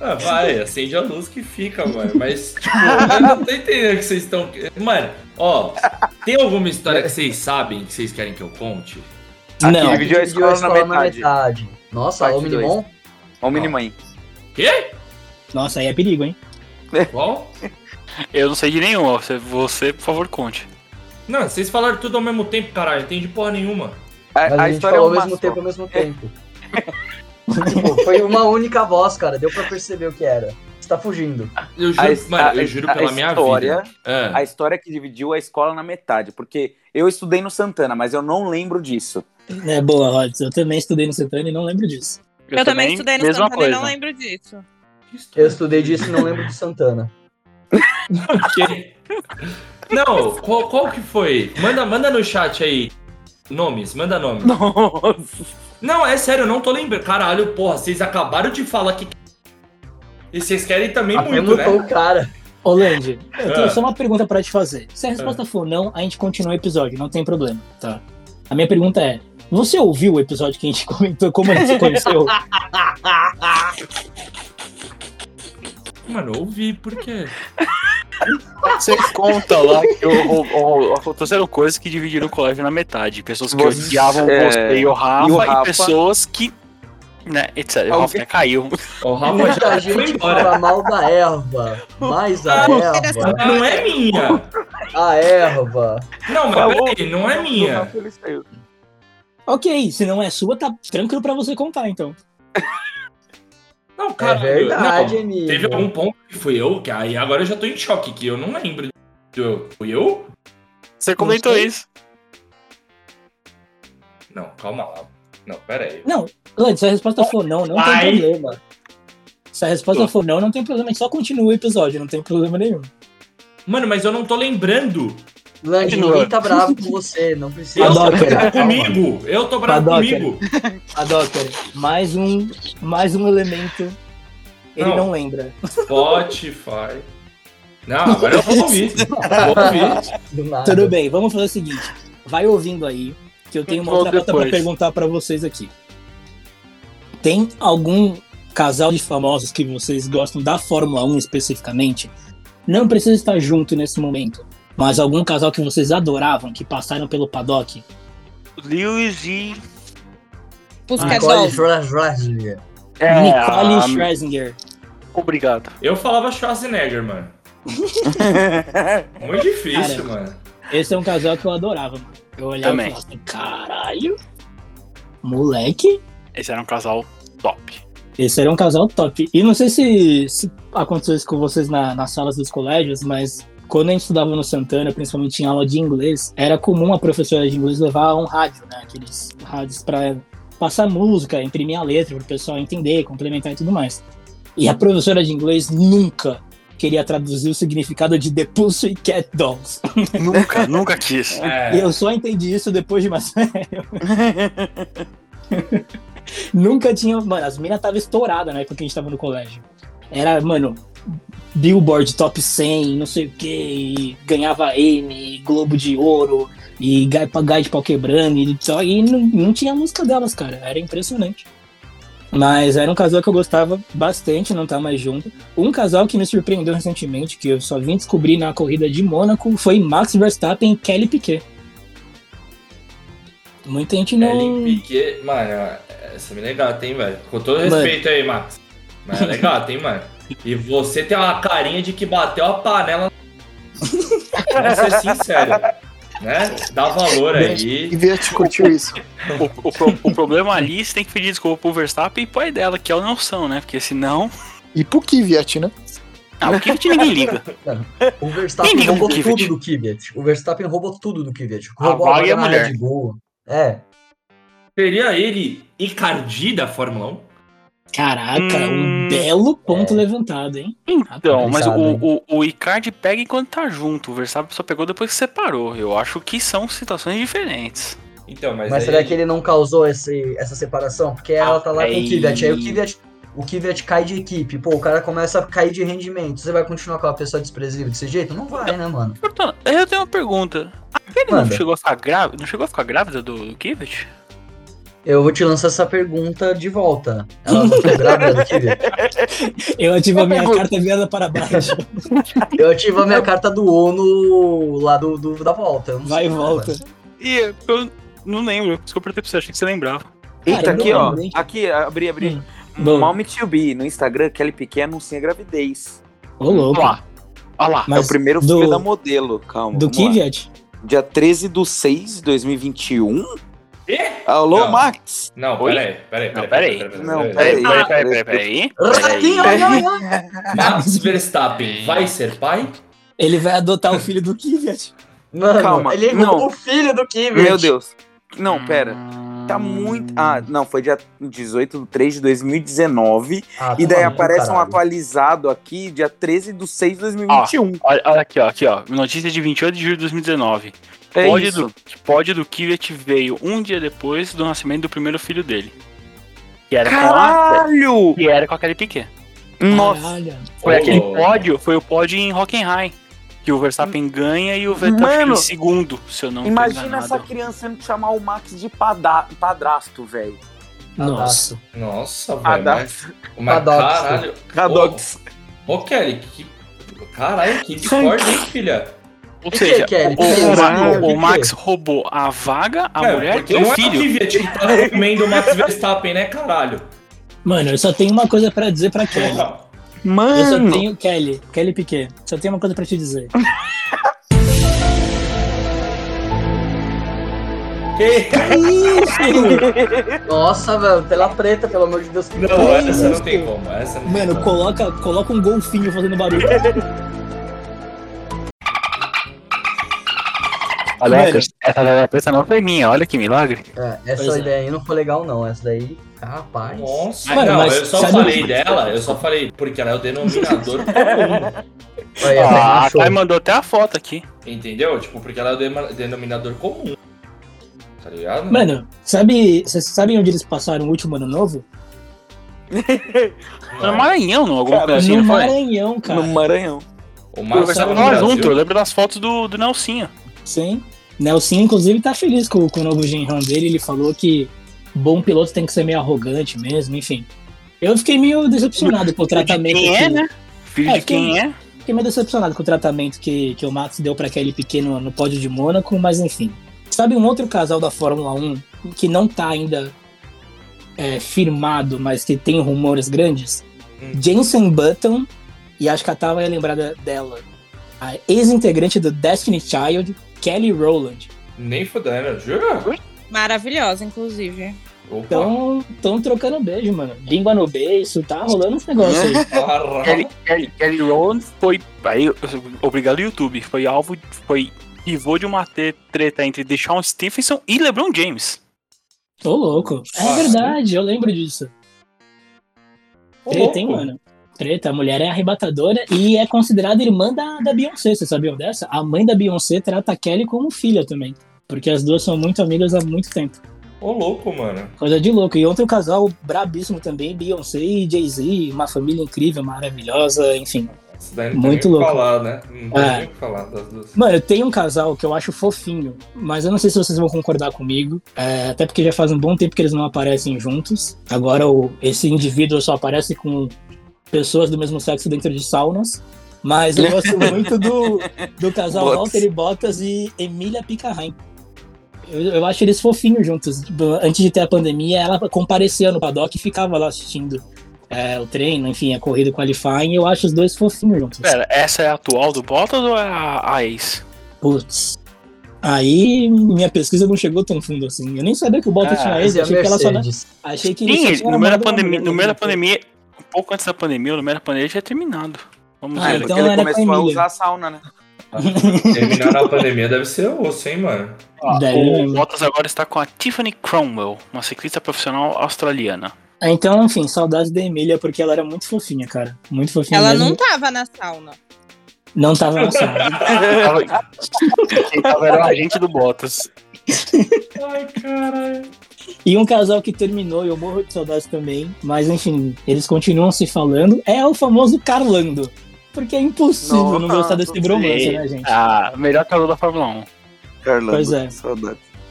[SPEAKER 3] Ah, vai, acende a luz que fica, mano. Mas, tipo, eu não tô entendendo o que vocês estão. Mano, ó, tem alguma história que vocês sabem que vocês querem que eu conte?
[SPEAKER 1] Não.
[SPEAKER 2] Aqui dividiu a escola, na metade.
[SPEAKER 6] Nossa,
[SPEAKER 2] Parte
[SPEAKER 6] o Minimon.
[SPEAKER 2] Ó, o Minimãe.
[SPEAKER 3] Quê?
[SPEAKER 1] Nossa, aí é perigo, hein?
[SPEAKER 3] Qual?
[SPEAKER 4] Eu não sei de nenhuma. Você, você, por favor, conte.
[SPEAKER 3] Não, vocês falaram tudo ao mesmo tempo, caralho. Não entendi porra nenhuma.
[SPEAKER 6] Mas
[SPEAKER 2] A,
[SPEAKER 6] a,
[SPEAKER 2] a
[SPEAKER 6] gente
[SPEAKER 2] história é
[SPEAKER 6] falou ao
[SPEAKER 2] uma
[SPEAKER 6] mesmo
[SPEAKER 2] só.
[SPEAKER 6] tempo ao mesmo tempo. Tipo, foi uma única voz, cara. Deu pra perceber o que era. Você tá fugindo.
[SPEAKER 3] Eu juro,
[SPEAKER 2] A his-
[SPEAKER 3] mano,
[SPEAKER 2] a-
[SPEAKER 3] eu juro
[SPEAKER 2] a
[SPEAKER 3] pela minha
[SPEAKER 2] história-
[SPEAKER 3] vida. Ah,
[SPEAKER 2] A história que dividiu a escola na metade. Porque eu estudei no Santana, mas eu não lembro disso.
[SPEAKER 1] É boa, Rods. Eu também estudei no Centano e não lembro disso.
[SPEAKER 9] Eu, também estudei no
[SPEAKER 2] mesma
[SPEAKER 9] Santana e não
[SPEAKER 2] coisa.
[SPEAKER 9] lembro disso.
[SPEAKER 6] Eu estudei disso e não lembro de Santana.
[SPEAKER 3] Não, qual, qual que foi? Manda, manda no chat aí. Nomes, manda nome. Não, é sério, eu não tô lembrando. Caralho, porra, vocês acabaram de falar que. E vocês querem também
[SPEAKER 1] Até
[SPEAKER 3] muito, né?
[SPEAKER 1] mudou o
[SPEAKER 6] cara.
[SPEAKER 1] Ô, Lange, eu tenho
[SPEAKER 3] Ah.
[SPEAKER 1] só uma pergunta pra te fazer. Se a resposta for não, a gente continua o episódio, não tem problema, tá? A minha pergunta é: você ouviu o episódio que a gente comentou como a gente se conheceu?
[SPEAKER 3] Mano, eu ouvi, por quê?
[SPEAKER 4] Você conta lá que eu, eu, eu, aconteceram coisas que dividiram o colégio na metade. Pessoas que
[SPEAKER 2] Você-
[SPEAKER 4] odiavam
[SPEAKER 2] é,
[SPEAKER 4] você e o Rafa,
[SPEAKER 2] e
[SPEAKER 4] e,
[SPEAKER 2] o Rafa.
[SPEAKER 4] pessoas que. Né, etc. O Rafa
[SPEAKER 2] Alguém-
[SPEAKER 4] até caiu.
[SPEAKER 3] O
[SPEAKER 6] Muita gente fala mal da erva, mas a
[SPEAKER 4] Não,
[SPEAKER 6] erva...
[SPEAKER 3] Não é minha.
[SPEAKER 6] A erva...
[SPEAKER 3] Não, mas
[SPEAKER 1] Falou.
[SPEAKER 3] peraí, não é minha.
[SPEAKER 1] ok, se não é sua, tá tranquilo pra você contar, então.
[SPEAKER 3] Não, cara.
[SPEAKER 1] É verdade,
[SPEAKER 6] É amigo.
[SPEAKER 3] Teve algum ponto que fui eu, que aí agora eu já tô em choque, que eu não lembro. de- Eu, fui eu?
[SPEAKER 4] Você comentou isso.
[SPEAKER 3] Não, calma lá. Não, peraí.
[SPEAKER 1] Não, Lange, se a resposta for não, não
[SPEAKER 3] Vai.
[SPEAKER 1] tem problema. Se a resposta for não, não tem problema, a gente só continua o episódio, não tem problema nenhum.
[SPEAKER 3] Mano, mas eu não tô lembrando.
[SPEAKER 6] Lange, ninguém tá bravo com você, não precisa...
[SPEAKER 3] Eu tô
[SPEAKER 1] Paddock,
[SPEAKER 3] bravo
[SPEAKER 1] cara,
[SPEAKER 3] comigo. Eu tô bravo
[SPEAKER 1] Paddock.
[SPEAKER 3] comigo.
[SPEAKER 1] Adóter, mais um, mais um elemento. Ele
[SPEAKER 3] Não.
[SPEAKER 1] não, lembra.
[SPEAKER 3] Spotify. Não, agora eu vou ouvir. Vou ouvir.
[SPEAKER 6] Do nada.
[SPEAKER 1] Tudo bem, vamos fazer o seguinte. Vai ouvindo aí, que eu tenho uma
[SPEAKER 6] Vou
[SPEAKER 1] outra pauta pra
[SPEAKER 6] depois.
[SPEAKER 1] perguntar pra vocês aqui. Tem algum casal de famosos que vocês gostam da Fórmula 1 especificamente? Não precisa estar junto nesse momento, mas algum casal que vocês adoravam, que passaram pelo paddock?
[SPEAKER 4] Lewis e.
[SPEAKER 6] Nicole Schwarzenegger.
[SPEAKER 4] É,
[SPEAKER 1] Nicole
[SPEAKER 3] a-
[SPEAKER 1] Scherzinger.
[SPEAKER 4] Obrigado.
[SPEAKER 3] Eu falava Schwarzenegger, mano. Muito difícil,
[SPEAKER 1] Cara,
[SPEAKER 3] mano.
[SPEAKER 1] Esse é um casal que eu adorava, mano. Eu olhava
[SPEAKER 4] Também.
[SPEAKER 1] e falava assim, caralho, moleque.
[SPEAKER 4] Esse era um casal top.
[SPEAKER 1] Esse era um casal top. E não sei se, se aconteceu isso com vocês na- nas salas dos colégios, mas quando a gente estudava no Santana, principalmente em aula de inglês, era comum a professora de inglês levar um rádio, né? Aqueles rádios para passar música, imprimir a letra para o pessoal entender, complementar e tudo mais. E a professora de inglês nunca queria traduzir o significado de The Pussycat Dolls.
[SPEAKER 4] Nunca, nunca quis.
[SPEAKER 1] E eu só entendi isso depois de mais velho. Nunca tinha. Mano, as minas estavam estouradas na época que a gente tava no colégio. Era, mano, Billboard Top 100, não sei o que, ganhava M, Globo de Ouro, e Gai Gai de Pau Quebrando, e, só, e não, não tinha música delas, cara. Era impressionante. Mas era um casal que eu gostava bastante, não tá mais junto. Um casal que me surpreendeu recentemente, que eu só vim descobrir na corrida de Mônaco, foi Max Verstappen e Kelly Piquet. Muita gente não.
[SPEAKER 3] Ellen É Piquet, mano, essa mina é gata, hein, velho. Com todo
[SPEAKER 1] Mano.
[SPEAKER 3] respeito aí, Max. Mas ela é gata, hein, mano. E você tem uma carinha de que bateu a panela. Vamos ser sincero, né? Dá valor aí.
[SPEAKER 8] Devia te curtir isso.
[SPEAKER 4] O, o pro- o problema ali, você tem que pedir desculpa pro Verstappen e pro pai dela, que elas não são, né? Porque senão.
[SPEAKER 8] E pro Kvyat, né?
[SPEAKER 4] Ah, o Kivet ninguém liga.
[SPEAKER 6] O Verstappen
[SPEAKER 4] Ninguém
[SPEAKER 6] roubou
[SPEAKER 4] do Kvyat.
[SPEAKER 6] tudo do Kvyat. O Verstappen roubou tudo do Kvyat.
[SPEAKER 4] A
[SPEAKER 6] Roubou
[SPEAKER 4] vaga e é a
[SPEAKER 6] na
[SPEAKER 4] mulher.
[SPEAKER 6] Red Bull. É.
[SPEAKER 3] Seria ele Icardi da Fórmula 1?
[SPEAKER 1] Caraca,
[SPEAKER 2] Hum.
[SPEAKER 1] um belo ponto levantado, hein?
[SPEAKER 4] Então, mas o,
[SPEAKER 1] Sabe.
[SPEAKER 4] o, o Icardi pega enquanto tá junto. O Verstappen só pegou depois que separou. Eu acho que são situações diferentes.
[SPEAKER 3] Então,
[SPEAKER 6] Mas, será
[SPEAKER 4] é
[SPEAKER 6] que ele não causou esse- essa separação? Porque ela tá lá com
[SPEAKER 4] aí-
[SPEAKER 6] o Kvyat. Aí o Kvyat, o Kvyat cai de equipe. Pô, o cara começa a cair de rendimento. Você vai continuar com a pessoa desprezível desse jeito? Não vai, né, mano?
[SPEAKER 4] Fortuna, eu tenho uma pergunta. Aquele não
[SPEAKER 6] Manda.
[SPEAKER 4] chegou, a ficar grávida, não chegou a ficar grávida do, do Kivet?
[SPEAKER 6] Eu vou te lançar essa pergunta de volta. Ela tá né, não ficou grávida do Kvyat.
[SPEAKER 1] Eu ativo a minha carta virada para baixo.
[SPEAKER 6] Eu ativo a minha carta do ONU lá do, do- da volta. Eu não
[SPEAKER 1] Vai e
[SPEAKER 6] sei, é
[SPEAKER 1] volta.
[SPEAKER 6] mano.
[SPEAKER 4] E eu- eu não lembro. Por isso que eu perguntei pra você, achei que você lembrava.
[SPEAKER 2] Eita,
[SPEAKER 4] Cara,
[SPEAKER 2] aqui,
[SPEAKER 4] não,
[SPEAKER 2] ó.
[SPEAKER 4] gente.
[SPEAKER 2] Aqui, abri, abri.
[SPEAKER 1] bom.
[SPEAKER 2] Mommy to be no Instagram, Kelly Piquet anuncia gravidez.
[SPEAKER 1] Ô, louco.
[SPEAKER 2] Olha lá.
[SPEAKER 4] Olha lá.
[SPEAKER 2] é o
[SPEAKER 1] Mas
[SPEAKER 2] primeiro
[SPEAKER 1] do-
[SPEAKER 2] filho da modelo, calma.
[SPEAKER 1] Do
[SPEAKER 2] vamos lá.
[SPEAKER 1] Kvyat?
[SPEAKER 2] Dia 13 de 6 de 2021.
[SPEAKER 3] Ih!
[SPEAKER 2] Alô,
[SPEAKER 3] Não.
[SPEAKER 2] Max?
[SPEAKER 3] Não,
[SPEAKER 2] Oi?
[SPEAKER 3] peraí, peraí, peraí.
[SPEAKER 4] Não, peraí.
[SPEAKER 2] Não,
[SPEAKER 4] Peraí, peraí, peraí, peraí.
[SPEAKER 6] Raquinho,
[SPEAKER 4] peraí.
[SPEAKER 6] ai, ai, ai.
[SPEAKER 3] Max Verstappen vai ser pai?
[SPEAKER 1] Ele vai adotar o filho do Kvyat.
[SPEAKER 6] Mano,
[SPEAKER 2] Calma,
[SPEAKER 6] ele
[SPEAKER 2] não.
[SPEAKER 6] roubou o filho do Kvyat.
[SPEAKER 2] Meu Deus.
[SPEAKER 4] Hum.
[SPEAKER 2] Não, pera. Tá muito. Ah, não, foi dia 18 de 3 de 2019.
[SPEAKER 6] Ah,
[SPEAKER 2] e
[SPEAKER 6] tá
[SPEAKER 2] daí
[SPEAKER 6] maluco,
[SPEAKER 2] aparece um
[SPEAKER 6] caralho.
[SPEAKER 2] atualizado aqui, dia 13 de 6 de
[SPEAKER 4] Ó,
[SPEAKER 2] 2021.
[SPEAKER 4] olha, olha aqui, ó, aqui, ó. Notícia de 28 de julho de 2019.
[SPEAKER 2] É
[SPEAKER 4] pod,
[SPEAKER 2] isso.
[SPEAKER 4] do, pod do Kivet veio um dia depois do nascimento do primeiro filho dele. Que era com a,
[SPEAKER 2] Caralho!
[SPEAKER 4] Que era com aquele Piquet.
[SPEAKER 2] Nossa.
[SPEAKER 4] Foi
[SPEAKER 2] Ô,
[SPEAKER 4] aquele
[SPEAKER 2] louco.
[SPEAKER 4] pódio, foi o pódio em Hockenheim. Que o Verstappen ganha e o Vettel fica em
[SPEAKER 2] Mano,
[SPEAKER 4] segundo, se eu não tô
[SPEAKER 2] Imagina
[SPEAKER 4] enganado.
[SPEAKER 2] essa criança tendo que chamar o Max de pada- padrasto, velho.
[SPEAKER 1] Nossa.
[SPEAKER 3] Nossa,
[SPEAKER 6] Ah,
[SPEAKER 3] velho.
[SPEAKER 2] Padrasto.
[SPEAKER 3] Mas, mas
[SPEAKER 2] Padox.
[SPEAKER 3] caralho.
[SPEAKER 2] Padox.
[SPEAKER 3] Ô, ô, Kelly, que. Caralho, que discorde, hein, filha?
[SPEAKER 4] Ou seja,
[SPEAKER 6] é,
[SPEAKER 4] o, o Ma- o Max roubou a vaga, a
[SPEAKER 3] É,
[SPEAKER 4] mulher
[SPEAKER 3] porque
[SPEAKER 4] e o
[SPEAKER 3] não é
[SPEAKER 4] filho.
[SPEAKER 3] o Kvyat que tá comendo o Max Verstappen, né, caralho?
[SPEAKER 1] Mano, eu só tenho uma coisa pra dizer pra Kelly. Eu só
[SPEAKER 2] Mano.
[SPEAKER 1] tenho Kelly, Kelly Piquet. Só tenho uma coisa pra te dizer.
[SPEAKER 6] Nossa, velho, tela preta, pelo amor de Deus. que é
[SPEAKER 4] é.
[SPEAKER 3] Não, essa não tem como. Essa não
[SPEAKER 1] Mano,
[SPEAKER 3] tem como.
[SPEAKER 1] coloca, coloca um golfinho fazendo barulho.
[SPEAKER 4] Olha,
[SPEAKER 6] Velho.
[SPEAKER 4] essa- essa tela preta não foi minha, olha que milagre.
[SPEAKER 6] É, essa
[SPEAKER 3] Pois é.
[SPEAKER 6] ideia aí não foi legal, não. Essa daí, rapaz.
[SPEAKER 3] Nossa, não, eu só falei dela, eu só falei porque ela é o denominador comum.
[SPEAKER 4] Ah, a Thay mandou até a foto aqui.
[SPEAKER 3] Entendeu? Tipo, porque ela é o dema- denominador comum. Tá ligado?
[SPEAKER 1] Mano, sabe, vocês sabem onde eles passaram o último ano novo? é
[SPEAKER 4] No Maranhão, não? Alguma
[SPEAKER 1] Cara,
[SPEAKER 4] coisa assim,
[SPEAKER 1] no
[SPEAKER 4] não foi?
[SPEAKER 1] Maranhão, cara.
[SPEAKER 4] No Maranhão.
[SPEAKER 3] O
[SPEAKER 4] Conversava nós juntos, eu lembro das fotos do, do Nelsinho.
[SPEAKER 1] Sim. Nelson, inclusive, tá feliz com, com o novo genrão dele. Ele falou que bom piloto tem que ser meio arrogante mesmo, enfim. Eu fiquei meio decepcionado com o tratamento.
[SPEAKER 4] quem
[SPEAKER 1] que-
[SPEAKER 4] é, né? Filho de
[SPEAKER 1] fiquei-
[SPEAKER 4] quem é?
[SPEAKER 1] Fiquei meio decepcionado com o tratamento que, que o Max deu pra aquele pequeno no pódio de Mônaco, mas enfim. Sabe um outro casal da Fórmula 1 que não tá ainda é, firmado, mas que tem rumores grandes?
[SPEAKER 4] Hum.
[SPEAKER 1] Jensen Button, e acho que a Tava ia lembrar da- dela, a ex-integrante do Destiny Child, Kelly Rowland.
[SPEAKER 3] Nem fudendo, né, jura?
[SPEAKER 9] Maravilhosa, inclusive.
[SPEAKER 3] Opa.
[SPEAKER 1] Então, tão trocando beijo, mano. Língua no beijo, tá rolando uns negócios aí.
[SPEAKER 3] ah,
[SPEAKER 4] Kelly, Kelly, Kelly Rowland foi. Aí, eu- obrigado, YouTube. Foi alvo. Foi pivô de uma tre- treta entre Deshaun Stephenson e LeBron James.
[SPEAKER 1] Tô louco. É
[SPEAKER 4] Ah,
[SPEAKER 1] verdade, eu lembro disso.
[SPEAKER 4] Ô,
[SPEAKER 1] Treta, hein,
[SPEAKER 4] louco.
[SPEAKER 1] mano? Treta, a mulher é arrebatadora e é considerada irmã da, da Beyoncé, vocês sabiam dessa? A mãe da Beyoncé trata a Kelly como filha também. Porque as duas são muito amigas há muito tempo.
[SPEAKER 3] Ô louco, mano.
[SPEAKER 1] Coisa de louco. E outro casal brabíssimo também, Beyoncé e Jay-Z, uma família incrível, maravilhosa, enfim.
[SPEAKER 3] Isso daí não
[SPEAKER 1] Muito
[SPEAKER 3] tem nem o
[SPEAKER 1] louco.
[SPEAKER 3] que falar, né? Não tem
[SPEAKER 1] É.
[SPEAKER 3] nem o que falar das duas.
[SPEAKER 1] Mano, tem um casal que eu acho fofinho, mas eu não sei se vocês vão concordar comigo. é, até porque já faz um bom tempo que eles não aparecem juntos. Agora o, esse indivíduo só aparece com pessoas do mesmo sexo dentro de saunas. Mas eu gosto muito do, do casal
[SPEAKER 4] Bottas.
[SPEAKER 1] Walter e Bottas e Emília Picarrain. Eu, eu acho eles fofinhos juntos. Tipo, Antes de ter a pandemia, ela comparecia no paddock e ficava lá assistindo é, o treino, enfim, a corrida qualifying. Eu acho os dois fofinhos juntos.
[SPEAKER 4] Pera, essa é a atual do Bottas ou é a, a ex?
[SPEAKER 1] Putz. Aí minha pesquisa não chegou tão fundo assim. Eu nem sabia que o Bottas
[SPEAKER 4] Ah,
[SPEAKER 1] tinha ex,
[SPEAKER 4] esse é
[SPEAKER 1] achei que ela só. né?
[SPEAKER 4] Mercedes.
[SPEAKER 1] Achei que
[SPEAKER 4] Sim, é
[SPEAKER 1] ele
[SPEAKER 4] ele-
[SPEAKER 1] só
[SPEAKER 4] no
[SPEAKER 1] era
[SPEAKER 4] meio da
[SPEAKER 1] amado da
[SPEAKER 4] pandemia,
[SPEAKER 1] mulher
[SPEAKER 4] no meio da
[SPEAKER 1] dele.
[SPEAKER 4] pandemia, um pouco antes da pandemia, no meio da pandemia ele já é terminado. Vamos
[SPEAKER 1] Ah,
[SPEAKER 4] ver.
[SPEAKER 1] então era com a Emília.
[SPEAKER 2] usar a sauna, né?
[SPEAKER 3] Terminar a pandemia deve ser osso, hein, mano?
[SPEAKER 4] Ó,
[SPEAKER 1] Daí
[SPEAKER 4] o
[SPEAKER 1] eu-
[SPEAKER 4] Bottas agora está com a Tiffany Cromwell, uma ciclista profissional australiana.
[SPEAKER 1] Ah, Então, enfim, saudades da Emília, porque ela era muito fofinha, cara. Muito fofinha.
[SPEAKER 9] Ela
[SPEAKER 1] mesmo.
[SPEAKER 9] não tava na sauna.
[SPEAKER 1] Não tava na sala.
[SPEAKER 4] Quem tava era o agente do Bottas.
[SPEAKER 3] Ai, caralho.
[SPEAKER 1] E um casal que terminou, e eu morro de saudades também. Mas enfim, eles continuam se falando. É o famoso Carlando. Porque é impossível não gostar desse bromance, né, gente?
[SPEAKER 4] Ah, melhor calor da Fórmula 1.
[SPEAKER 2] Carlando,
[SPEAKER 1] Pois é.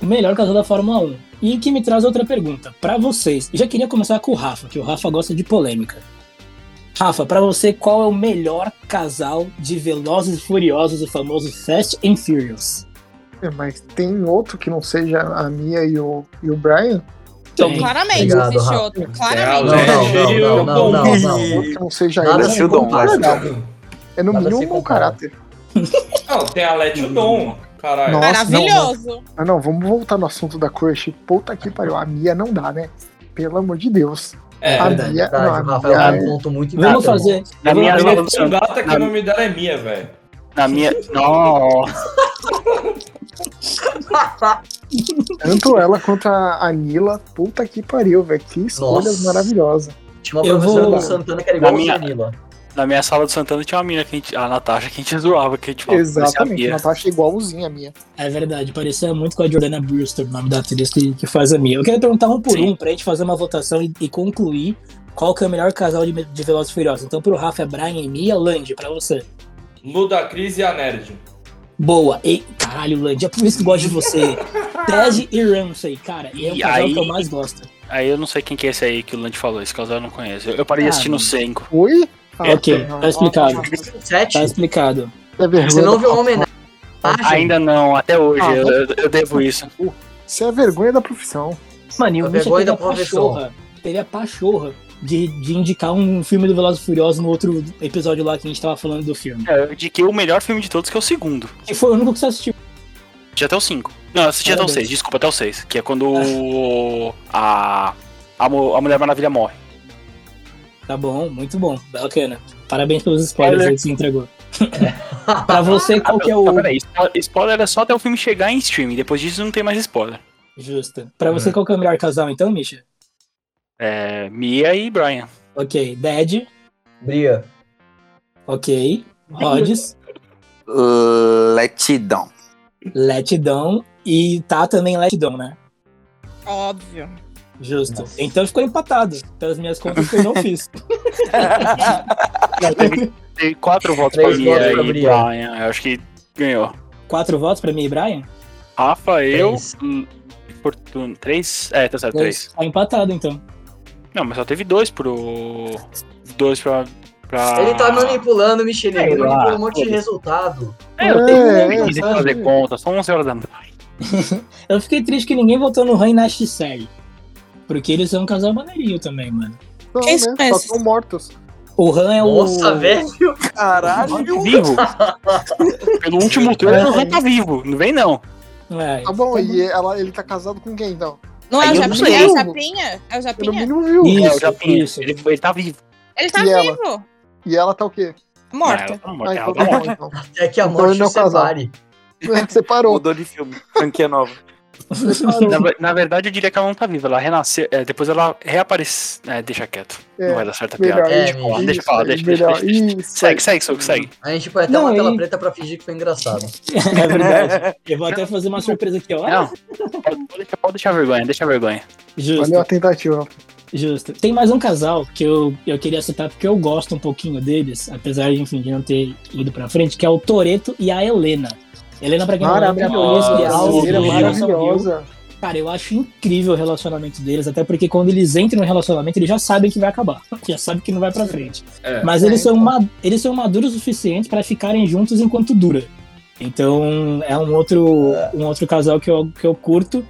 [SPEAKER 1] O melhor casal da Fórmula 1. E que me traz outra pergunta pra vocês. Já queria começar com o Rafa, que o Rafa gosta de polêmica. Rafa, pra você, qual é o melhor casal de Velozes e Furiosos, o famoso Fast and Furious?
[SPEAKER 8] É, mas tem outro que não seja a Mia e o, e o Brian?
[SPEAKER 4] Então,
[SPEAKER 1] Tem.
[SPEAKER 9] Claramente
[SPEAKER 8] Obrigado,
[SPEAKER 9] existe
[SPEAKER 8] Rafa.
[SPEAKER 9] outro.
[SPEAKER 8] Não,
[SPEAKER 9] Claramente.
[SPEAKER 8] não, não, não, não, não, não, não.
[SPEAKER 2] Ih.
[SPEAKER 8] Outro que não seja
[SPEAKER 2] Nada
[SPEAKER 8] ele,
[SPEAKER 2] se
[SPEAKER 8] é
[SPEAKER 2] o Dom,
[SPEAKER 8] incomparável.
[SPEAKER 2] nada.
[SPEAKER 8] É no
[SPEAKER 2] Nada se
[SPEAKER 8] mínimo mau
[SPEAKER 2] compara.
[SPEAKER 8] caráter.
[SPEAKER 3] Não, tem a Let You Dom, caralho.
[SPEAKER 8] Nossa, não, não. Ah, não, vamos voltar no assunto da crush. Puta que pariu. A Mia não dá, né? Pelo amor de Deus.
[SPEAKER 3] É,
[SPEAKER 8] a
[SPEAKER 3] verdade,
[SPEAKER 8] Mia,
[SPEAKER 6] verdade,
[SPEAKER 8] não, a
[SPEAKER 6] Rafa,
[SPEAKER 8] Mia
[SPEAKER 6] é um
[SPEAKER 8] é-
[SPEAKER 6] ponto muito
[SPEAKER 1] Vamos fazer.
[SPEAKER 4] Na minha,
[SPEAKER 3] Ele é
[SPEAKER 4] na,
[SPEAKER 3] tão gata que o nome dela é Mia, velho.
[SPEAKER 4] na minha. Nossa!
[SPEAKER 8] Tanto ela quanto a Anila. Puta que pariu, velho. Que escolhas
[SPEAKER 6] Nossa.
[SPEAKER 8] maravilhosas.
[SPEAKER 6] Tinha uma
[SPEAKER 1] Eu
[SPEAKER 6] professora
[SPEAKER 1] vou-
[SPEAKER 6] do Santana que era igual
[SPEAKER 4] Na
[SPEAKER 6] a
[SPEAKER 4] minha-
[SPEAKER 6] Danilo.
[SPEAKER 4] Na minha sala do Santana tinha uma mina que a, gente, a Natasha que a gente zoava, que a gente falava. que parecia a
[SPEAKER 1] Exatamente,
[SPEAKER 4] Bia.
[SPEAKER 8] Natasha é igualzinha a minha.
[SPEAKER 1] É verdade, parecia muito com a Jordana Brewster, o nome da atriz que, que faz a minha. Eu quero perguntar um por um pra gente fazer uma votação e, e concluir qual que é o melhor casal de, de Velozes e Furiosos. Então pro Rafa é Brian e Mia, Lange, pra você.
[SPEAKER 3] Luda Cris e a Nerd.
[SPEAKER 1] Boa. E, caralho, Lange, é por isso que eu gosto de você. Ted e Ramsey, cara, e é o
[SPEAKER 4] E
[SPEAKER 1] casal
[SPEAKER 4] aí-
[SPEAKER 1] que eu mais gosto.
[SPEAKER 4] Aí eu não sei quem que é esse aí que o Lante falou, esse casal eu não conheço. Eu, eu parei
[SPEAKER 1] Ah,
[SPEAKER 4] de assistir no
[SPEAKER 1] não.
[SPEAKER 4] 5.
[SPEAKER 8] Oi?
[SPEAKER 1] ok, tá explicado. Tá explicado.
[SPEAKER 4] Ah, Você é não viu a
[SPEAKER 6] homenagem?
[SPEAKER 4] Ainda não, até hoje.
[SPEAKER 8] Ah,
[SPEAKER 4] eu,
[SPEAKER 8] vai-
[SPEAKER 4] eu- eu devo isso.
[SPEAKER 8] Isso é a vergonha da profissão.
[SPEAKER 1] Mano, e o Misha teve a pachorra, teve a pachorra de, de indicar um filme do Velozes e Furiosos no outro episódio lá que a gente tava falando do filme.
[SPEAKER 4] É, eu indiquei o melhor filme de todos, que é o segundo.
[SPEAKER 1] E foi o único que você assistiu.
[SPEAKER 4] Assisti até o 5. Não, eu assisti até o
[SPEAKER 1] Parabéns. Ah.
[SPEAKER 4] 6, desculpa, até o 6. Que é quando o- a, a, mu- a Mulher Maravilha morre.
[SPEAKER 1] Tá bom, muito bom, bacana. Parabéns pelos spoilers
[SPEAKER 4] Spoiler.
[SPEAKER 1] aí que você entregou. pra você, qual que é o.
[SPEAKER 4] Não, peraí, spo- spoiler é só até o filme chegar em streaming. Depois disso não tem mais spoiler.
[SPEAKER 1] Justo. Pra você, qual que é o melhor casal então, Misha?
[SPEAKER 4] É. Mia e Brian.
[SPEAKER 1] Ok, Dead.
[SPEAKER 6] Bria.
[SPEAKER 1] Ok. Rods,
[SPEAKER 2] Letidão.
[SPEAKER 1] Letdown. E tá também Letdown, né?
[SPEAKER 9] Óbvio.
[SPEAKER 1] Justo. Então ficou empatado. Pelas minhas contas que eu não fiz.
[SPEAKER 4] Tem quatro votos
[SPEAKER 1] Três
[SPEAKER 4] pra Mia
[SPEAKER 1] votos pra
[SPEAKER 4] e
[SPEAKER 1] Brian.
[SPEAKER 4] Brian. Eu acho que ganhou.
[SPEAKER 1] Quatro votos pra mim e Brian?
[SPEAKER 4] Rafa, eu.
[SPEAKER 1] Três.
[SPEAKER 4] hum, Fortuna. Três? É, tá certo, três.
[SPEAKER 1] Tá empatado então.
[SPEAKER 4] Não, mas só teve dois pro. Dois pra. pra...
[SPEAKER 1] Ah.
[SPEAKER 6] Ele tá manipulando, Michelin.
[SPEAKER 4] Sei
[SPEAKER 6] Ele
[SPEAKER 4] lá,
[SPEAKER 6] manipula um monte de
[SPEAKER 4] foda-se.
[SPEAKER 6] resultado.
[SPEAKER 4] É, eu tenho
[SPEAKER 1] É,
[SPEAKER 4] que
[SPEAKER 1] é,
[SPEAKER 4] fazer
[SPEAKER 1] sabe?
[SPEAKER 4] fazer conta, são 11 horas da noite.
[SPEAKER 1] Eu fiquei triste que ninguém votou no Han e na X-Série. Porque eles são um casal maneirinho também, mano.
[SPEAKER 8] Não,
[SPEAKER 1] Quem
[SPEAKER 8] né?
[SPEAKER 1] são esses?
[SPEAKER 8] Só são mortos. Tá
[SPEAKER 1] O Han é o.
[SPEAKER 6] Nossa, velho.
[SPEAKER 1] Caralho!
[SPEAKER 4] Vivo! Pelo último trailer, o Han tá vivo. Não vem, não.
[SPEAKER 1] É.
[SPEAKER 8] Tá bom, e ela, ele tá casado com quem então?
[SPEAKER 9] Não é
[SPEAKER 4] Aí
[SPEAKER 9] o
[SPEAKER 4] eu não
[SPEAKER 9] Japinha?
[SPEAKER 4] sei.
[SPEAKER 9] É o Japinha? É o Japinha?
[SPEAKER 8] Pelo mínimo viu.
[SPEAKER 4] é, o Japinha. Ele, ele tá vivo.
[SPEAKER 9] Ele tá
[SPEAKER 8] E ela?
[SPEAKER 9] vivo.
[SPEAKER 8] E ela tá o quê?
[SPEAKER 4] Morta. Não, ela tá morta,
[SPEAKER 8] Ah,
[SPEAKER 4] ela
[SPEAKER 8] então
[SPEAKER 4] tá
[SPEAKER 8] tá bom,
[SPEAKER 4] morta.
[SPEAKER 8] então.
[SPEAKER 6] É que a
[SPEAKER 8] Então
[SPEAKER 6] morte
[SPEAKER 8] ele não
[SPEAKER 6] não
[SPEAKER 8] é um casal.
[SPEAKER 6] separe.
[SPEAKER 8] É, Separou.
[SPEAKER 2] Mudou de filme. Franquia nova.
[SPEAKER 4] Na, ve- na verdade, eu diria que ela não tá viva. Ela renasceu. é, depois ela reaparece. É, deixa quieto.
[SPEAKER 6] É,
[SPEAKER 4] não vai dar certo a
[SPEAKER 6] melhor
[SPEAKER 4] piada. Deixa
[SPEAKER 6] isso,
[SPEAKER 1] tipo,
[SPEAKER 4] eu falar, deixa eu falar, deixa, deixa,
[SPEAKER 8] é
[SPEAKER 6] melhor
[SPEAKER 4] deixa, deixa. Segue, segue, segue, segue.
[SPEAKER 6] A gente põe até
[SPEAKER 1] Não,
[SPEAKER 6] uma
[SPEAKER 1] e-
[SPEAKER 6] tela preta pra fingir que foi engraçado.
[SPEAKER 1] É verdade. Eu vou até fazer uma surpresa aqui, ó.
[SPEAKER 4] Não, pode, pode deixar, pode deixar a vergonha, deixa a vergonha.
[SPEAKER 1] Justo.
[SPEAKER 8] Valeu a tentativa.
[SPEAKER 1] Justo. Tem mais um casal que eu, eu queria citar porque eu gosto um pouquinho deles, apesar de, enfim, de não ter ido pra frente, que é o Toreto e a Helena. Helena, pra quem não lembra, é a
[SPEAKER 8] Maravilhosa,
[SPEAKER 1] ex-Bial
[SPEAKER 8] brasileira,
[SPEAKER 1] do Harrison Hill.
[SPEAKER 8] maravilhosa.
[SPEAKER 1] Cara, eu acho incrível o relacionamento deles, até porque quando eles entram no relacionamento, eles já sabem que vai acabar. Já sabem que não vai pra frente.
[SPEAKER 3] É.
[SPEAKER 1] Mas eles são, ma- eles são maduros o suficiente pra ficarem juntos enquanto dura. Então é um outro, um outro casal que eu, que eu curto.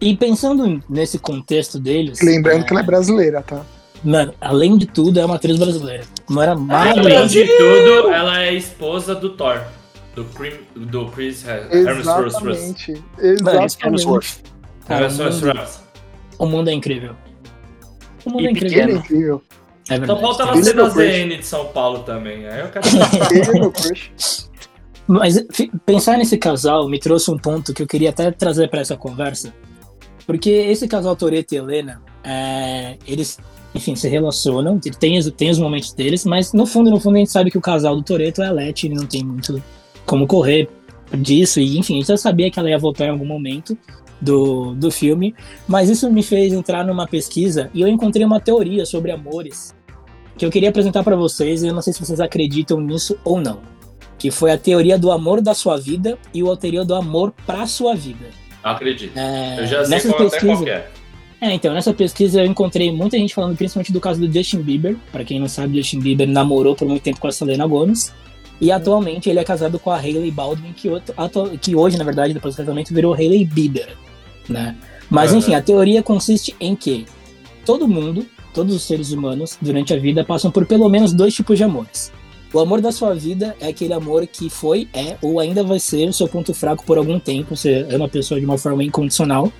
[SPEAKER 1] E pensando nesse contexto deles.
[SPEAKER 8] Lembrando
[SPEAKER 1] é,
[SPEAKER 8] que ela é brasileira, tá?
[SPEAKER 1] Mano, além de tudo, é uma atriz brasileira.
[SPEAKER 3] Ah, é
[SPEAKER 1] Mano,
[SPEAKER 3] Além
[SPEAKER 1] maravilhosa.
[SPEAKER 3] de tudo, ela é esposa do Thor. Do, Crim, do Chris Hemsworth.
[SPEAKER 8] Exatamente.
[SPEAKER 1] Mano, é um
[SPEAKER 8] Exatamente.
[SPEAKER 1] Cara, o mundo-
[SPEAKER 3] Hemsworth.
[SPEAKER 1] o mundo é incrível. O mundo
[SPEAKER 4] E
[SPEAKER 1] é incrível.
[SPEAKER 4] pequeno.
[SPEAKER 8] Incrível.
[SPEAKER 1] É verdade.
[SPEAKER 3] Então falta ela
[SPEAKER 8] Ele
[SPEAKER 3] ser
[SPEAKER 8] não
[SPEAKER 3] da
[SPEAKER 8] curte.
[SPEAKER 3] ZN de São Paulo também. Aí eu quero.
[SPEAKER 8] Ele é meu crush.
[SPEAKER 1] Mas fi- pensar nesse casal me trouxe um ponto que eu queria até trazer para essa conversa. Porque esse casal Toreto e Helena, é, eles, enfim, se relacionam, tem, os- tem os momentos deles, mas no fundo, no fundo, a gente sabe que o casal do Toreto é a Leti, ele não tem muito como correr disso, e enfim, a gente já sabia que ela ia voltar em algum momento do, do filme, mas isso me fez entrar numa pesquisa e eu encontrei uma teoria sobre amores que eu queria apresentar para vocês, e eu não sei se vocês acreditam nisso ou não que foi a teoria do amor da sua vida e o teoria do amor pra sua vida.
[SPEAKER 3] Não acredito.
[SPEAKER 1] É,
[SPEAKER 3] eu já sei
[SPEAKER 1] nessas
[SPEAKER 3] qual, até
[SPEAKER 1] pesquisas-
[SPEAKER 3] qual que é.
[SPEAKER 1] É, então, nessa pesquisa eu encontrei muita gente falando principalmente do caso do Justin Bieber. Pra quem não sabe, Justin Bieber namorou por muito tempo com a Selena Gomez. E atualmente ele é casado com a Hailey Baldwin, que, outro- atu- que hoje, na verdade, depois do casamento, virou Hailey Bieber, né? Mas
[SPEAKER 10] Aham.
[SPEAKER 1] enfim, a teoria consiste em que todo mundo, todos os seres humanos, durante a vida, passam por pelo menos dois tipos de amores. O amor da sua vida é aquele amor que foi, é ou ainda vai ser o seu ponto fraco por algum tempo. Você ama a pessoa de uma forma incondicional.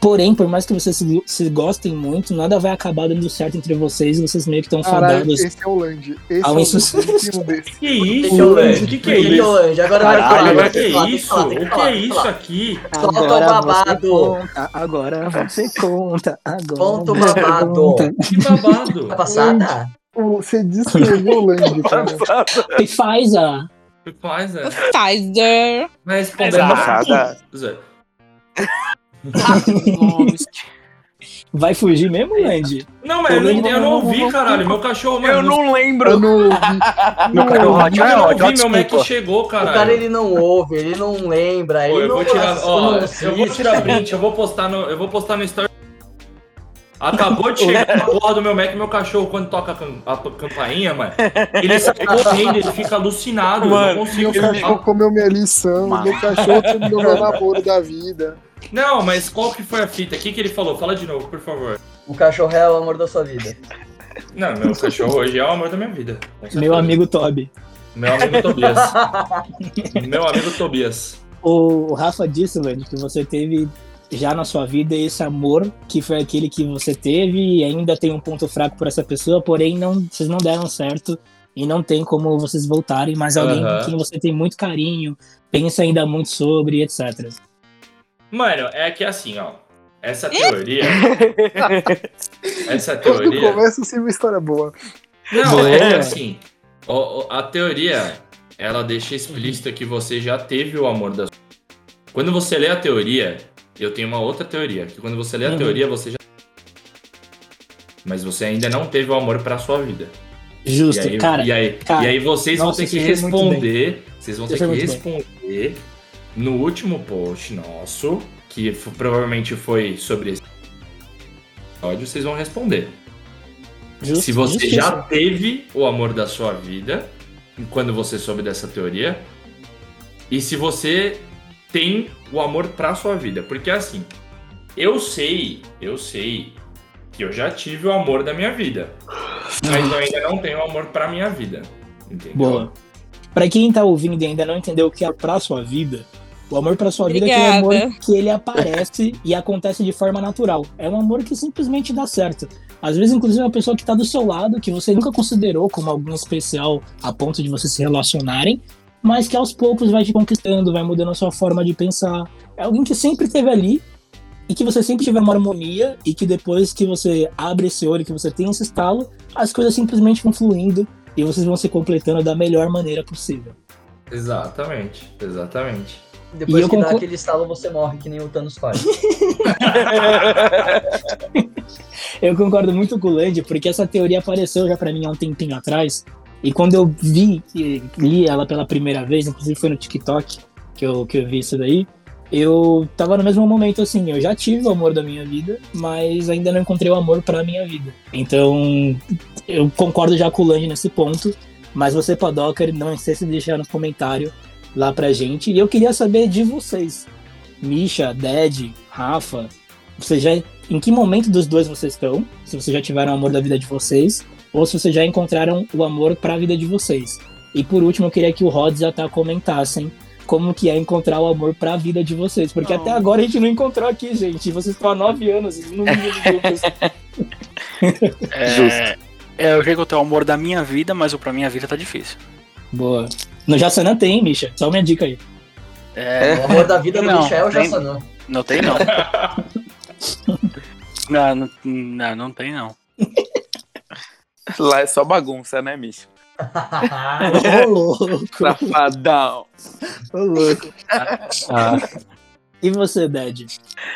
[SPEAKER 1] Porém, por mais que vocês se, se gostem muito, nada vai acabar dando certo entre vocês e vocês meio que estão
[SPEAKER 8] Caralho,
[SPEAKER 1] fadados
[SPEAKER 8] esse é o Land. Esse é
[SPEAKER 1] ao
[SPEAKER 8] o
[SPEAKER 1] insucesso.
[SPEAKER 8] insucesso.
[SPEAKER 3] Que isso,
[SPEAKER 8] Esse é o
[SPEAKER 3] velho?
[SPEAKER 8] Land.
[SPEAKER 3] Que que é
[SPEAKER 8] Esse é o
[SPEAKER 3] isso?
[SPEAKER 6] Land. Agora vai
[SPEAKER 3] Caralho,
[SPEAKER 6] falar, vai
[SPEAKER 3] que
[SPEAKER 6] falar, Ah, tem que
[SPEAKER 3] isso?
[SPEAKER 6] falar, tem que
[SPEAKER 3] o que
[SPEAKER 6] falar,
[SPEAKER 3] é
[SPEAKER 6] tem que
[SPEAKER 3] isso
[SPEAKER 6] falar.
[SPEAKER 3] aqui?
[SPEAKER 6] Solta o babado.
[SPEAKER 1] Agora você conta, agora
[SPEAKER 6] Conta o babado.
[SPEAKER 3] Que babado.
[SPEAKER 6] Tá passada?
[SPEAKER 8] Você descreveu o Land, cara.
[SPEAKER 1] Pfizer.
[SPEAKER 3] Pfizer.
[SPEAKER 9] Pfizer.
[SPEAKER 3] Mas
[SPEAKER 1] É Exato.
[SPEAKER 3] Pfizer.
[SPEAKER 1] Vai fugir mesmo, Land?
[SPEAKER 3] Não, mas eu não, eu não ouvi, caralho. Meu cachorro, mano.
[SPEAKER 6] é
[SPEAKER 2] lembro.
[SPEAKER 8] Ah,
[SPEAKER 3] Meu
[SPEAKER 6] cara,
[SPEAKER 3] cachorro
[SPEAKER 6] o
[SPEAKER 3] Hot
[SPEAKER 4] é
[SPEAKER 6] Hot
[SPEAKER 3] Eu não
[SPEAKER 6] Hot
[SPEAKER 3] ouvi, meu
[SPEAKER 6] desculpa.
[SPEAKER 3] Mac chegou,
[SPEAKER 6] O
[SPEAKER 3] caralho.
[SPEAKER 6] cara ele não ouve, ele não lembra,
[SPEAKER 3] Pô,
[SPEAKER 6] ele
[SPEAKER 3] eu
[SPEAKER 6] não
[SPEAKER 3] vou tirar,
[SPEAKER 6] assiste,
[SPEAKER 3] ó,
[SPEAKER 6] não é
[SPEAKER 3] eu vou
[SPEAKER 6] assiste.
[SPEAKER 3] tirar print, eu vou postar no, eu vou postar no story. Acabou de chegar na porra do meu Mac, meu cachorro, quando toca a, cam- a p- campainha, mano, ele sai correndo, ele fica alucinado, mano, não consigo
[SPEAKER 8] Meu cachorro comeu minha lição, meu cachorro terminou meu namoro da vida.
[SPEAKER 3] Não, mas qual que foi a fita? O que, que ele falou? Fala de novo, por favor.
[SPEAKER 6] O cachorro é o amor da sua vida.
[SPEAKER 3] Não, meu cachorro hoje é o amor da minha vida. com certeza.
[SPEAKER 1] Meu amigo Toby.
[SPEAKER 3] Meu amigo Tobias. meu amigo Tobias.
[SPEAKER 1] O Rafa disse, Land, que você teve já na sua vida esse amor que foi aquele que você teve e ainda tem um ponto fraco por essa pessoa, porém não, vocês não deram certo e não tem como vocês voltarem, mas é alguém
[SPEAKER 3] Aham.
[SPEAKER 1] com quem você tem muito carinho, pensa ainda muito sobre, etc.
[SPEAKER 3] Mano, é que assim, ó. Essa teoria. essa teoria.
[SPEAKER 8] Começa assim uma história boa.
[SPEAKER 3] Não,
[SPEAKER 8] Boa.
[SPEAKER 3] é assim. o- o- a teoria, ela deixa explícito que você já teve o amor da sua. Quando você lê a teoria, eu tenho uma outra teoria, que quando você lê a
[SPEAKER 1] Uhum.
[SPEAKER 3] teoria, você já. Mas você ainda não teve o amor pra sua vida.
[SPEAKER 1] Justo,
[SPEAKER 3] e aí,
[SPEAKER 1] cara,
[SPEAKER 3] E aí,
[SPEAKER 1] cara,
[SPEAKER 3] e aí vocês
[SPEAKER 1] nossa,
[SPEAKER 3] vão ter que
[SPEAKER 1] você fez muito
[SPEAKER 3] responder. Vocês vão
[SPEAKER 1] Você
[SPEAKER 3] ter que
[SPEAKER 1] fez é muito
[SPEAKER 3] responder no último post nosso, que f- provavelmente foi sobre esse episódio, vocês vão responder.
[SPEAKER 1] Justo,
[SPEAKER 3] Se você
[SPEAKER 1] justiça.
[SPEAKER 3] já teve o amor da sua vida, quando você soube dessa teoria, e se você tem o amor pra sua vida. Porque assim, eu sei, eu sei que eu já tive o amor da minha vida, mas eu ainda não tenho o amor pra minha vida. Entendeu?
[SPEAKER 1] Boa. Pra quem tá ouvindo e ainda não entendeu o que é pra sua vida, o amor pra sua vida é aquele
[SPEAKER 9] Obrigada.
[SPEAKER 1] amor que ele aparece e acontece de forma natural. É um amor que simplesmente dá certo. Às vezes, inclusive, é uma pessoa que tá do seu lado, que você nunca considerou como alguém especial a ponto de vocês se relacionarem, mas que aos poucos vai te conquistando, vai mudando a sua forma de pensar. É alguém que sempre esteve ali e que você sempre tiver uma harmonia e que depois que você abre esse olho, que você tem esse estalo, as coisas simplesmente vão fluindo e vocês vão se completando da melhor maneira possível.
[SPEAKER 3] Exatamente, exatamente.
[SPEAKER 1] E
[SPEAKER 6] Depois
[SPEAKER 1] eu
[SPEAKER 6] que dá
[SPEAKER 1] conclu-
[SPEAKER 6] aquele estalo, você morre, que nem o Thanos faz.
[SPEAKER 1] Eu concordo muito com o Land, porque essa teoria apareceu já pra mim há um tempinho atrás. E quando eu vi e li ela pela primeira vez, inclusive foi no TikTok que eu, que eu vi isso daí, eu tava no mesmo momento assim, eu já tive o amor da minha vida, mas ainda não encontrei o amor pra minha vida. Então, eu concordo já com o Lange nesse ponto, mas você, Padocker, não esqueça de deixar no comentário lá pra gente. E eu queria saber de vocês, Misha, Ded, Rafa, você já, em que momento dos dois vocês estão? Se vocês já tiveram o amor da vida de vocês, ou se vocês já encontraram o amor pra vida de vocês. E por último, eu queria que o Rods e a Tá comentassem como que é encontrar o amor pra vida de vocês, porque até agora a gente não encontrou aqui, gente. Vocês estão há nove anos e não
[SPEAKER 4] É,
[SPEAKER 1] Justo.
[SPEAKER 4] é, eu queria encontrar o amor da minha vida, mas o pra minha vida tá difícil.
[SPEAKER 1] Boa. No Jaçanã tem, Misha. Só minha dica aí.
[SPEAKER 4] É,
[SPEAKER 6] O amor da vida do
[SPEAKER 4] Não,
[SPEAKER 6] Michel é já
[SPEAKER 4] tem-
[SPEAKER 6] sanou.
[SPEAKER 4] Não tem, não. não, não, não, não tem, não.
[SPEAKER 2] Lá é só bagunça, né, bicho?
[SPEAKER 1] Ô, louco.
[SPEAKER 2] Tá. Safadão.
[SPEAKER 1] Ô, louco. E você, Dad?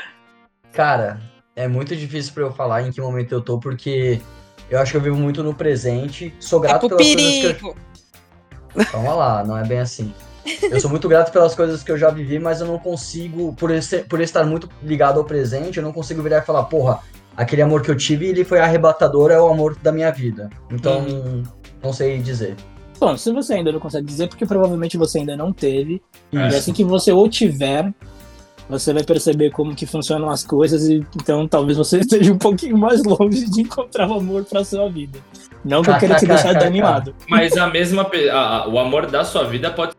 [SPEAKER 6] Cara, é muito difícil pra eu falar em que momento eu tô, porque eu acho que eu vivo muito no presente.
[SPEAKER 2] É
[SPEAKER 6] Sou
[SPEAKER 9] Tá
[SPEAKER 6] grato
[SPEAKER 9] pro
[SPEAKER 6] pelas coisas que
[SPEAKER 9] perigo.
[SPEAKER 6] eu... Calma lá, não é bem assim. Eu sou muito grato pelas coisas que eu já vivi, mas eu não consigo, por, esse- por estar muito ligado ao presente, eu não consigo virar e falar, porra, aquele amor que eu tive, ele foi arrebatador, é o amor da minha vida. Então,
[SPEAKER 2] Hum.
[SPEAKER 6] não sei dizer.
[SPEAKER 1] Bom, se você ainda não consegue dizer, porque provavelmente você ainda não teve. E
[SPEAKER 3] É.
[SPEAKER 6] Isso.
[SPEAKER 1] assim que você o tiver, você vai perceber como que funcionam as coisas. E, então talvez você esteja um pouquinho mais longe de encontrar o amor pra sua vida. Não que eu queira te deixar desanimado.
[SPEAKER 3] Mas a mesma. pe- a- a- o amor da sua vida pode.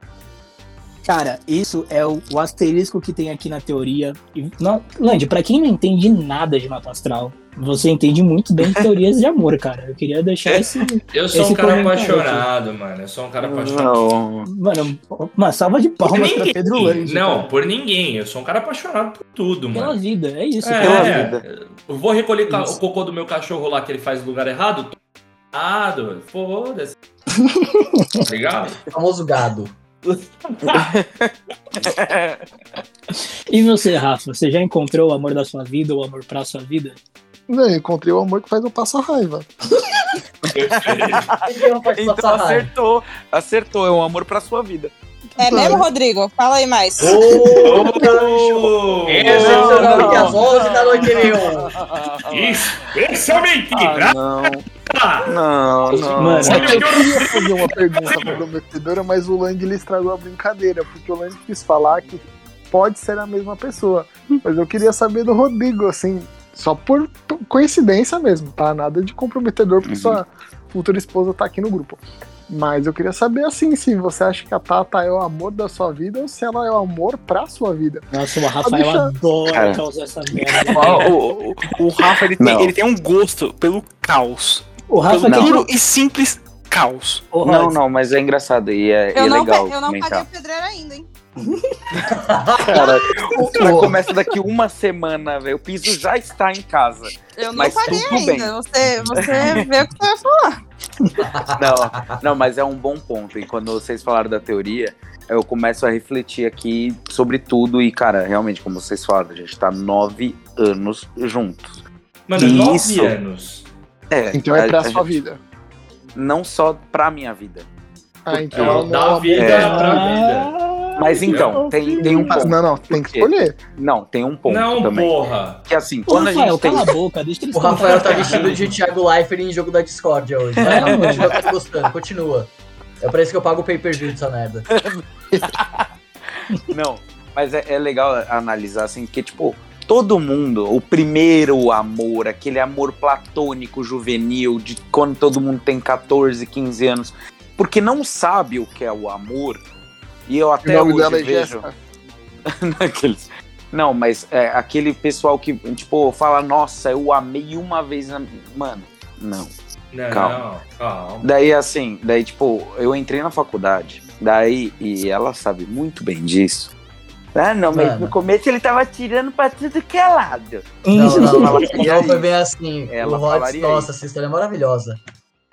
[SPEAKER 1] Cara, isso é o, o asterisco que tem aqui na teoria. E, não, Land, pra quem não entende nada de mapa astral, você entende muito bem de teorias de amor, cara. Eu queria deixar esse.
[SPEAKER 3] Eu sou
[SPEAKER 1] esse
[SPEAKER 3] um cara
[SPEAKER 1] comentário aqui. Ah,
[SPEAKER 3] apaixonado, mano. Eu sou um cara apaixonado.
[SPEAKER 1] Mano, uma salva de
[SPEAKER 3] Por
[SPEAKER 1] palmas pra
[SPEAKER 3] ninguém.
[SPEAKER 1] Pedro Lange.
[SPEAKER 3] não,
[SPEAKER 1] cara.
[SPEAKER 3] por ninguém. Eu sou um cara apaixonado por tudo, mano.
[SPEAKER 1] Pela vida, é isso.
[SPEAKER 3] É,
[SPEAKER 1] cara.
[SPEAKER 3] Eu vou recolher ca- o cocô do meu cachorro lá que ele faz no lugar errado. Gado, foda-se. Tá ligado?
[SPEAKER 6] Famoso gado.
[SPEAKER 1] E você, Rafa, você já encontrou o amor da sua vida ou o amor pra sua vida?
[SPEAKER 8] Não, eu encontrei o amor que faz eu passar raiva.
[SPEAKER 2] então acertou, acertou. É um amor pra sua vida.
[SPEAKER 9] É mesmo, Rodrigo? Fala aí mais.
[SPEAKER 2] Ô,
[SPEAKER 6] Esse é o seu nome que às 11 da noite ele
[SPEAKER 3] Isso, isso é mentira.
[SPEAKER 2] Ah, Não, Oh, não.
[SPEAKER 8] Mano, eu queria fazer uma pergunta comprometedora, mas o Lang ele estragou a brincadeira, porque o Lang quis falar que pode ser a mesma pessoa. Mas eu queria saber do Rodrigo, assim, só por p- coincidência mesmo, tá? Nada de comprometedor, porque sua futura esposa tá aqui no grupo. Mas eu queria saber, assim, se você acha que a Tata é o amor da sua vida ou se ela é o amor pra sua vida.
[SPEAKER 1] Nossa, o
[SPEAKER 8] Ah,
[SPEAKER 1] Rafael
[SPEAKER 8] deixa-
[SPEAKER 1] adora
[SPEAKER 8] Cara.
[SPEAKER 1] causar essa merda.
[SPEAKER 4] Ó, o, o- o Rafa ele tem,
[SPEAKER 2] Não.
[SPEAKER 4] ele tem um gosto pelo caos.
[SPEAKER 1] O
[SPEAKER 2] Rafa
[SPEAKER 4] pelo
[SPEAKER 2] que-
[SPEAKER 4] puro e simples caos.
[SPEAKER 2] Não, não, mas é engraçado e é,
[SPEAKER 9] Eu
[SPEAKER 2] e é
[SPEAKER 9] não,
[SPEAKER 2] legal
[SPEAKER 9] pe- eu não
[SPEAKER 2] comentar.
[SPEAKER 9] paguei o pedreiro ainda, hein?
[SPEAKER 2] Cara, o cara começa daqui uma semana, velho. O piso já está em casa.
[SPEAKER 9] Eu não
[SPEAKER 2] mas
[SPEAKER 9] paguei
[SPEAKER 2] tudo bem.
[SPEAKER 9] ainda. Você, você vê o que você vai falar.
[SPEAKER 2] Não, não, mas é um bom ponto. E quando vocês falaram da teoria, eu começo a refletir aqui sobre tudo. E, cara, realmente, como vocês falaram, a gente tá nove anos juntos.
[SPEAKER 3] Mano,
[SPEAKER 2] E
[SPEAKER 3] nove
[SPEAKER 2] isso-
[SPEAKER 3] anos.
[SPEAKER 2] É,
[SPEAKER 8] Então é
[SPEAKER 2] a-
[SPEAKER 8] pra
[SPEAKER 2] a
[SPEAKER 8] sua
[SPEAKER 2] gente-
[SPEAKER 8] vida.
[SPEAKER 2] Não só pra minha vida.
[SPEAKER 8] Ah, então
[SPEAKER 2] Não,
[SPEAKER 8] ela não é
[SPEAKER 2] da
[SPEAKER 8] o amor
[SPEAKER 2] vida
[SPEAKER 8] dela.
[SPEAKER 2] pra Mas então,
[SPEAKER 8] Não,
[SPEAKER 2] tem, tem um
[SPEAKER 8] mas
[SPEAKER 2] ponto.
[SPEAKER 8] não, não, tem
[SPEAKER 2] Por
[SPEAKER 8] que
[SPEAKER 2] quê?
[SPEAKER 8] escolher.
[SPEAKER 2] Não, tem um ponto
[SPEAKER 3] Não,
[SPEAKER 2] também.
[SPEAKER 3] porra.
[SPEAKER 2] Que assim,
[SPEAKER 1] Ô,
[SPEAKER 2] quando a
[SPEAKER 1] Rafael,
[SPEAKER 2] gente tem...
[SPEAKER 1] cala a boca, deixa eles
[SPEAKER 6] O Rafael tá
[SPEAKER 1] conversarem.
[SPEAKER 6] vestido de Thiago Leifert em jogo da Discord hoje. Vai lá, continua que eu tô gostando, continua. É pra isso que eu pago o pay-per-view dessa merda.
[SPEAKER 2] Não, mas é, é legal analisar assim, porque, tipo, todo mundo, o primeiro amor, aquele amor platônico juvenil, de quando todo mundo tem 14, 15 anos, porque não sabe o que é o amor. E eu
[SPEAKER 8] O
[SPEAKER 2] até
[SPEAKER 8] nome
[SPEAKER 2] hoje
[SPEAKER 8] dela é
[SPEAKER 2] vejo.
[SPEAKER 8] Jéssica.
[SPEAKER 2] Aqueles- Não, mas é, aquele pessoal que, tipo, fala, nossa, eu amei uma vez. Na... Mano, não.
[SPEAKER 3] Não,
[SPEAKER 2] Calma.
[SPEAKER 3] calma.
[SPEAKER 2] Daí, assim, daí, tipo, eu entrei na faculdade, daí, e ela sabe muito bem disso. Ah, não, mas
[SPEAKER 6] Mano.
[SPEAKER 2] no começo ele tava tirando pra tudo que é lado.
[SPEAKER 6] Não, não, não,
[SPEAKER 2] Ela falaria
[SPEAKER 6] não foi
[SPEAKER 2] isso.
[SPEAKER 6] bem assim.
[SPEAKER 2] É, Ela
[SPEAKER 6] o Rods,
[SPEAKER 2] falaria
[SPEAKER 6] nossa, essa história é maravilhosa.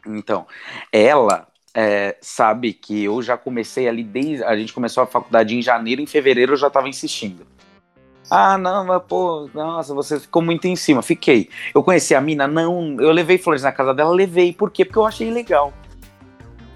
[SPEAKER 2] Então, ela é, sabe que eu já comecei ali desde. A gente começou a faculdade em janeiro, em fevereiro eu já tava insistindo. Ah, não, mas pô, nossa, você ficou muito em cima. Fiquei. Eu conheci a mina, não. Eu levei flores na casa dela, levei. Por quê? Porque eu achei legal.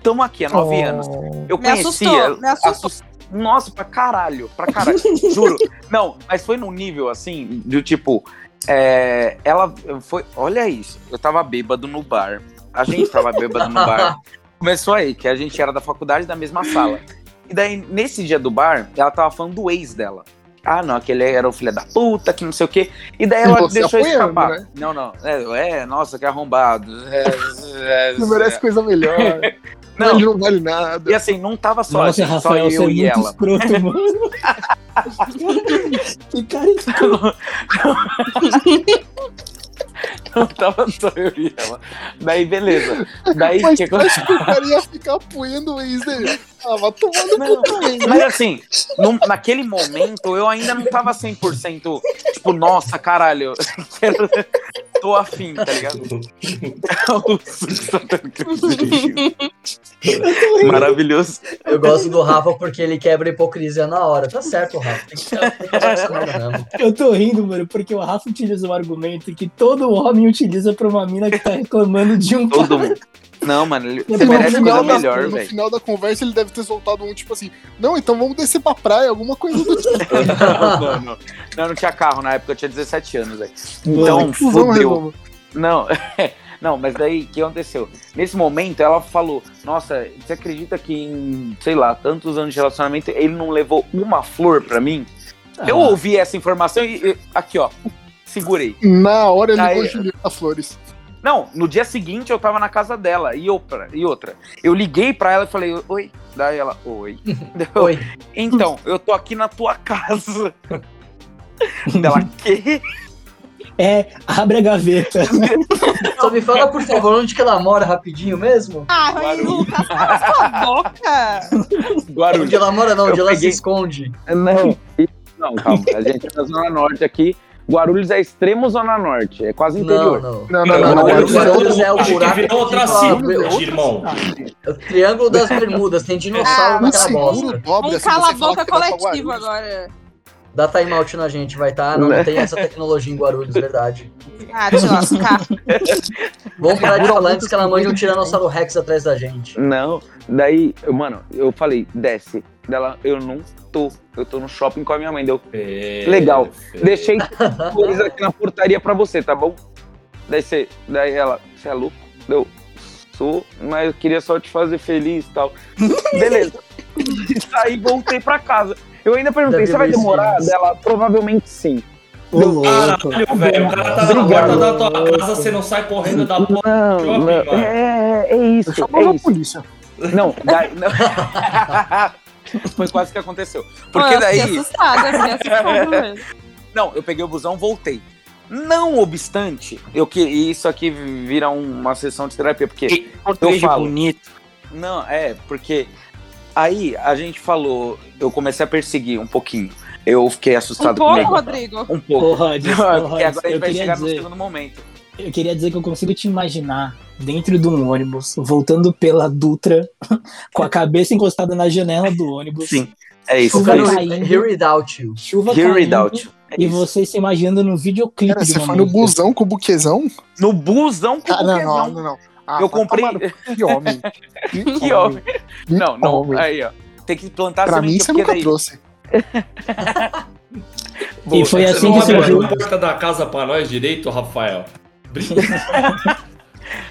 [SPEAKER 2] Tamo aqui há É nove
[SPEAKER 8] Oh.
[SPEAKER 2] anos. Eu
[SPEAKER 9] Me
[SPEAKER 2] conhecia.
[SPEAKER 9] assustou, me assustou.
[SPEAKER 2] assus- Nossa, pra caralho, pra caralho. juro. Não, mas foi num nível assim, do tipo. é, ela foi. Olha isso. Eu tava bêbado no bar. A gente tava bêbado no bar. Começou aí, que a gente era da faculdade da mesma sala. E daí, nesse dia do bar, ela tava falando do ex dela. Ah, não, aquele era o filho da puta, que não sei o quê. E daí ela
[SPEAKER 8] Você
[SPEAKER 2] deixou
[SPEAKER 8] apoiando,
[SPEAKER 2] escapar.
[SPEAKER 8] né?
[SPEAKER 2] Não, não. É, é, nossa, que arrombado. É, é,
[SPEAKER 8] Não merece coisa melhor.
[SPEAKER 2] Não.
[SPEAKER 8] Ele não vale nada.
[SPEAKER 2] E assim, não tava só,
[SPEAKER 1] Nossa,
[SPEAKER 2] a gente,
[SPEAKER 1] Rafael,
[SPEAKER 2] só
[SPEAKER 1] você é
[SPEAKER 2] eu e
[SPEAKER 1] muito
[SPEAKER 2] ela.
[SPEAKER 1] escroto, mano. que cara escroto.
[SPEAKER 2] Não tava só eu e ela. Daí, beleza. Daí,
[SPEAKER 8] Mas
[SPEAKER 2] que
[SPEAKER 8] eu acho que o cara ia ficar apoiando o ex dele. Ah, vai tomar no cu também, né?
[SPEAKER 2] Mas assim, num- naquele momento eu ainda não tava 100%, tipo, nossa, caralho, quero- tô afim, tá ligado? O susto tá tão- Maravilhoso.
[SPEAKER 6] Eu gosto do Rafa porque ele quebra a hipocrisia na hora. Tá certo, Rafa. Tem que ser assim, tem que acabar com essa merda mesmo.
[SPEAKER 1] Eu tô rindo, mano, porque o Rafa utiliza um argumento que todo homem utiliza pra uma mina que tá reclamando de um
[SPEAKER 2] Todo
[SPEAKER 1] cara.
[SPEAKER 2] mundo. Não, mano, ele-
[SPEAKER 8] No
[SPEAKER 2] você merece coisa
[SPEAKER 8] final da-
[SPEAKER 2] melhor,
[SPEAKER 8] No
[SPEAKER 2] velho.
[SPEAKER 8] final da conversa, ele deve ter soltado um tipo assim: Não, então vamos descer pra praia, alguma coisa do tipo.
[SPEAKER 2] Não, não, não. Não, não tinha carro na época, eu tinha 17 anos, velho. Então,
[SPEAKER 8] Vamos, vamos,
[SPEAKER 2] fudeu.
[SPEAKER 8] vamos.
[SPEAKER 2] Não, não, mas daí o que aconteceu? Nesse momento ela falou: Nossa, você acredita que em, sei lá, tantos anos de relacionamento ele não levou uma flor pra mim? Eu
[SPEAKER 1] Ah.
[SPEAKER 2] ouvi essa informação e, e- aqui, ó, segurei.
[SPEAKER 8] Na hora ele
[SPEAKER 2] Aí-
[SPEAKER 8] ligou Juliana Flores.
[SPEAKER 2] Não, no dia seguinte eu tava na casa dela e outra, e outra. Eu liguei pra ela e falei: Oi. Daí ela: Oi. Eu,
[SPEAKER 6] Oi.
[SPEAKER 2] Então, eu tô aqui na tua casa. Dela, quê?
[SPEAKER 1] É, abre a gaveta.
[SPEAKER 6] Só me fala, por favor, onde que ela mora rapidinho mesmo?
[SPEAKER 9] Ah, mas Lucas, cala sua boca.
[SPEAKER 2] Guarulhos.
[SPEAKER 6] Onde ela mora não, onde
[SPEAKER 2] Eu
[SPEAKER 6] ela se
[SPEAKER 2] peguei-
[SPEAKER 6] esconde.
[SPEAKER 2] Não, não, calma. A gente é na Zona tá Norte aqui. Guarulhos é extremo zona norte, é quase
[SPEAKER 6] Não,
[SPEAKER 2] interior.
[SPEAKER 6] não. Não, não, não, não, Guarulhos é o
[SPEAKER 3] Acho que
[SPEAKER 6] buraco
[SPEAKER 3] virou outra
[SPEAKER 6] de- outra
[SPEAKER 3] cidade,
[SPEAKER 6] cidade.
[SPEAKER 3] irmão.
[SPEAKER 6] É O Triângulo das Bermudas, tem dinossauro
[SPEAKER 9] Ah,
[SPEAKER 6] naquela
[SPEAKER 9] um
[SPEAKER 6] bosta.
[SPEAKER 9] Um
[SPEAKER 2] assim,
[SPEAKER 9] cala-boca coletivo agora.
[SPEAKER 6] Dá timeout na gente, vai tá? Não,
[SPEAKER 2] Né?
[SPEAKER 6] não tem essa tecnologia em Guarulhos, verdade.
[SPEAKER 9] Ah, te lascar.
[SPEAKER 6] Vamos parar de falar antes que ela mande um Tiranossauro Rex atrás da gente.
[SPEAKER 2] Não, daí, eu- mano, eu falei, desce. Dela, eu não tô. Eu tô no shopping com a minha mãe. Deu. Legal.
[SPEAKER 3] É.
[SPEAKER 2] Deixei coisa aqui na portaria pra você, tá bom? Daí você. Daí ela, você é louco? Deu. Sou, mas eu queria só te fazer feliz e tal. Beleza. E Saí voltei pra casa. Eu ainda perguntei,
[SPEAKER 3] Deve
[SPEAKER 2] você vai
[SPEAKER 3] ver isso,
[SPEAKER 2] demorar?
[SPEAKER 3] né?
[SPEAKER 2] Dela, provavelmente sim. Deu,
[SPEAKER 3] Caralho, velho, o cara tá na porta da tua casa, você não sai correndo da porta do
[SPEAKER 2] Não,
[SPEAKER 3] shopping,
[SPEAKER 2] não,
[SPEAKER 3] mano.
[SPEAKER 2] é, é isso. Eu
[SPEAKER 3] chamava a
[SPEAKER 2] polícia. Não, daí, não. Foi quase o que aconteceu. Porque
[SPEAKER 9] Pô, eu
[SPEAKER 2] daí.
[SPEAKER 9] fiquei assustada, eu fiquei assustada mesmo.
[SPEAKER 2] não, eu peguei o busão, voltei. Não obstante, eu que e isso aqui vira um- uma sessão de terapia, porque eu
[SPEAKER 4] português
[SPEAKER 2] falo.
[SPEAKER 4] Um bonito.
[SPEAKER 2] Não, é, porque aí a gente falou, eu comecei a perseguir um pouquinho. Eu fiquei assustado
[SPEAKER 9] Um pouco,
[SPEAKER 2] comigo.
[SPEAKER 9] Rodrigo.
[SPEAKER 2] Um pouco.
[SPEAKER 1] Ô, Rod,
[SPEAKER 2] Não,
[SPEAKER 1] ô, Rod,
[SPEAKER 2] é porque agora a gente
[SPEAKER 1] eu
[SPEAKER 2] vai
[SPEAKER 1] queria
[SPEAKER 2] chegar no
[SPEAKER 1] dizer-
[SPEAKER 2] segundo momento.
[SPEAKER 1] Eu queria dizer que eu consigo te imaginar dentro de um ônibus, voltando pela Dutra, com a cabeça encostada na janela do ônibus.
[SPEAKER 2] Sim, é isso.
[SPEAKER 1] Chuva
[SPEAKER 2] é isso.
[SPEAKER 1] caindo.
[SPEAKER 6] Here without you.
[SPEAKER 1] Chuva
[SPEAKER 2] Here É
[SPEAKER 1] caindo,
[SPEAKER 2] without you.
[SPEAKER 1] E você se imaginando no videoclipe
[SPEAKER 8] Cara,
[SPEAKER 1] de
[SPEAKER 8] você
[SPEAKER 1] uma
[SPEAKER 8] foi no
[SPEAKER 1] música.
[SPEAKER 8] busão com o buquezão?
[SPEAKER 2] No busão com
[SPEAKER 8] Ah,
[SPEAKER 2] o
[SPEAKER 8] não, não,
[SPEAKER 2] buquezão.
[SPEAKER 8] não, não. Ah,
[SPEAKER 2] eu
[SPEAKER 8] vai
[SPEAKER 2] comprei.
[SPEAKER 8] tomar no cu, Que homem.
[SPEAKER 2] que homem. Não, não. é
[SPEAKER 8] homem.
[SPEAKER 2] Aí, ó. Tem que plantar
[SPEAKER 8] Pra mim, é
[SPEAKER 2] semente
[SPEAKER 8] você
[SPEAKER 2] porque
[SPEAKER 8] nunca
[SPEAKER 2] daí-
[SPEAKER 8] trouxe.
[SPEAKER 1] E foi
[SPEAKER 3] Você
[SPEAKER 1] assim
[SPEAKER 3] não
[SPEAKER 1] que
[SPEAKER 3] abre
[SPEAKER 1] surgiu.
[SPEAKER 3] a porta da casa pra nós direito, Rafael?
[SPEAKER 8] né?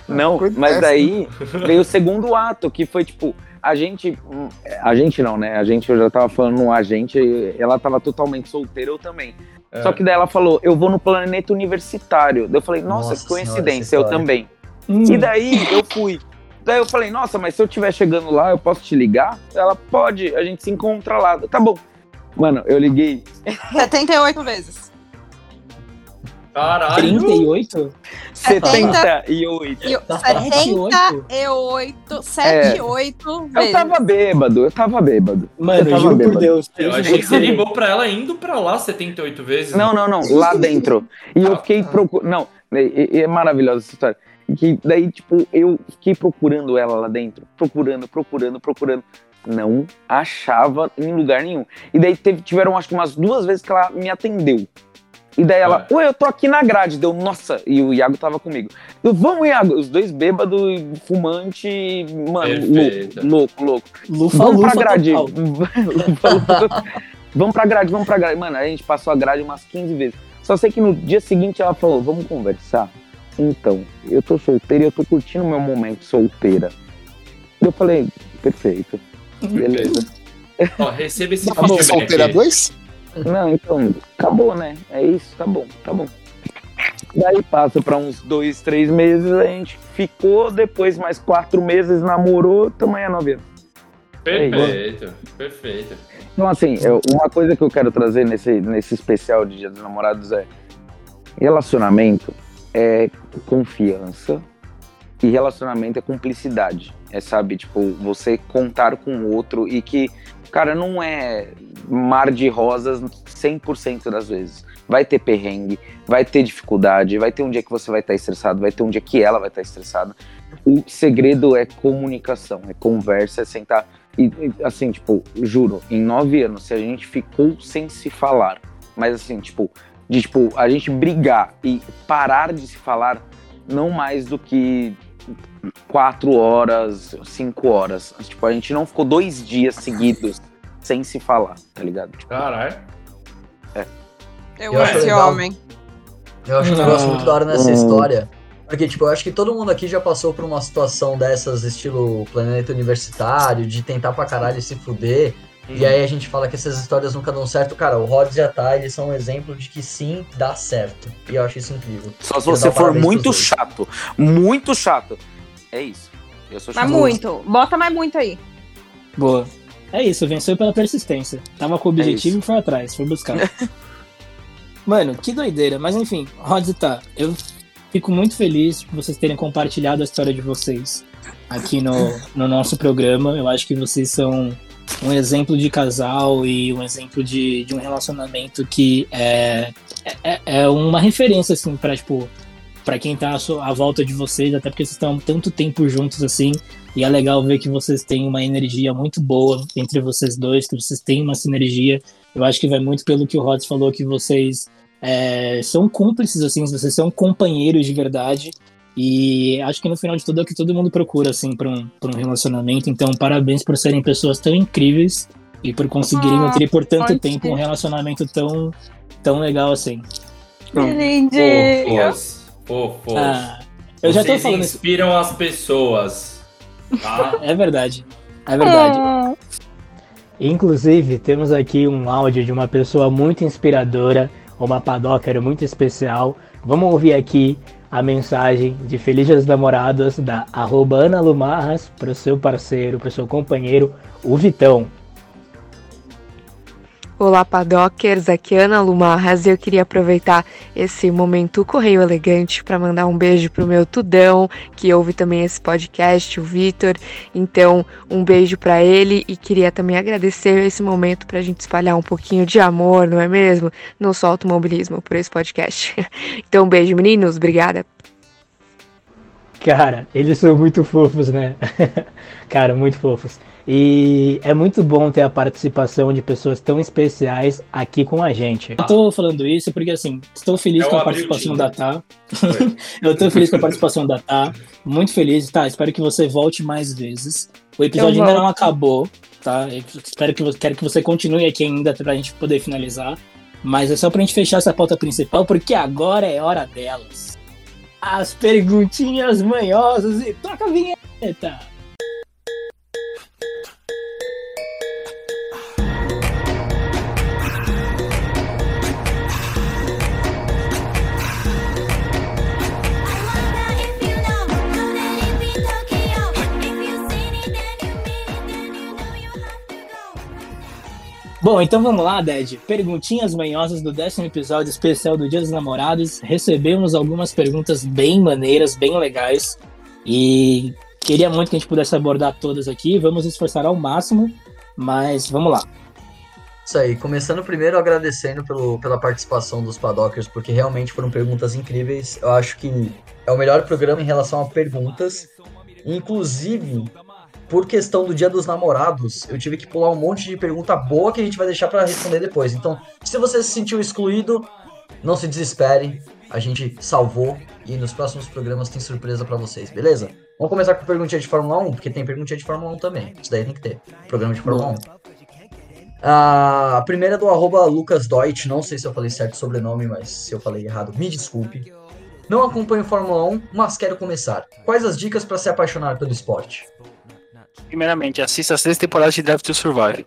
[SPEAKER 2] Não, mas daí veio o segundo ato, que foi tipo, a gente. hum, A gente não, né? A gente, eu já tava falando um a gente, ela tava totalmente solteira, eu também.
[SPEAKER 3] É.
[SPEAKER 2] Só que daí ela falou, eu vou no planeta universitário. Daí eu falei, nossa,
[SPEAKER 6] Nossa
[SPEAKER 2] que
[SPEAKER 6] senhora,
[SPEAKER 2] coincidência,
[SPEAKER 6] essa
[SPEAKER 2] eu
[SPEAKER 6] história.
[SPEAKER 2] também.
[SPEAKER 1] Hum.
[SPEAKER 2] E daí eu fui. Daí eu falei, nossa, mas se eu estiver chegando lá, eu posso te ligar? Ela pode, a gente se encontra lá. Tá bom. Mano, eu liguei
[SPEAKER 9] 78 vezes.
[SPEAKER 3] Caralho.
[SPEAKER 1] 38?
[SPEAKER 2] 78.
[SPEAKER 9] E eu- 78,
[SPEAKER 2] É.
[SPEAKER 9] 78
[SPEAKER 2] Eu
[SPEAKER 9] vezes.
[SPEAKER 2] tava bêbado, eu tava bêbado.
[SPEAKER 1] Mano,
[SPEAKER 2] eu tava
[SPEAKER 1] juro por
[SPEAKER 2] bêbado.
[SPEAKER 1] Deus.
[SPEAKER 3] Eu achei que você ligou pra ela indo pra lá 78 vezes.
[SPEAKER 2] Não, não, Ah. não, lá dentro. E eu fiquei procurando. Não, é, é- é maravilhosa essa história. Que daí, tipo, eu fiquei procurando ela lá dentro. Procurando, procurando, procurando. Não achava em lugar nenhum. E daí teve- tiveram, acho que umas duas vezes que ela me atendeu. E daí ela, ué, eu tô aqui na grade. Deu, nossa, e o Iago tava comigo. Eu, vamos, Iago. Os dois bêbados, fumante, mano,
[SPEAKER 3] Perfeito.
[SPEAKER 2] louco, louco, louco.
[SPEAKER 1] Lufa,
[SPEAKER 2] vamos
[SPEAKER 1] lufa
[SPEAKER 2] pra grade.
[SPEAKER 1] total.
[SPEAKER 2] Lufa, lufa. vamos pra grade, vamos pra grade. Mano, aí a gente passou a grade umas 15 vezes. Só sei que no dia seguinte ela falou, vamos conversar? Então, eu tô solteira e eu tô curtindo meu momento solteira. Eu falei, perfeito. Beleza.
[SPEAKER 3] Ó, receba esse
[SPEAKER 8] Dá pra ser
[SPEAKER 3] feedback
[SPEAKER 8] solteira
[SPEAKER 3] aqui.
[SPEAKER 8] dois?
[SPEAKER 2] Não, então, acabou, né? É isso, tá bom, tá bom. Daí passa pra uns dois, três meses, a gente ficou, depois mais quatro meses, namorou, tamanho a nove anos.
[SPEAKER 3] Perfeito, perfeito.
[SPEAKER 2] Então, assim, eu- uma coisa que eu quero trazer nesse, nesse especial de Dia dos Namorados é: relacionamento é confiança e relacionamento é cumplicidade. É, sabe, tipo, você contar com o outro e que, cara, não é mar de rosas 100% das vezes. Vai ter perrengue, vai ter dificuldade, vai ter um dia que você vai estar estressado, vai ter um dia que ela vai estar estressada. O segredo é comunicação, é conversa, é sentar. E, e, assim, tipo, juro, em nove anos, se a gente ficou sem se falar, mas assim, tipo, de tipo, a gente brigar e parar de se falar não mais do que quatro horas, cinco horas. Tipo, a gente não ficou dois dias seguidos sem se falar, tá ligado? Tipo,
[SPEAKER 3] Caralho.
[SPEAKER 9] Eu,
[SPEAKER 6] Eu
[SPEAKER 9] amo
[SPEAKER 6] acho
[SPEAKER 9] esse
[SPEAKER 6] legal.
[SPEAKER 9] homem.
[SPEAKER 6] Eu acho que eu
[SPEAKER 1] Ah.
[SPEAKER 6] gosto muito da hora nessa
[SPEAKER 2] Hum.
[SPEAKER 6] história. Porque, tipo, eu acho que todo mundo aqui já passou por uma situação dessas, estilo planeta universitário, de tentar pra caralho e se fuder. E aí a gente fala que essas histórias nunca dão certo. Cara, o Rhodes e a Thay, eles são um exemplo de que sim, dá certo. E eu acho isso incrível.
[SPEAKER 2] Só se
[SPEAKER 6] Quero
[SPEAKER 2] você
[SPEAKER 6] dar
[SPEAKER 2] for
[SPEAKER 6] parabéns
[SPEAKER 2] muito
[SPEAKER 6] pros dois.
[SPEAKER 2] chato, muito chato. É isso. Eu sou chato.
[SPEAKER 9] Mas muito. Bota mais muito aí.
[SPEAKER 1] Boa. É isso, venceu pela persistência. Tava com o objetivo
[SPEAKER 2] isso.
[SPEAKER 1] e foi atrás, foi buscar. Mano, que doideira. Mas enfim, Rods tá. Eu fico muito feliz por vocês terem compartilhado a história de vocês aqui no, no nosso programa. Eu acho que vocês são um exemplo de casal e um exemplo de, de um relacionamento que é, é, é uma referência, assim, pra, tipo, pra quem tá à, sua- à volta de vocês, até porque vocês estão há tanto tempo juntos, assim, e é legal ver que vocês têm uma energia muito boa entre vocês dois, que vocês têm uma sinergia. Eu acho que vai muito pelo que o Rods falou, que vocês é, são cúmplices, assim, vocês são companheiros de verdade. E acho que no final de tudo é o que todo mundo procura, assim, pra um, pra um relacionamento. Então, parabéns por serem pessoas tão incríveis e por conseguirem
[SPEAKER 5] Ah,
[SPEAKER 1] nutrir por tanto
[SPEAKER 5] pode
[SPEAKER 1] tempo um
[SPEAKER 5] ser.
[SPEAKER 1] relacionamento tão, tão legal assim.
[SPEAKER 2] Hum.
[SPEAKER 3] Fofos, fofos.
[SPEAKER 1] Ah, eu já tô
[SPEAKER 3] Vocês
[SPEAKER 1] falando isso.
[SPEAKER 3] inspiram as pessoas. Tá?
[SPEAKER 1] É verdade. É verdade.
[SPEAKER 9] Hum.
[SPEAKER 1] Inclusive, temos aqui um áudio de uma pessoa muito inspiradora, uma padócara muito especial. Vamos ouvir aqui a mensagem de Felizes Namoradas da arroba Ana Lumarras para o seu parceiro, para o seu companheiro, o Vitão.
[SPEAKER 14] Olá, Padokers, aqui é Ana Lumarras e eu queria aproveitar esse momento Correio Elegante para mandar um beijo pro meu tudão, que ouve também esse podcast, o Vitor. Então, um beijo para ele e queria também agradecer esse momento para a gente espalhar um pouquinho de amor, não é mesmo? Não só automobilismo por esse podcast. Então, beijo, meninos, obrigada.
[SPEAKER 1] Cara, eles são muito fofos, né? Cara, muito fofos. E é muito bom ter a participação de pessoas tão especiais aqui com a gente. Eu tô falando isso porque, assim, estou feliz
[SPEAKER 3] Eu
[SPEAKER 1] com a
[SPEAKER 3] abri o
[SPEAKER 1] participação
[SPEAKER 3] Tinder.
[SPEAKER 1] da Tá. Eu tô feliz com a participação da Tá. Muito feliz, tá? Espero que você volte mais vezes. O episódio
[SPEAKER 5] Eu
[SPEAKER 1] ainda
[SPEAKER 5] volto.
[SPEAKER 1] não acabou, tá? Eu espero que, vo- quero que você continue aqui ainda pra gente poder finalizar. Mas é só pra gente fechar essa pauta principal, porque agora é hora delas. As perguntinhas manhosas e toca a vinheta! Bom, então vamos lá, Ded. Perguntinhas manhosas do décimo episódio especial do Dia dos Namorados. Recebemos algumas perguntas bem maneiras, bem legais. E queria muito que a gente pudesse abordar todas aqui. Vamos nos esforçar ao máximo, mas vamos lá.
[SPEAKER 6] Isso aí, começando primeiro agradecendo pelo, pela participação dos Padokers, porque realmente foram perguntas incríveis. Eu acho que é o melhor programa em relação a perguntas. Inclusive, por questão do Dia dos Namorados, eu tive que pular um monte de pergunta boa que a gente vai deixar pra responder depois. Então, se você se sentiu excluído, não se desespere, a gente salvou e nos próximos programas tem surpresa pra vocês, beleza? Vamos começar com perguntinha de Fórmula 1, porque tem perguntinha de Fórmula 1 também. Isso daí tem que ter. Programa de Fórmula 1. Ah, A primeira é do arroba Lucas Deutsch, não sei se eu falei certo o sobrenome, mas se eu falei errado, me desculpe. Não acompanho Fórmula 1, mas quero começar. Quais as dicas pra se apaixonar pelo esporte?
[SPEAKER 4] Primeiramente, assista as três temporadas de Drive to Survive.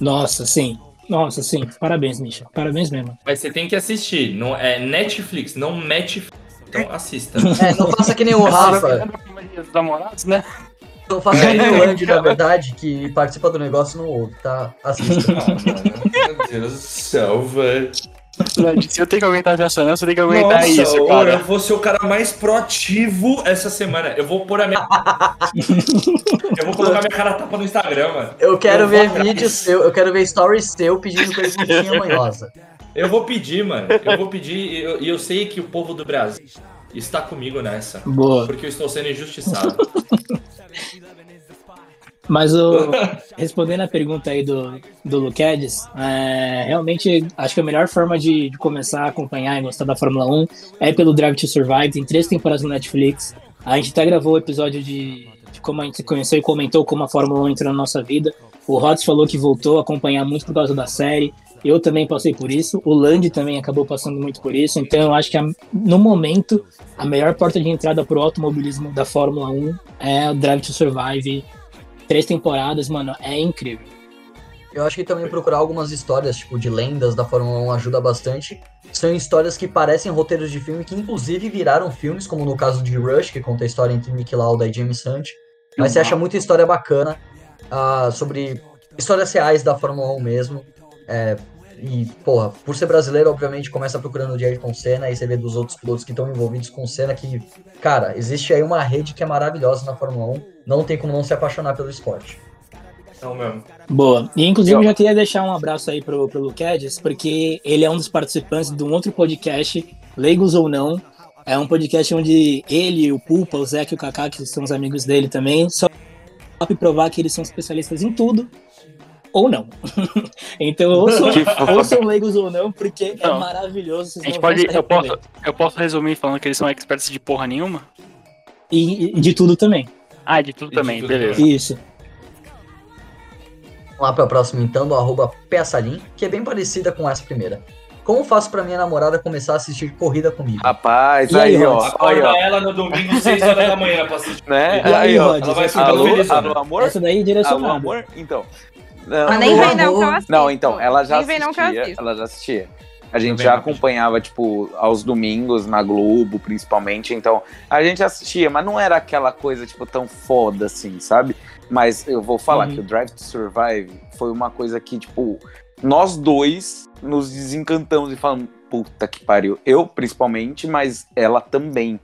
[SPEAKER 1] Nossa, sim. Nossa, sim. Parabéns, Misha. Parabéns mesmo.
[SPEAKER 3] Mas você tem que assistir. Não, é Netflix, não Netflix. Então assista.
[SPEAKER 6] É, não faça que nem o Rafa.
[SPEAKER 4] Namorados, né?
[SPEAKER 6] Não faça que nem o Andy, na verdade, que participa do negócio e não ouve, tá? Assista.
[SPEAKER 3] Ah, Meu Deus do céu, velho.
[SPEAKER 4] Se eu tenho que aguentar essa ressonância, eu tenho que aguentar é isso,
[SPEAKER 3] ô,
[SPEAKER 4] cara.
[SPEAKER 3] eu vou ser o cara mais proativo essa semana. Eu vou pôr a minha. eu vou colocar minha cara tapa no Instagram, mano.
[SPEAKER 6] Eu quero ver
[SPEAKER 3] vou atrás.
[SPEAKER 6] vídeo seu, eu quero ver stories seu pedindo perguntinha manhosa.
[SPEAKER 3] Eu vou pedir, mano. Eu vou pedir. E eu, e eu sei que o povo do Brasil está comigo nessa.
[SPEAKER 1] Boa.
[SPEAKER 3] Porque eu estou sendo injustiçado.
[SPEAKER 1] Mas o, respondendo a pergunta aí do, do Luquedes, é, realmente acho que a melhor forma de, de começar a acompanhar e gostar da Fórmula 1 é pelo Drive to Survive, tem três temporadas no Netflix. A gente até gravou o episódio de, de como a gente se conheceu e comentou como a Fórmula 1 entrou na nossa vida. O Rods falou que voltou a acompanhar muito por causa da série. Eu também passei por isso. O Land também acabou passando muito por isso. Então eu acho que a- no momento a melhor porta de entrada para o automobilismo da Fórmula 1 é o Drive to Survive três temporadas, mano, é incrível.
[SPEAKER 6] Eu acho que também procurar algumas histórias, tipo, de lendas da Fórmula 1 ajuda bastante. São histórias que parecem roteiros de filme, que inclusive viraram filmes, como no caso de Rush, que conta a história entre Nick Lauda e James Hunt. Mas você acha muita história bacana ah, sobre histórias reais da Fórmula 1 mesmo. É, e, porra, por ser brasileiro, obviamente, começa procurando o Ayrton Senna, aí você vê dos outros pilotos que estão envolvidos com o Senna, que, um, cara, existe aí uma rede que é maravilhosa na Fórmula 1. Não tem como não se apaixonar pelo esporte.
[SPEAKER 3] Não mesmo.
[SPEAKER 1] Boa. E inclusive eu já queria deixar um abraço aí pro, pro Luquedes, porque ele é um dos participantes de um outro podcast, Leigos ou Não. É um podcast onde ele, o Pulpa, o Zeca e o Kaká, que são os amigos dele também, só pra provar que eles são especialistas em tudo. Ou não. então, ouçam,
[SPEAKER 4] Que foda.
[SPEAKER 1] ouçam Leigos ou Não, porque é
[SPEAKER 4] Não.
[SPEAKER 1] maravilhoso. vocês
[SPEAKER 4] A gente
[SPEAKER 1] não vão
[SPEAKER 4] pode.
[SPEAKER 1] se
[SPEAKER 4] Eu posso,
[SPEAKER 1] arrepender.
[SPEAKER 4] eu posso resumir falando que eles são experts de porra nenhuma?
[SPEAKER 1] E, e de tudo também.
[SPEAKER 4] Ah, de tudo também, beleza.
[SPEAKER 1] Isso.
[SPEAKER 6] Vamos lá para a próxima então, do arroba Peçalim, que é bem parecida com essa primeira. Como faço para minha namorada começar a assistir corrida comigo?
[SPEAKER 1] Ah,
[SPEAKER 2] Rapaz,
[SPEAKER 6] E aí,
[SPEAKER 2] aí, ó.
[SPEAKER 6] Rods?
[SPEAKER 2] Aí,
[SPEAKER 6] Olha
[SPEAKER 2] ó.
[SPEAKER 3] Ela no domingo, 6 horas da manhã, pra assistir.
[SPEAKER 2] Né?
[SPEAKER 3] E aí,
[SPEAKER 2] ó.
[SPEAKER 3] Rods,
[SPEAKER 2] Ela vai
[SPEAKER 3] essa
[SPEAKER 2] ficar
[SPEAKER 3] daí-
[SPEAKER 6] né?
[SPEAKER 2] feliz,
[SPEAKER 3] essa-
[SPEAKER 2] alô, amor?
[SPEAKER 1] essa daí é
[SPEAKER 2] Alô,
[SPEAKER 1] direcionada.
[SPEAKER 2] Ah, amor? Então.
[SPEAKER 9] Mas nem
[SPEAKER 2] alô,
[SPEAKER 9] vem não,
[SPEAKER 2] amor.
[SPEAKER 9] que eu assisto.
[SPEAKER 2] Não, então, ela já
[SPEAKER 9] Nem vem não, que eu
[SPEAKER 2] assistia.
[SPEAKER 9] assisto.
[SPEAKER 2] Ela já assistia. A gente já acompanhava, tipo, aos domingos na Globo, principalmente. Então, a gente assistia, mas não era aquela coisa, tipo, tão foda assim, sabe? Mas eu vou falar que o Drive to Survive foi uma coisa que, tipo, nós dois nos desencantamos e falamos, puta que pariu. Eu, principalmente, mas ela também.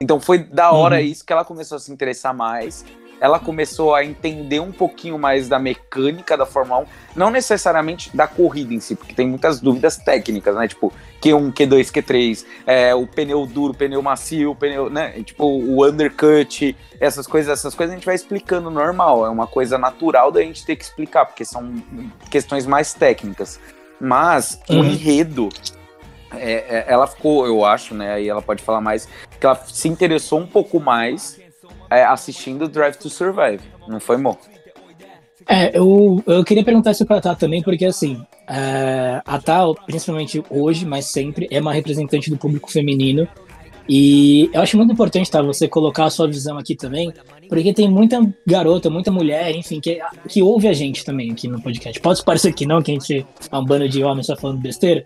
[SPEAKER 2] Então foi da hora
[SPEAKER 15] Uhum.
[SPEAKER 2] isso que ela começou a se interessar mais. Ela começou a entender um pouquinho mais da mecânica da Fórmula 1, não necessariamente da corrida em si, porque tem muitas dúvidas técnicas, né? Tipo, Q1, Q2, Q3, é, o pneu duro, o pneu macio, o pneu, né? Tipo, o undercut, essas coisas, essas coisas a gente vai explicando normal. É uma coisa natural da gente ter que explicar, porque são questões mais técnicas. Mas o
[SPEAKER 15] Uhum.
[SPEAKER 2] enredo é, é, ela ficou, eu acho, né? Aí ela pode falar mais, que ela se interessou um pouco mais é, assistindo Drive to Survive. Não foi, Mo?
[SPEAKER 1] É, eu, eu queria perguntar isso pra Tá também, porque assim, é, a Tá, principalmente hoje, mas sempre, é uma representante do público feminino. E eu acho muito importante, tá, você colocar a sua visão aqui também, porque tem muita garota, muita mulher, enfim, que, que ouve a gente também aqui no podcast. Pode parecer que não, que a gente é um bando de homens só falando besteira.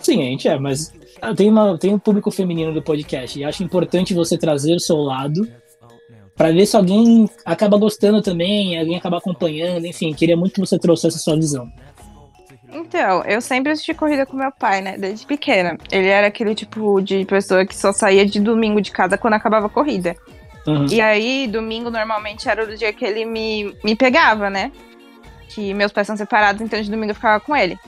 [SPEAKER 1] Sim, a gente é, mas ah, tem, uma, tem um público feminino do podcast. E acho importante você trazer o seu lado Pra ver se alguém acaba gostando também, alguém acaba acompanhando, enfim, queria muito que você trouxesse a sua visão.
[SPEAKER 9] Então, eu sempre assisti corrida com meu pai, né? Desde pequena. Ele era aquele tipo de pessoa que só saía de domingo de casa quando acabava a corrida.
[SPEAKER 16] Uhum.
[SPEAKER 9] E aí, domingo normalmente era o dia que ele me, me pegava, né? Que meus pais são separados, então de domingo eu ficava com ele.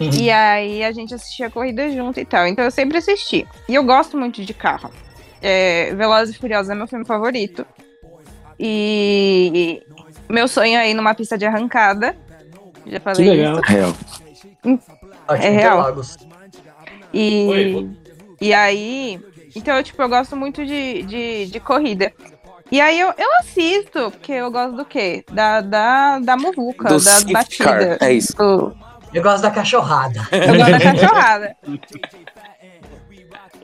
[SPEAKER 16] Uhum.
[SPEAKER 9] E aí a gente assistia a corrida junto e tal. Então eu sempre assisti. E eu gosto muito de carro. É, Veloz e Furiosa é meu filme favorito. E meu sonho é ir numa pista de arrancada. Já falei isso.
[SPEAKER 6] Acho
[SPEAKER 9] É
[SPEAKER 6] que
[SPEAKER 9] real.
[SPEAKER 6] Interlagos.
[SPEAKER 9] E,
[SPEAKER 6] Oi, vou-
[SPEAKER 9] e aí. Então, eu, tipo, eu gosto muito de, de, de corrida. E aí eu, eu assisto, porque eu gosto do quê? Da, da, da muvuca,
[SPEAKER 6] Do
[SPEAKER 9] da
[SPEAKER 6] safety
[SPEAKER 9] batida.
[SPEAKER 6] car, é isso.
[SPEAKER 9] do-
[SPEAKER 6] Eu gosto da cachorrada.
[SPEAKER 9] Eu gosto da cachorrada.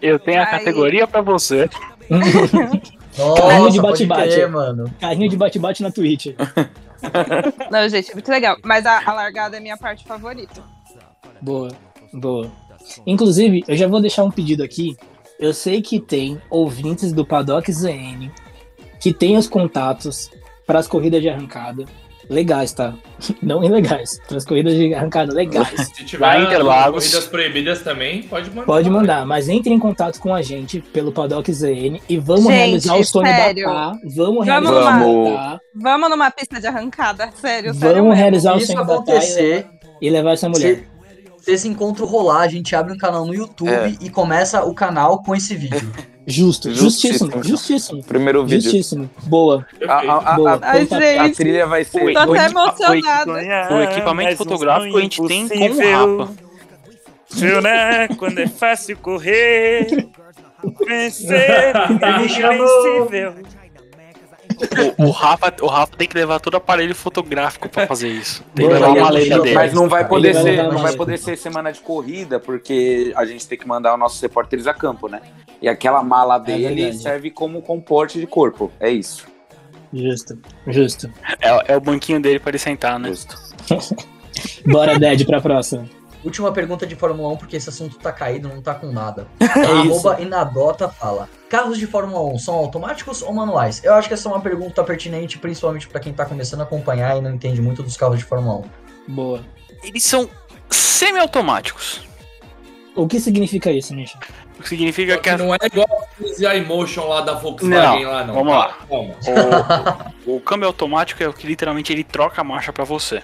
[SPEAKER 4] Eu tenho a
[SPEAKER 9] Aí-
[SPEAKER 4] categoria pra você.
[SPEAKER 1] Carrinho de
[SPEAKER 6] pode
[SPEAKER 1] bate-bate.
[SPEAKER 6] crer, mano.
[SPEAKER 1] Carrinho de bate-bate na Twitch.
[SPEAKER 9] Não, gente, é muito legal. Mas a, a largada é minha parte favorita.
[SPEAKER 1] Boa, boa. Inclusive, eu já vou deixar um pedido aqui. Eu sei que tem ouvintes do Paddock ZN que tem os contatos para as corridas de arrancada legais, tá? Não ilegais, para as corridas de arrancada legais.
[SPEAKER 3] Se tiver
[SPEAKER 1] Lá em Interlagos.
[SPEAKER 3] corridas proibidas também, pode mandar.
[SPEAKER 1] Pode mandar, mas entre em contato com a gente pelo Paddock ZN e vamos
[SPEAKER 9] Gente,
[SPEAKER 1] realizar o sonho
[SPEAKER 9] sério.
[SPEAKER 1] da Tá. Vamos
[SPEAKER 9] Vamos
[SPEAKER 1] realizar o sonho
[SPEAKER 9] numa-
[SPEAKER 1] da Tá.
[SPEAKER 9] Vamos numa pista de arrancada, sério, sério.
[SPEAKER 1] Vamos
[SPEAKER 9] mesmo.
[SPEAKER 1] realizar o
[SPEAKER 6] Isso
[SPEAKER 1] sonho da Tá e
[SPEAKER 6] acontecer.
[SPEAKER 1] levar- e levar essa mulher.
[SPEAKER 6] Se esse encontro rolar, a gente abre um canal no YouTube
[SPEAKER 1] É.
[SPEAKER 6] e começa o canal com esse vídeo.
[SPEAKER 1] Justo, justíssimo,
[SPEAKER 2] Justíssimo.
[SPEAKER 1] justíssimo.
[SPEAKER 2] Primeiro vídeo.
[SPEAKER 1] Justíssimo. Boa.
[SPEAKER 2] A, a- a-
[SPEAKER 1] Boa. Então tá.
[SPEAKER 2] a- a trilha vai ser.
[SPEAKER 4] Tô até
[SPEAKER 9] emocionada.
[SPEAKER 4] O equipamento fotográfico a gente tem com um o Rafa.
[SPEAKER 15] Viu, né? Quando é fácil correr, vencer
[SPEAKER 4] Ele
[SPEAKER 15] é
[SPEAKER 4] me chamou.
[SPEAKER 15] invencível.
[SPEAKER 4] O, o Rafa, o Rafa tem que levar todo aparelho fotográfico pra fazer isso. Tem
[SPEAKER 2] Boa,
[SPEAKER 4] que levar
[SPEAKER 2] aí,
[SPEAKER 4] uma maleta
[SPEAKER 2] mas
[SPEAKER 4] dele.
[SPEAKER 2] não vai poder
[SPEAKER 4] Ele
[SPEAKER 2] ser,
[SPEAKER 4] levar a
[SPEAKER 2] não vai
[SPEAKER 4] maleta.
[SPEAKER 2] poder ser semana de corrida, porque a gente tem que mandar os nossos repórteres a campo, né? E aquela mala
[SPEAKER 9] É
[SPEAKER 2] dele
[SPEAKER 1] verdade.
[SPEAKER 2] serve como comporte de corpo. É isso.
[SPEAKER 1] Justo, justo.
[SPEAKER 4] É, é o banquinho dele pra ele sentar, né?
[SPEAKER 1] Bora, Ded, pra próxima.
[SPEAKER 6] Última pergunta de Fórmula 1, porque esse assunto tá caído, não tá com nada. A arroba Inadota fala: Carros de Fórmula 1 são automáticos ou manuais? Eu acho que essa é uma pergunta pertinente, principalmente pra quem tá começando a acompanhar e não entende muito dos carros de Fórmula 1.
[SPEAKER 1] Boa.
[SPEAKER 4] Eles são semi-automáticos.
[SPEAKER 1] O que significa isso, Misha?
[SPEAKER 4] O que
[SPEAKER 3] é
[SPEAKER 4] significa que a...
[SPEAKER 3] Não é igual a Emotion lá da Volkswagen
[SPEAKER 4] Não,
[SPEAKER 3] lá, não.
[SPEAKER 4] vamos lá.
[SPEAKER 3] Calma.
[SPEAKER 4] O- O câmbio automático é o que literalmente ele troca a marcha pra você.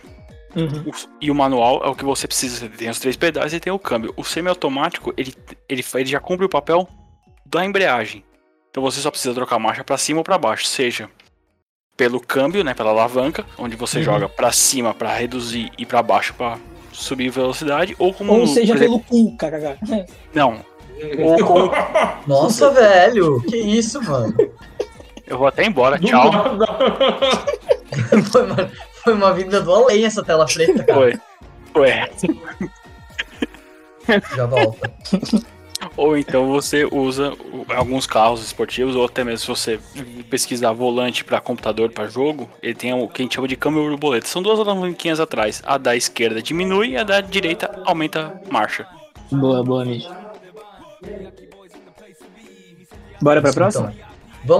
[SPEAKER 1] Uhum.
[SPEAKER 4] O- E o manual é o que você precisa. Você tem os três pedais e tem o câmbio. O semiautomático, ele, ele, fa- ele já cumpre o papel da embreagem. Então você só precisa trocar a marcha pra cima ou pra baixo, seja pelo câmbio, né, pela alavanca, onde você
[SPEAKER 1] Uhum.
[SPEAKER 4] joga pra cima pra reduzir e pra baixo pra subir velocidade, ou como
[SPEAKER 1] Ou seja,
[SPEAKER 4] por
[SPEAKER 1] pelo
[SPEAKER 4] exemplo-
[SPEAKER 1] cu, kkk.
[SPEAKER 4] não.
[SPEAKER 1] Ou com-
[SPEAKER 6] Nossa, velho, que isso, mano.
[SPEAKER 4] Eu vou até embora, tchau.
[SPEAKER 6] Foi uma vida do além essa tela preta, cara.
[SPEAKER 4] Foi. Ué.
[SPEAKER 6] Já volta.
[SPEAKER 4] Ou então você usa o- alguns carros esportivos, ou até mesmo se você pesquisar volante para computador, para jogo, ele tem o que a gente chama de câmbio borboleta. São duas alavanquinhas atrás. A da esquerda diminui e a da direita aumenta a marcha.
[SPEAKER 1] Boa, boa, amigo. Bora pra próxima?
[SPEAKER 6] Então,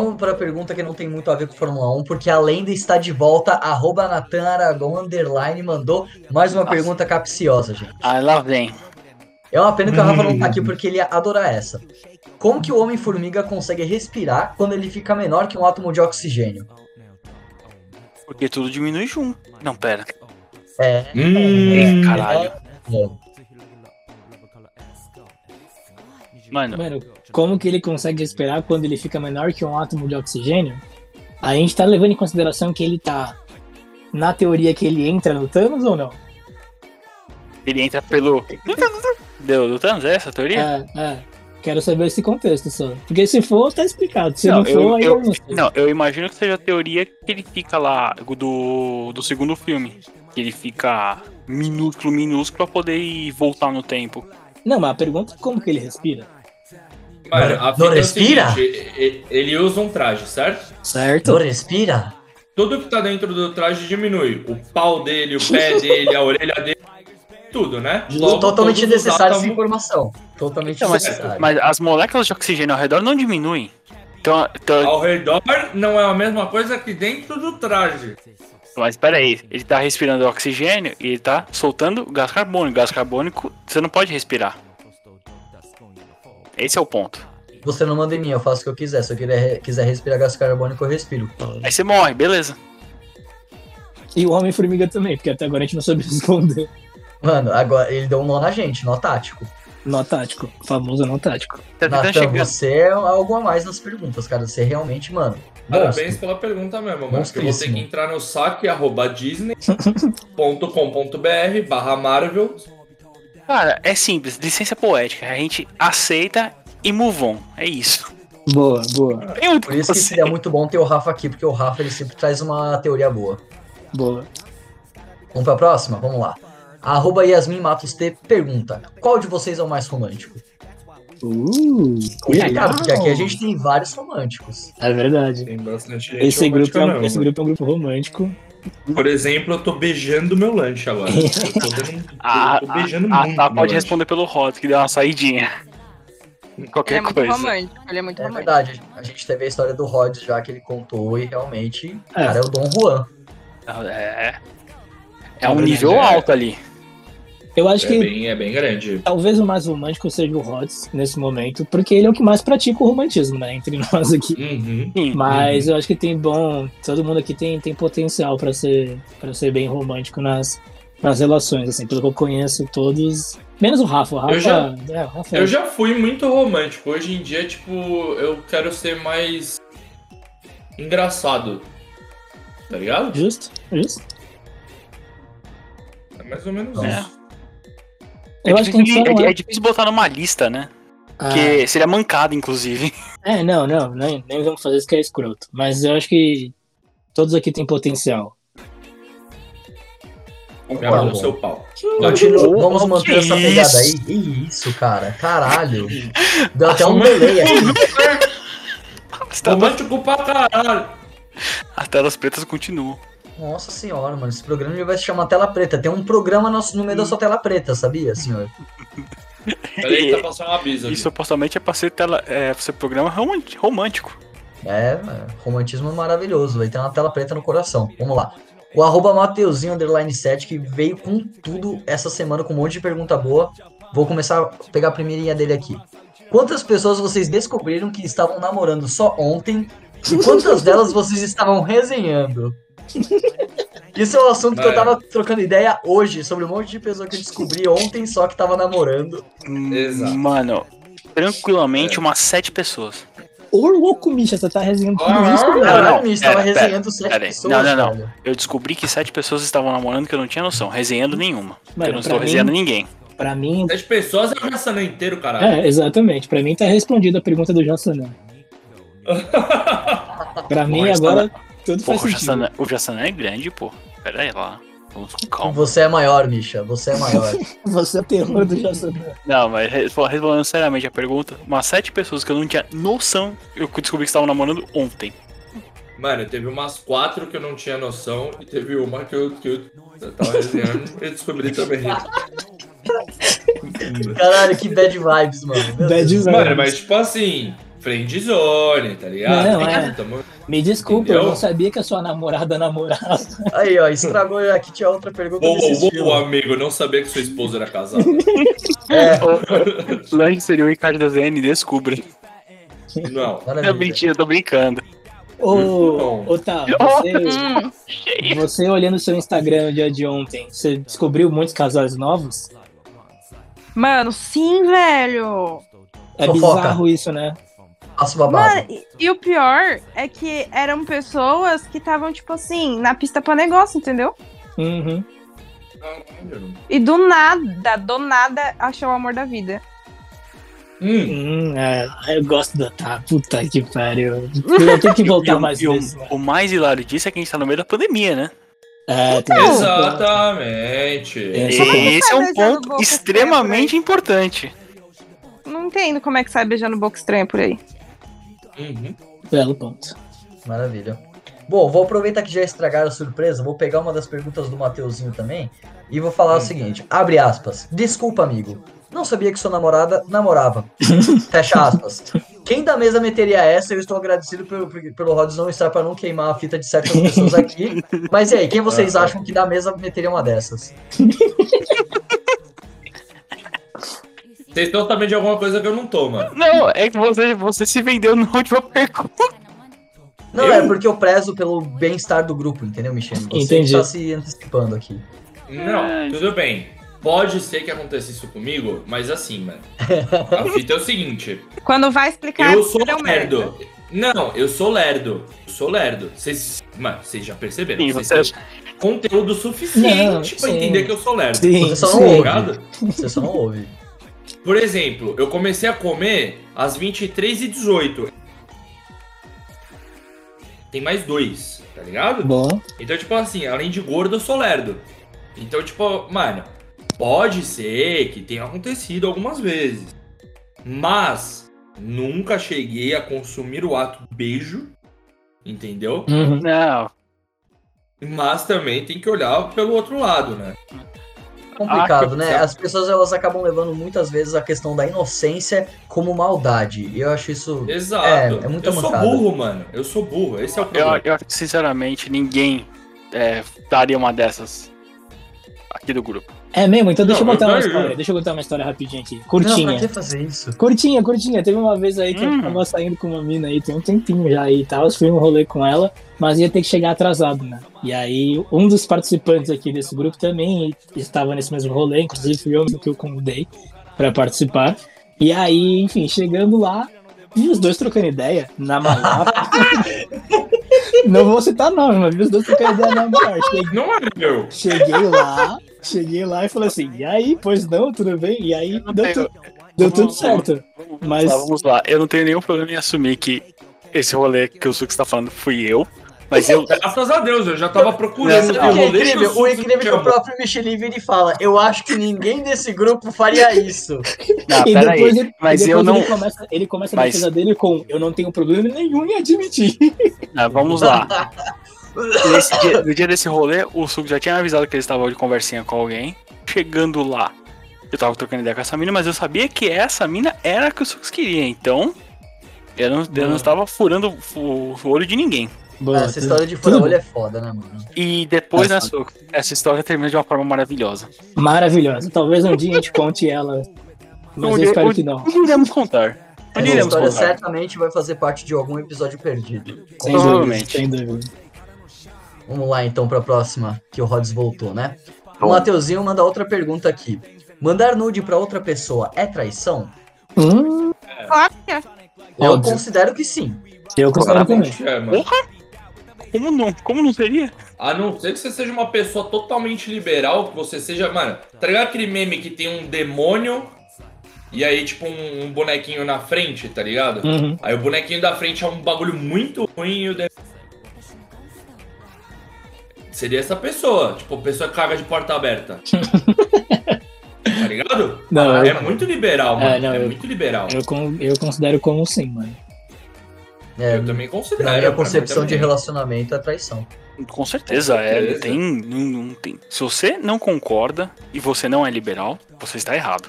[SPEAKER 6] vamos pra pergunta que não tem muito a ver com Fórmula 1, porque a lenda está de volta. Arroba Natan Aragão Underline mandou mais uma pergunta capciosa, gente.
[SPEAKER 4] Ah, lá vem.
[SPEAKER 6] É uma pena que o Rafa não tá aqui
[SPEAKER 4] Uhum.
[SPEAKER 6] porque ele ia adorar essa. Como que o Homem-Formiga consegue respirar quando ele fica menor que um átomo de oxigênio?
[SPEAKER 4] Porque tudo diminui junto. Não, pera.
[SPEAKER 6] É.
[SPEAKER 4] Ih, Hum, caralho. Mano.
[SPEAKER 1] Então, Mano, como que ele consegue respirar quando ele fica menor que um átomo de oxigênio? A gente tá levando em consideração que ele tá. Na teoria que ele entra no Thanos ou não?
[SPEAKER 4] Ele entra pelo. Deu do Thanos, é essa a teoria?
[SPEAKER 1] É, é. Quero saber esse contexto só. Porque se for, tá explicado. Se não,
[SPEAKER 4] Não,
[SPEAKER 1] for,
[SPEAKER 4] eu,
[SPEAKER 1] aí é
[SPEAKER 4] eu-
[SPEAKER 1] eu não sei.
[SPEAKER 4] não, eu imagino que seja a teoria que ele fica lá do, do segundo filme. Que ele fica minúsculo, minúsculo pra poder ir voltar no tempo.
[SPEAKER 1] Não, mas a pergunta é como que ele respira.
[SPEAKER 3] Mano, a fita é o
[SPEAKER 1] respira?
[SPEAKER 3] seguinte, e- e- ele usa um traje, certo?
[SPEAKER 1] Certo.
[SPEAKER 6] Não respira?
[SPEAKER 3] Tudo que tá dentro do traje diminui. O pau dele, o pé dele, a orelha dele, tudo, né?
[SPEAKER 1] é
[SPEAKER 3] Logo,
[SPEAKER 6] Totalmente
[SPEAKER 3] todos os
[SPEAKER 6] necessária essa
[SPEAKER 3] átomos-
[SPEAKER 6] informação. Totalmente
[SPEAKER 4] Então, mas,
[SPEAKER 6] necessária.
[SPEAKER 4] mas as moléculas de oxigênio ao redor não diminuem. Então, então-
[SPEAKER 3] Ao redor não é a mesma coisa que dentro do traje.
[SPEAKER 4] mas peraí, ele tá respirando oxigênio e ele tá soltando gás carbônico. Gás carbônico, você não pode respirar. Esse é o ponto.
[SPEAKER 6] Você não manda em mim, eu faço o que eu quiser. Se eu quiser, quiser respirar gás carbônico, eu respiro.
[SPEAKER 4] Aí você morre, beleza.
[SPEAKER 1] E o Homem-Formiga também, porque até agora a gente não soube responder.
[SPEAKER 6] Mano, agora ele deu um nó na gente, nó tático.
[SPEAKER 1] Nó tático, famoso nó tático.
[SPEAKER 4] Tá
[SPEAKER 6] Natan, você é algo a mais nas perguntas, cara. Você realmente, mano.
[SPEAKER 3] Parabéns
[SPEAKER 6] monstro.
[SPEAKER 3] pela pergunta mesmo, mano. Que eu vou ter
[SPEAKER 6] Monstríssimo.
[SPEAKER 3] que entrar no saque arroba disney.com.br barra Marvel.
[SPEAKER 4] Cara, é simples, licença poética. A gente aceita e move on. É isso.
[SPEAKER 1] Boa, boa.
[SPEAKER 6] Por isso que seria muito bom ter o Rafa aqui, porque o Rafa ele sempre traz uma teoria boa.
[SPEAKER 1] Boa.
[SPEAKER 6] Vamos pra próxima? Vamos lá. Arroba Yasmin Matos T pergunta: Qual de vocês é o mais romântico?
[SPEAKER 1] Uh,
[SPEAKER 6] Complicado, porque aqui a gente tem vários românticos.
[SPEAKER 1] É verdade.
[SPEAKER 3] Tem bastante gente
[SPEAKER 1] Esse grupo,
[SPEAKER 3] romântica
[SPEAKER 1] é um,
[SPEAKER 3] mesmo,
[SPEAKER 1] esse
[SPEAKER 3] mano.
[SPEAKER 1] grupo é um grupo romântico.
[SPEAKER 3] Por exemplo, eu tô beijando meu lanche agora. Eu tô dando- um-
[SPEAKER 4] A,
[SPEAKER 3] eu tô beijando
[SPEAKER 4] a, a,
[SPEAKER 3] muito
[SPEAKER 4] Tá
[SPEAKER 3] meu
[SPEAKER 4] pode
[SPEAKER 3] lanche.
[SPEAKER 4] responder pelo Rod, que deu uma saidinha.
[SPEAKER 9] Ele
[SPEAKER 4] Qualquer
[SPEAKER 9] é muito
[SPEAKER 4] coisa.
[SPEAKER 9] romântico, ele é muito
[SPEAKER 6] É
[SPEAKER 9] romântico.
[SPEAKER 6] verdade, a gente teve a história do Rhodes já que ele contou e realmente, cara, é o Dom Juan.
[SPEAKER 4] É.
[SPEAKER 1] É um nível alto
[SPEAKER 4] ali.
[SPEAKER 1] Eu acho
[SPEAKER 3] é
[SPEAKER 1] que-
[SPEAKER 3] Bem, é bem grande.
[SPEAKER 1] Talvez o mais romântico seja o Rhodes nesse momento, porque ele é o que mais pratica o romantismo, né? Entre nós aqui.
[SPEAKER 3] Uhum.
[SPEAKER 1] Mas eu acho que tem bom. Todo mundo aqui tem, tem potencial pra ser para ser bem romântico nas, nas relações, assim, pelo que eu conheço todos. Menos o Rafa. O Rafa,
[SPEAKER 3] Eu já-
[SPEAKER 1] é, o Rafa
[SPEAKER 3] Eu já fui muito romântico. Hoje em dia, tipo, eu quero ser mais engraçado. Tá ligado?
[SPEAKER 1] Justo, justo.
[SPEAKER 3] É mais ou menos
[SPEAKER 1] É.
[SPEAKER 3] isso.
[SPEAKER 4] É,
[SPEAKER 1] Eu acho que a
[SPEAKER 4] difícil,
[SPEAKER 1] gente só não
[SPEAKER 4] é-
[SPEAKER 1] é-
[SPEAKER 4] é difícil botar numa lista, né? Porque seria mancada, inclusive.
[SPEAKER 1] É, não, não, nem, nem vamos fazer isso que é escroto. Mas eu acho que todos aqui têm potencial.
[SPEAKER 3] Gabão,
[SPEAKER 6] Tá bom.
[SPEAKER 3] seu pau.
[SPEAKER 6] Continua, vamos
[SPEAKER 3] que
[SPEAKER 6] manter essa
[SPEAKER 3] isso?
[SPEAKER 6] pegada aí. Ih, Isso, cara, caralho. Deu até um delay aqui.
[SPEAKER 1] Tá
[SPEAKER 3] Romântico pra caralho.
[SPEAKER 4] As telas pretas continuam.
[SPEAKER 6] Nossa senhora, mano, esse programa ele vai se chamar Tela Preta. Tem um programa nosso no meio da sua tela preta, sabia, senhor?
[SPEAKER 3] Peraí, tá passando uma brisa.
[SPEAKER 4] Isso supostamente é pra ser, tela, é, pra ser programa romant- romântico.
[SPEAKER 6] É, mano, romantismo maravilhoso, vai ter uma tela preta no coração. Vamos lá. O arroba Mateuzinho underline 7, que veio com tudo essa semana, com um monte de pergunta boa. Vou começar a pegar a primeirinha dele aqui. Quantas pessoas vocês descobriram que estavam namorando só ontem E quantas delas vocês estavam resenhando? Isso é um assunto que eu tava trocando ideia hoje sobre um monte de pessoa que eu descobri ontem só que tava namorando.
[SPEAKER 4] Mano, tranquilamente umas sete pessoas.
[SPEAKER 1] Ô, louco, Misha, você tá resenhando tudo isso?
[SPEAKER 6] Caralho,
[SPEAKER 1] cara?
[SPEAKER 6] Mish, tava resenhando sete
[SPEAKER 4] É, pera aí.
[SPEAKER 6] pessoas,
[SPEAKER 4] Não, não, não.
[SPEAKER 6] velho.
[SPEAKER 4] Eu descobri que sete pessoas estavam namorando que eu não tinha noção. Resenhando nenhuma.
[SPEAKER 1] Mano,
[SPEAKER 4] eu não
[SPEAKER 1] pra
[SPEAKER 4] estou
[SPEAKER 1] mim-
[SPEAKER 4] resenhando ninguém.
[SPEAKER 1] Pra mim.
[SPEAKER 3] Sete pessoas é o Jaçanã inteiro, caralho.
[SPEAKER 1] É, exatamente. Pra mim tá respondida a pergunta do Jassanã. pra mim
[SPEAKER 4] Porra,
[SPEAKER 1] agora
[SPEAKER 4] Jassanã.
[SPEAKER 1] tudo
[SPEAKER 4] tá Porra,
[SPEAKER 1] faz
[SPEAKER 4] o
[SPEAKER 1] sentido.
[SPEAKER 4] Jassanã- o Jassanã é grande, pô. Pera aí lá. Vamos com calma.
[SPEAKER 1] Uhum.
[SPEAKER 6] Você é maior, Misha. Você é maior.
[SPEAKER 1] Você é terror do Jassanã.
[SPEAKER 4] Não, mas res- respondendo seriamente a pergunta, umas sete pessoas que eu não tinha noção, eu descobri que estavam namorando ontem.
[SPEAKER 1] É.
[SPEAKER 3] Mano, teve umas quatro que eu não tinha noção e teve uma que eu, que eu tava resenhando e eu descobri também.
[SPEAKER 6] Caralho, que bad vibes, mano. Meu Deus.
[SPEAKER 3] Mano, mas tipo assim, friend zone, tá ligado?
[SPEAKER 1] Não,
[SPEAKER 3] Tem
[SPEAKER 1] é.
[SPEAKER 3] que tomar-
[SPEAKER 1] Me desculpa, eu
[SPEAKER 3] Entendeu?
[SPEAKER 1] não sabia que a sua namorada namorava.
[SPEAKER 6] Aí, ó, estragou aqui tinha outra pergunta
[SPEAKER 3] Ô,
[SPEAKER 6] desse
[SPEAKER 3] ô,
[SPEAKER 6] estilo.
[SPEAKER 3] ô, amigo, eu não sabia que sua esposa era casada.
[SPEAKER 6] É,
[SPEAKER 4] Lange seria o Ricardo do ZN, descubra.
[SPEAKER 3] Não.
[SPEAKER 6] Tá
[SPEAKER 4] É mentira, eu tô brincando.
[SPEAKER 1] Ô, Otávio,
[SPEAKER 9] Hum.
[SPEAKER 1] você, você olhando o seu Instagram no dia de ontem, você descobriu muitos casais novos?
[SPEAKER 9] Mano, sim, velho.
[SPEAKER 1] É
[SPEAKER 6] Fofoca.
[SPEAKER 1] bizarro isso, né?
[SPEAKER 6] Faço babado.
[SPEAKER 9] Mano, e, e o pior é que eram pessoas que estavam, tipo assim, na pista pra negócio, entendeu?
[SPEAKER 1] Uhum. Hum.
[SPEAKER 9] E do nada, do nada, achou o amor da vida.
[SPEAKER 1] Hum, é, eu gosto do Otávio. Puta que pariu. Eu vou ter que
[SPEAKER 4] E
[SPEAKER 1] voltar
[SPEAKER 4] o-
[SPEAKER 1] mais
[SPEAKER 4] e o,
[SPEAKER 1] vezes. né?
[SPEAKER 4] o mais hilário disso é que a gente tá no meio da pandemia, né?
[SPEAKER 1] É,
[SPEAKER 3] Exatamente.
[SPEAKER 4] Esse é
[SPEAKER 9] Como
[SPEAKER 4] um
[SPEAKER 9] que tá beijando
[SPEAKER 4] ponto
[SPEAKER 9] boca
[SPEAKER 4] extremamente importante.
[SPEAKER 9] Não entendo como é que sai beijando boca estranha por aí.
[SPEAKER 3] Uhum.
[SPEAKER 1] Belo ponto.
[SPEAKER 6] Maravilha. Bom, vou aproveitar que já estragaram a surpresa, vou pegar uma das perguntas do Mateuzinho também e vou falar o seguinte, abre aspas. Desculpa, amigo. Não sabia que sua namorada namorava. Fecha aspas. Quem da mesa meteria essa? Eu estou agradecido pelo, pelo Rods não estar para não queimar a fita de certas pessoas aqui. Mas e aí, quem vocês acham que da mesa meteria uma dessas?
[SPEAKER 3] Vocês estão sabendo de alguma coisa que eu não tô, mano.
[SPEAKER 4] Não, é que você, você se vendeu na última pergunta.
[SPEAKER 6] Não, é porque eu prezo pelo bem-estar do grupo, entendeu, Michel? Você
[SPEAKER 1] Entendi.
[SPEAKER 6] está se antecipando aqui.
[SPEAKER 3] Não, tudo bem. Pode ser que aconteça isso comigo, mas assim, mano. A fita é o seguinte.
[SPEAKER 9] Quando vai explicar,
[SPEAKER 3] Eu sou um
[SPEAKER 1] é.
[SPEAKER 9] deu merda.
[SPEAKER 3] lerdo. Não, eu sou lerdo. Eu sou lerdo. Vocês, mano, vocês já perceberam.
[SPEAKER 4] Sim,
[SPEAKER 3] vocês
[SPEAKER 4] você-
[SPEAKER 3] têm conteúdo
[SPEAKER 1] Não,
[SPEAKER 3] suficiente pra
[SPEAKER 1] sim.
[SPEAKER 3] entender que eu sou lerdo. tá
[SPEAKER 1] Sim, Você só um não sim. ouve.
[SPEAKER 6] Você só não ouve. É
[SPEAKER 3] Por exemplo, eu comecei a comer às 23h18. Tem mais dois, tá ligado?
[SPEAKER 1] Bom.
[SPEAKER 3] Então, tipo assim, além de gordo, eu sou lerdo. Então, tipo, mano, pode ser que tenha acontecido algumas vezes. Mas nunca cheguei a consumir o ato do beijo, entendeu?
[SPEAKER 1] Uhum.
[SPEAKER 4] Não.
[SPEAKER 3] Mas também tem que olhar pelo outro lado, né?
[SPEAKER 6] complicado,
[SPEAKER 3] Ah,
[SPEAKER 6] né?
[SPEAKER 3] que-
[SPEAKER 6] As pessoas elas acabam levando muitas vezes a questão da inocência como maldade. E eu acho isso.
[SPEAKER 3] Exato.
[SPEAKER 6] É, é muita
[SPEAKER 3] eu sou
[SPEAKER 6] mancada.
[SPEAKER 3] burro, mano. Eu sou burro. Esse é o
[SPEAKER 4] Eu,
[SPEAKER 3] problema.
[SPEAKER 4] eu acho que, sinceramente, ninguém é, daria uma dessas aqui do grupo.
[SPEAKER 1] É mesmo? Então deixa
[SPEAKER 4] Não,
[SPEAKER 1] eu contar
[SPEAKER 4] eu
[SPEAKER 1] uma
[SPEAKER 4] quero-
[SPEAKER 1] história. Deixa eu contar uma história rapidinho aqui. Curtinha.
[SPEAKER 6] Não, pra que fazer isso?
[SPEAKER 1] Curtinha, curtinha. Teve uma vez aí que eu tava saindo com uma mina aí, tem um tempinho já aí e tal. Eu fui um rolê com ela, mas ia ter que chegar atrasado, né? E aí, um dos participantes aqui desse grupo também estava nesse mesmo rolê, inclusive fui eu mesmo que eu convidei pra participar. E aí, enfim, chegando lá, vi os dois trocando ideia na malapa. Não vou citar nome, mas vi os dois trocando ideia na malapa.
[SPEAKER 3] Não é meu.
[SPEAKER 1] Cheguei lá, cheguei lá e falei assim, e aí, pois não, tudo bem? E aí, deu, tu- deu
[SPEAKER 4] Vamos-
[SPEAKER 1] tudo certo. Mas...
[SPEAKER 4] Tá, vamos lá. Eu não tenho nenhum problema em assumir que esse rolê que o Suki está falando fui eu. Mas eu.
[SPEAKER 3] Graças a Deus, eu já tava procurando.
[SPEAKER 6] Sabe o que é incrível? O incrível é que o próprio Michelin vira e fala: Eu acho que ninguém desse grupo faria isso. Ah,
[SPEAKER 4] Não,
[SPEAKER 1] e
[SPEAKER 4] Ah, peraí,
[SPEAKER 1] depois, ele,
[SPEAKER 4] mas
[SPEAKER 1] e depois
[SPEAKER 4] eu não-
[SPEAKER 1] Ele começa, ele começa a
[SPEAKER 4] Mas-
[SPEAKER 1] defesa dele com: Eu não tenho problema nenhum em admitir.
[SPEAKER 4] Ah, vamos lá. Nesse dia- no dia desse rolê, o Suco já tinha avisado que ele estava de conversinha com alguém. Chegando lá, eu tava trocando ideia com essa mina, mas eu sabia que essa mina era a que o Suco queria, então eu não, eu não estava furando o o olho de ninguém.
[SPEAKER 6] Essa
[SPEAKER 1] tá.
[SPEAKER 6] história de fura-olho é foda, né, mano?
[SPEAKER 4] E depois, né, Suco, essa história termina de uma forma maravilhosa.
[SPEAKER 1] Maravilhosa. Talvez um dia a gente conte ela. Mas eu
[SPEAKER 4] Onde-
[SPEAKER 1] espero
[SPEAKER 4] onde-
[SPEAKER 1] que não.
[SPEAKER 4] onde iremos contar.
[SPEAKER 6] Essa
[SPEAKER 4] iremos
[SPEAKER 6] história
[SPEAKER 4] contar.
[SPEAKER 6] certamente vai fazer parte de algum episódio perdido.
[SPEAKER 4] Sem dúvida, Provavelmente. sem
[SPEAKER 6] Vamos lá então pra próxima, que o Rods voltou, né? O
[SPEAKER 1] Bom.
[SPEAKER 6] Mateuzinho manda outra pergunta aqui. Mandar nude pra outra pessoa é traição?
[SPEAKER 1] Hum,
[SPEAKER 9] Claro que é.
[SPEAKER 6] Eu
[SPEAKER 1] Óbvio.
[SPEAKER 6] considero que sim.
[SPEAKER 1] eu considero também.
[SPEAKER 3] Porra!
[SPEAKER 4] Como não? Como não seria?
[SPEAKER 3] A não ser que você seja uma pessoa totalmente liberal, que você seja, mano, tá ligado aquele meme que tem um demônio e aí, tipo, um, um bonequinho na frente, tá ligado?
[SPEAKER 16] Uhum.
[SPEAKER 3] Aí o bonequinho da frente é um bagulho muito ruim e o de... Seria essa pessoa, tipo, pessoa que caga de porta aberta. tá ligado?
[SPEAKER 1] Não,
[SPEAKER 6] Ah,
[SPEAKER 3] é
[SPEAKER 1] eu-
[SPEAKER 3] muito liberal, mano.
[SPEAKER 1] É,
[SPEAKER 3] É,
[SPEAKER 1] não, eu-
[SPEAKER 3] muito liberal.
[SPEAKER 1] Eu, con- eu considero como sim, mano.
[SPEAKER 6] É,
[SPEAKER 3] eu também considero.
[SPEAKER 6] Na
[SPEAKER 3] pra
[SPEAKER 6] minha
[SPEAKER 3] mim
[SPEAKER 6] concepção de
[SPEAKER 3] também.
[SPEAKER 6] relacionamento é traição.
[SPEAKER 4] Com certeza, é.
[SPEAKER 6] certeza.
[SPEAKER 4] Não tem, não, não tem. Se você não concorda e você não é liberal, você está errado.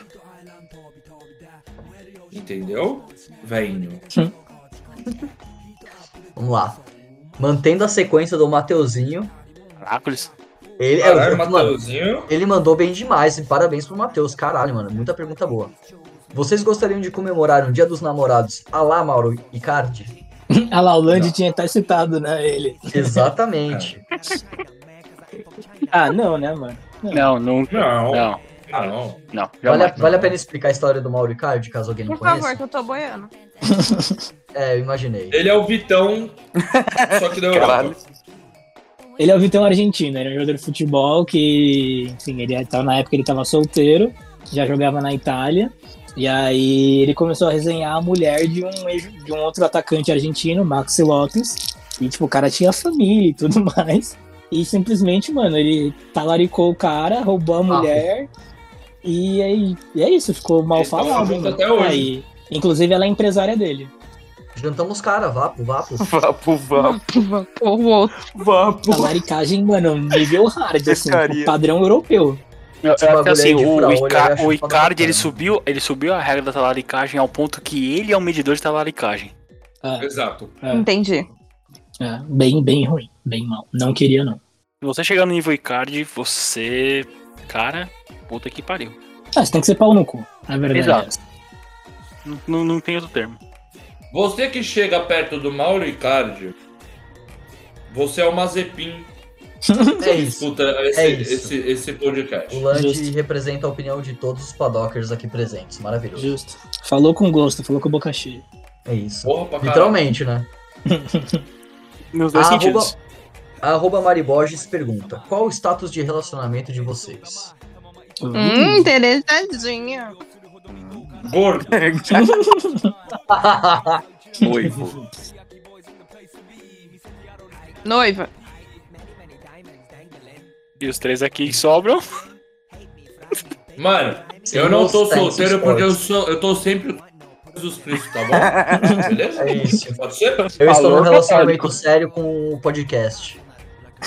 [SPEAKER 3] Entendeu? Venho.
[SPEAKER 6] Vamos lá. Mantendo a sequência do Mateuzinho.
[SPEAKER 4] Caracoles.
[SPEAKER 6] Ele,
[SPEAKER 3] Caralho,
[SPEAKER 6] é, mano,
[SPEAKER 3] Mateuzinho.
[SPEAKER 6] ele mandou bem demais. E parabéns pro Mateus. Caralho, mano. Muita pergunta boa. Vocês gostariam de comemorar um dia dos namorados a lá Mauro Icardi?
[SPEAKER 1] A Laulande tinha até citado, né, ele.
[SPEAKER 6] Exatamente.
[SPEAKER 1] ah, não, né, mano?
[SPEAKER 4] Não, não.
[SPEAKER 3] Não.
[SPEAKER 4] Não.
[SPEAKER 3] Não.
[SPEAKER 4] Não.
[SPEAKER 6] Vale a,
[SPEAKER 4] Jamais.
[SPEAKER 6] vale a pena explicar a história do Mauro Icardi, caso alguém não
[SPEAKER 9] Por
[SPEAKER 6] conheça?
[SPEAKER 9] favor, que eu tô boiando.
[SPEAKER 6] É, eu imaginei.
[SPEAKER 3] Ele é o Vitão, só que da Europa.
[SPEAKER 1] Ele é o Vitão Argentino, ele é um jogador de futebol que, enfim, ele tava- na época ele tava solteiro, já jogava na Itália, e aí ele começou a resenhar a mulher de um, ex- de um outro atacante argentino, Maxi Lopes, e tipo, o cara tinha família e tudo mais, e simplesmente, mano, ele talaricou o cara,
[SPEAKER 6] Ah.
[SPEAKER 1] roubou a mulher, e, aí, e é isso, ficou mal
[SPEAKER 6] Eles tão
[SPEAKER 1] falado.
[SPEAKER 6] juntos
[SPEAKER 1] mano.
[SPEAKER 6] tá até hoje.
[SPEAKER 1] Aí, inclusive ela é empresária dele.
[SPEAKER 6] Jantamos cara, vapo, vapo.
[SPEAKER 2] Vapo, vapo.
[SPEAKER 1] Vapo, vapo. Talaricagem, mano, nível hard, assim,
[SPEAKER 4] Pescaria.
[SPEAKER 1] tipo, padrão europeu.
[SPEAKER 4] Eu, eu
[SPEAKER 1] Esse
[SPEAKER 4] acho que
[SPEAKER 1] bagulho
[SPEAKER 4] assim,
[SPEAKER 1] aí de
[SPEAKER 4] o,
[SPEAKER 1] fura olho, eu
[SPEAKER 4] Ica,
[SPEAKER 1] acho
[SPEAKER 6] né?
[SPEAKER 4] o
[SPEAKER 1] foda
[SPEAKER 4] Icardi ele subiu, ele subiu a regra da talaricagem ao ponto que ele é o medidor de talaricagem.
[SPEAKER 3] Exato.
[SPEAKER 9] Entendi.
[SPEAKER 1] É, bem, bem ruim, bem mal. Não queria, não.
[SPEAKER 4] Se você chegar no nível Icardi, você. Cara, puta que pariu.
[SPEAKER 1] Ah, você tem que ser pau no cu. A verdade é essa.
[SPEAKER 4] N- Não, não tem outro termo.
[SPEAKER 3] Você que chega perto do Mauro Icardi, você é o Mazepin.
[SPEAKER 6] É isso.
[SPEAKER 3] Escuta esse,
[SPEAKER 6] É isso.
[SPEAKER 3] esse, esse podcast.
[SPEAKER 6] O Land representa a opinião de todos os paddockers aqui presentes. Maravilhoso.
[SPEAKER 1] Justo. Falou com gosto, falou com a boca cheia.
[SPEAKER 6] É isso.
[SPEAKER 1] Porra pra caralho.
[SPEAKER 6] Literalmente, né?
[SPEAKER 4] Meus
[SPEAKER 1] dois
[SPEAKER 6] a Ah, arroba,
[SPEAKER 1] sentidos.
[SPEAKER 6] a arroba Mari Borges pergunta: Qual o status de relacionamento de vocês?
[SPEAKER 9] Hum, interessadinho.
[SPEAKER 3] Gordo.
[SPEAKER 2] Noivo.
[SPEAKER 9] Noiva.
[SPEAKER 4] E os três aqui que sobram.
[SPEAKER 3] Mano,
[SPEAKER 4] Sem
[SPEAKER 3] eu não tô
[SPEAKER 4] gostar, sem
[SPEAKER 3] solteiro porque eu,
[SPEAKER 4] esporte.
[SPEAKER 3] sou, eu tô sempre com Jesus Cristo, tá bom? Beleza?
[SPEAKER 6] É isso.
[SPEAKER 3] Pode ser?
[SPEAKER 6] Eu estou num relacionamento sério com o podcast.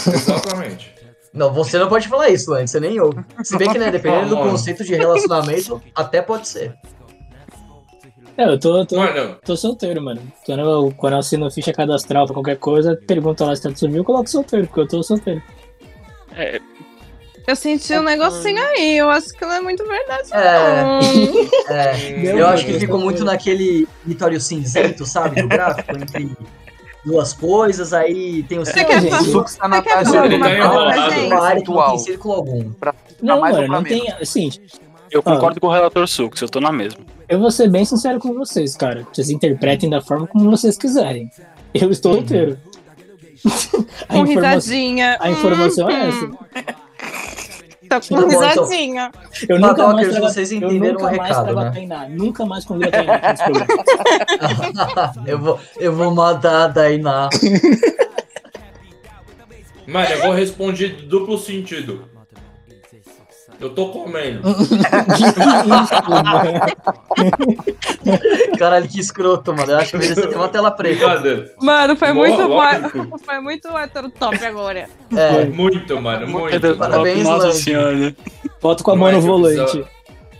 [SPEAKER 3] Exatamente.
[SPEAKER 6] Não, você não pode falar isso, Land, você nem ouve. Se bem que, né, dependendo do
[SPEAKER 1] Amor.
[SPEAKER 6] conceito de relacionamento, até pode ser.
[SPEAKER 1] É, eu tô,
[SPEAKER 6] Então,
[SPEAKER 1] tô,
[SPEAKER 3] Mano.
[SPEAKER 1] tô solteiro, mano. Quando eu, quando eu assino ficha cadastral pra qualquer coisa, pergunta lá se tá subiu, eu coloco solteiro, porque eu tô solteiro.
[SPEAKER 4] É,
[SPEAKER 9] Eu senti um negocinho aí, eu acho que não é muito verdade.
[SPEAKER 6] Uhum. É.
[SPEAKER 9] não.
[SPEAKER 6] É,
[SPEAKER 9] Meu
[SPEAKER 6] eu acho
[SPEAKER 9] Deus.
[SPEAKER 6] que ficou muito naquele vitório cinzento, sabe? Do gráfico, entre duas coisas, aí tem o tá
[SPEAKER 9] Você quer falar- Fluxo da você quer Natália. falar alguma coisa pra
[SPEAKER 6] né,
[SPEAKER 9] gente?
[SPEAKER 6] Não tem círculo algum.
[SPEAKER 9] Tá
[SPEAKER 1] Não,
[SPEAKER 4] mais ou
[SPEAKER 1] mano,
[SPEAKER 9] um
[SPEAKER 4] pra
[SPEAKER 1] não
[SPEAKER 4] menos.
[SPEAKER 9] né?
[SPEAKER 1] tem. Assim,
[SPEAKER 4] Eu concordo com o relator Sucos, eu tô na mesma.
[SPEAKER 1] eu vou ser bem sincero com vocês, cara. Vocês interpretem da forma como vocês quiserem. Eu estou solteiro. A
[SPEAKER 9] Uhum. Com
[SPEAKER 1] informa-
[SPEAKER 9] risadinha. hum,
[SPEAKER 1] A informação é essa.
[SPEAKER 9] Tá com
[SPEAKER 1] Tá bom, então.
[SPEAKER 9] risadinha.
[SPEAKER 1] Eu nunca mais
[SPEAKER 6] Padockers,
[SPEAKER 1] trava-
[SPEAKER 6] vocês
[SPEAKER 1] eu
[SPEAKER 6] entenderam
[SPEAKER 1] nunca
[SPEAKER 6] o
[SPEAKER 1] mais
[SPEAKER 6] recado,
[SPEAKER 1] trava
[SPEAKER 6] né?
[SPEAKER 1] Tainá, Nunca mais convido a Tainá pra esse programa.
[SPEAKER 6] Eu vou, eu vou matar a Dainá.
[SPEAKER 3] Mano, eu vou responder de duplo sentido. Eu tô comendo.
[SPEAKER 6] Caralho, que escroto, mano. Eu acho que merecia ter uma tela preta.
[SPEAKER 3] Obrigado.
[SPEAKER 9] Mano, foi
[SPEAKER 6] Boa,
[SPEAKER 9] muito
[SPEAKER 6] lógico.
[SPEAKER 9] bom. Foi muito hétero top agora.
[SPEAKER 6] É.
[SPEAKER 3] Muito, mano, muito. mano.
[SPEAKER 6] Parabéns,
[SPEAKER 4] Nossa
[SPEAKER 6] Land.
[SPEAKER 4] senhora. né?
[SPEAKER 1] Foto com a mão no
[SPEAKER 3] Moleque, eu
[SPEAKER 1] volante.
[SPEAKER 3] precisava-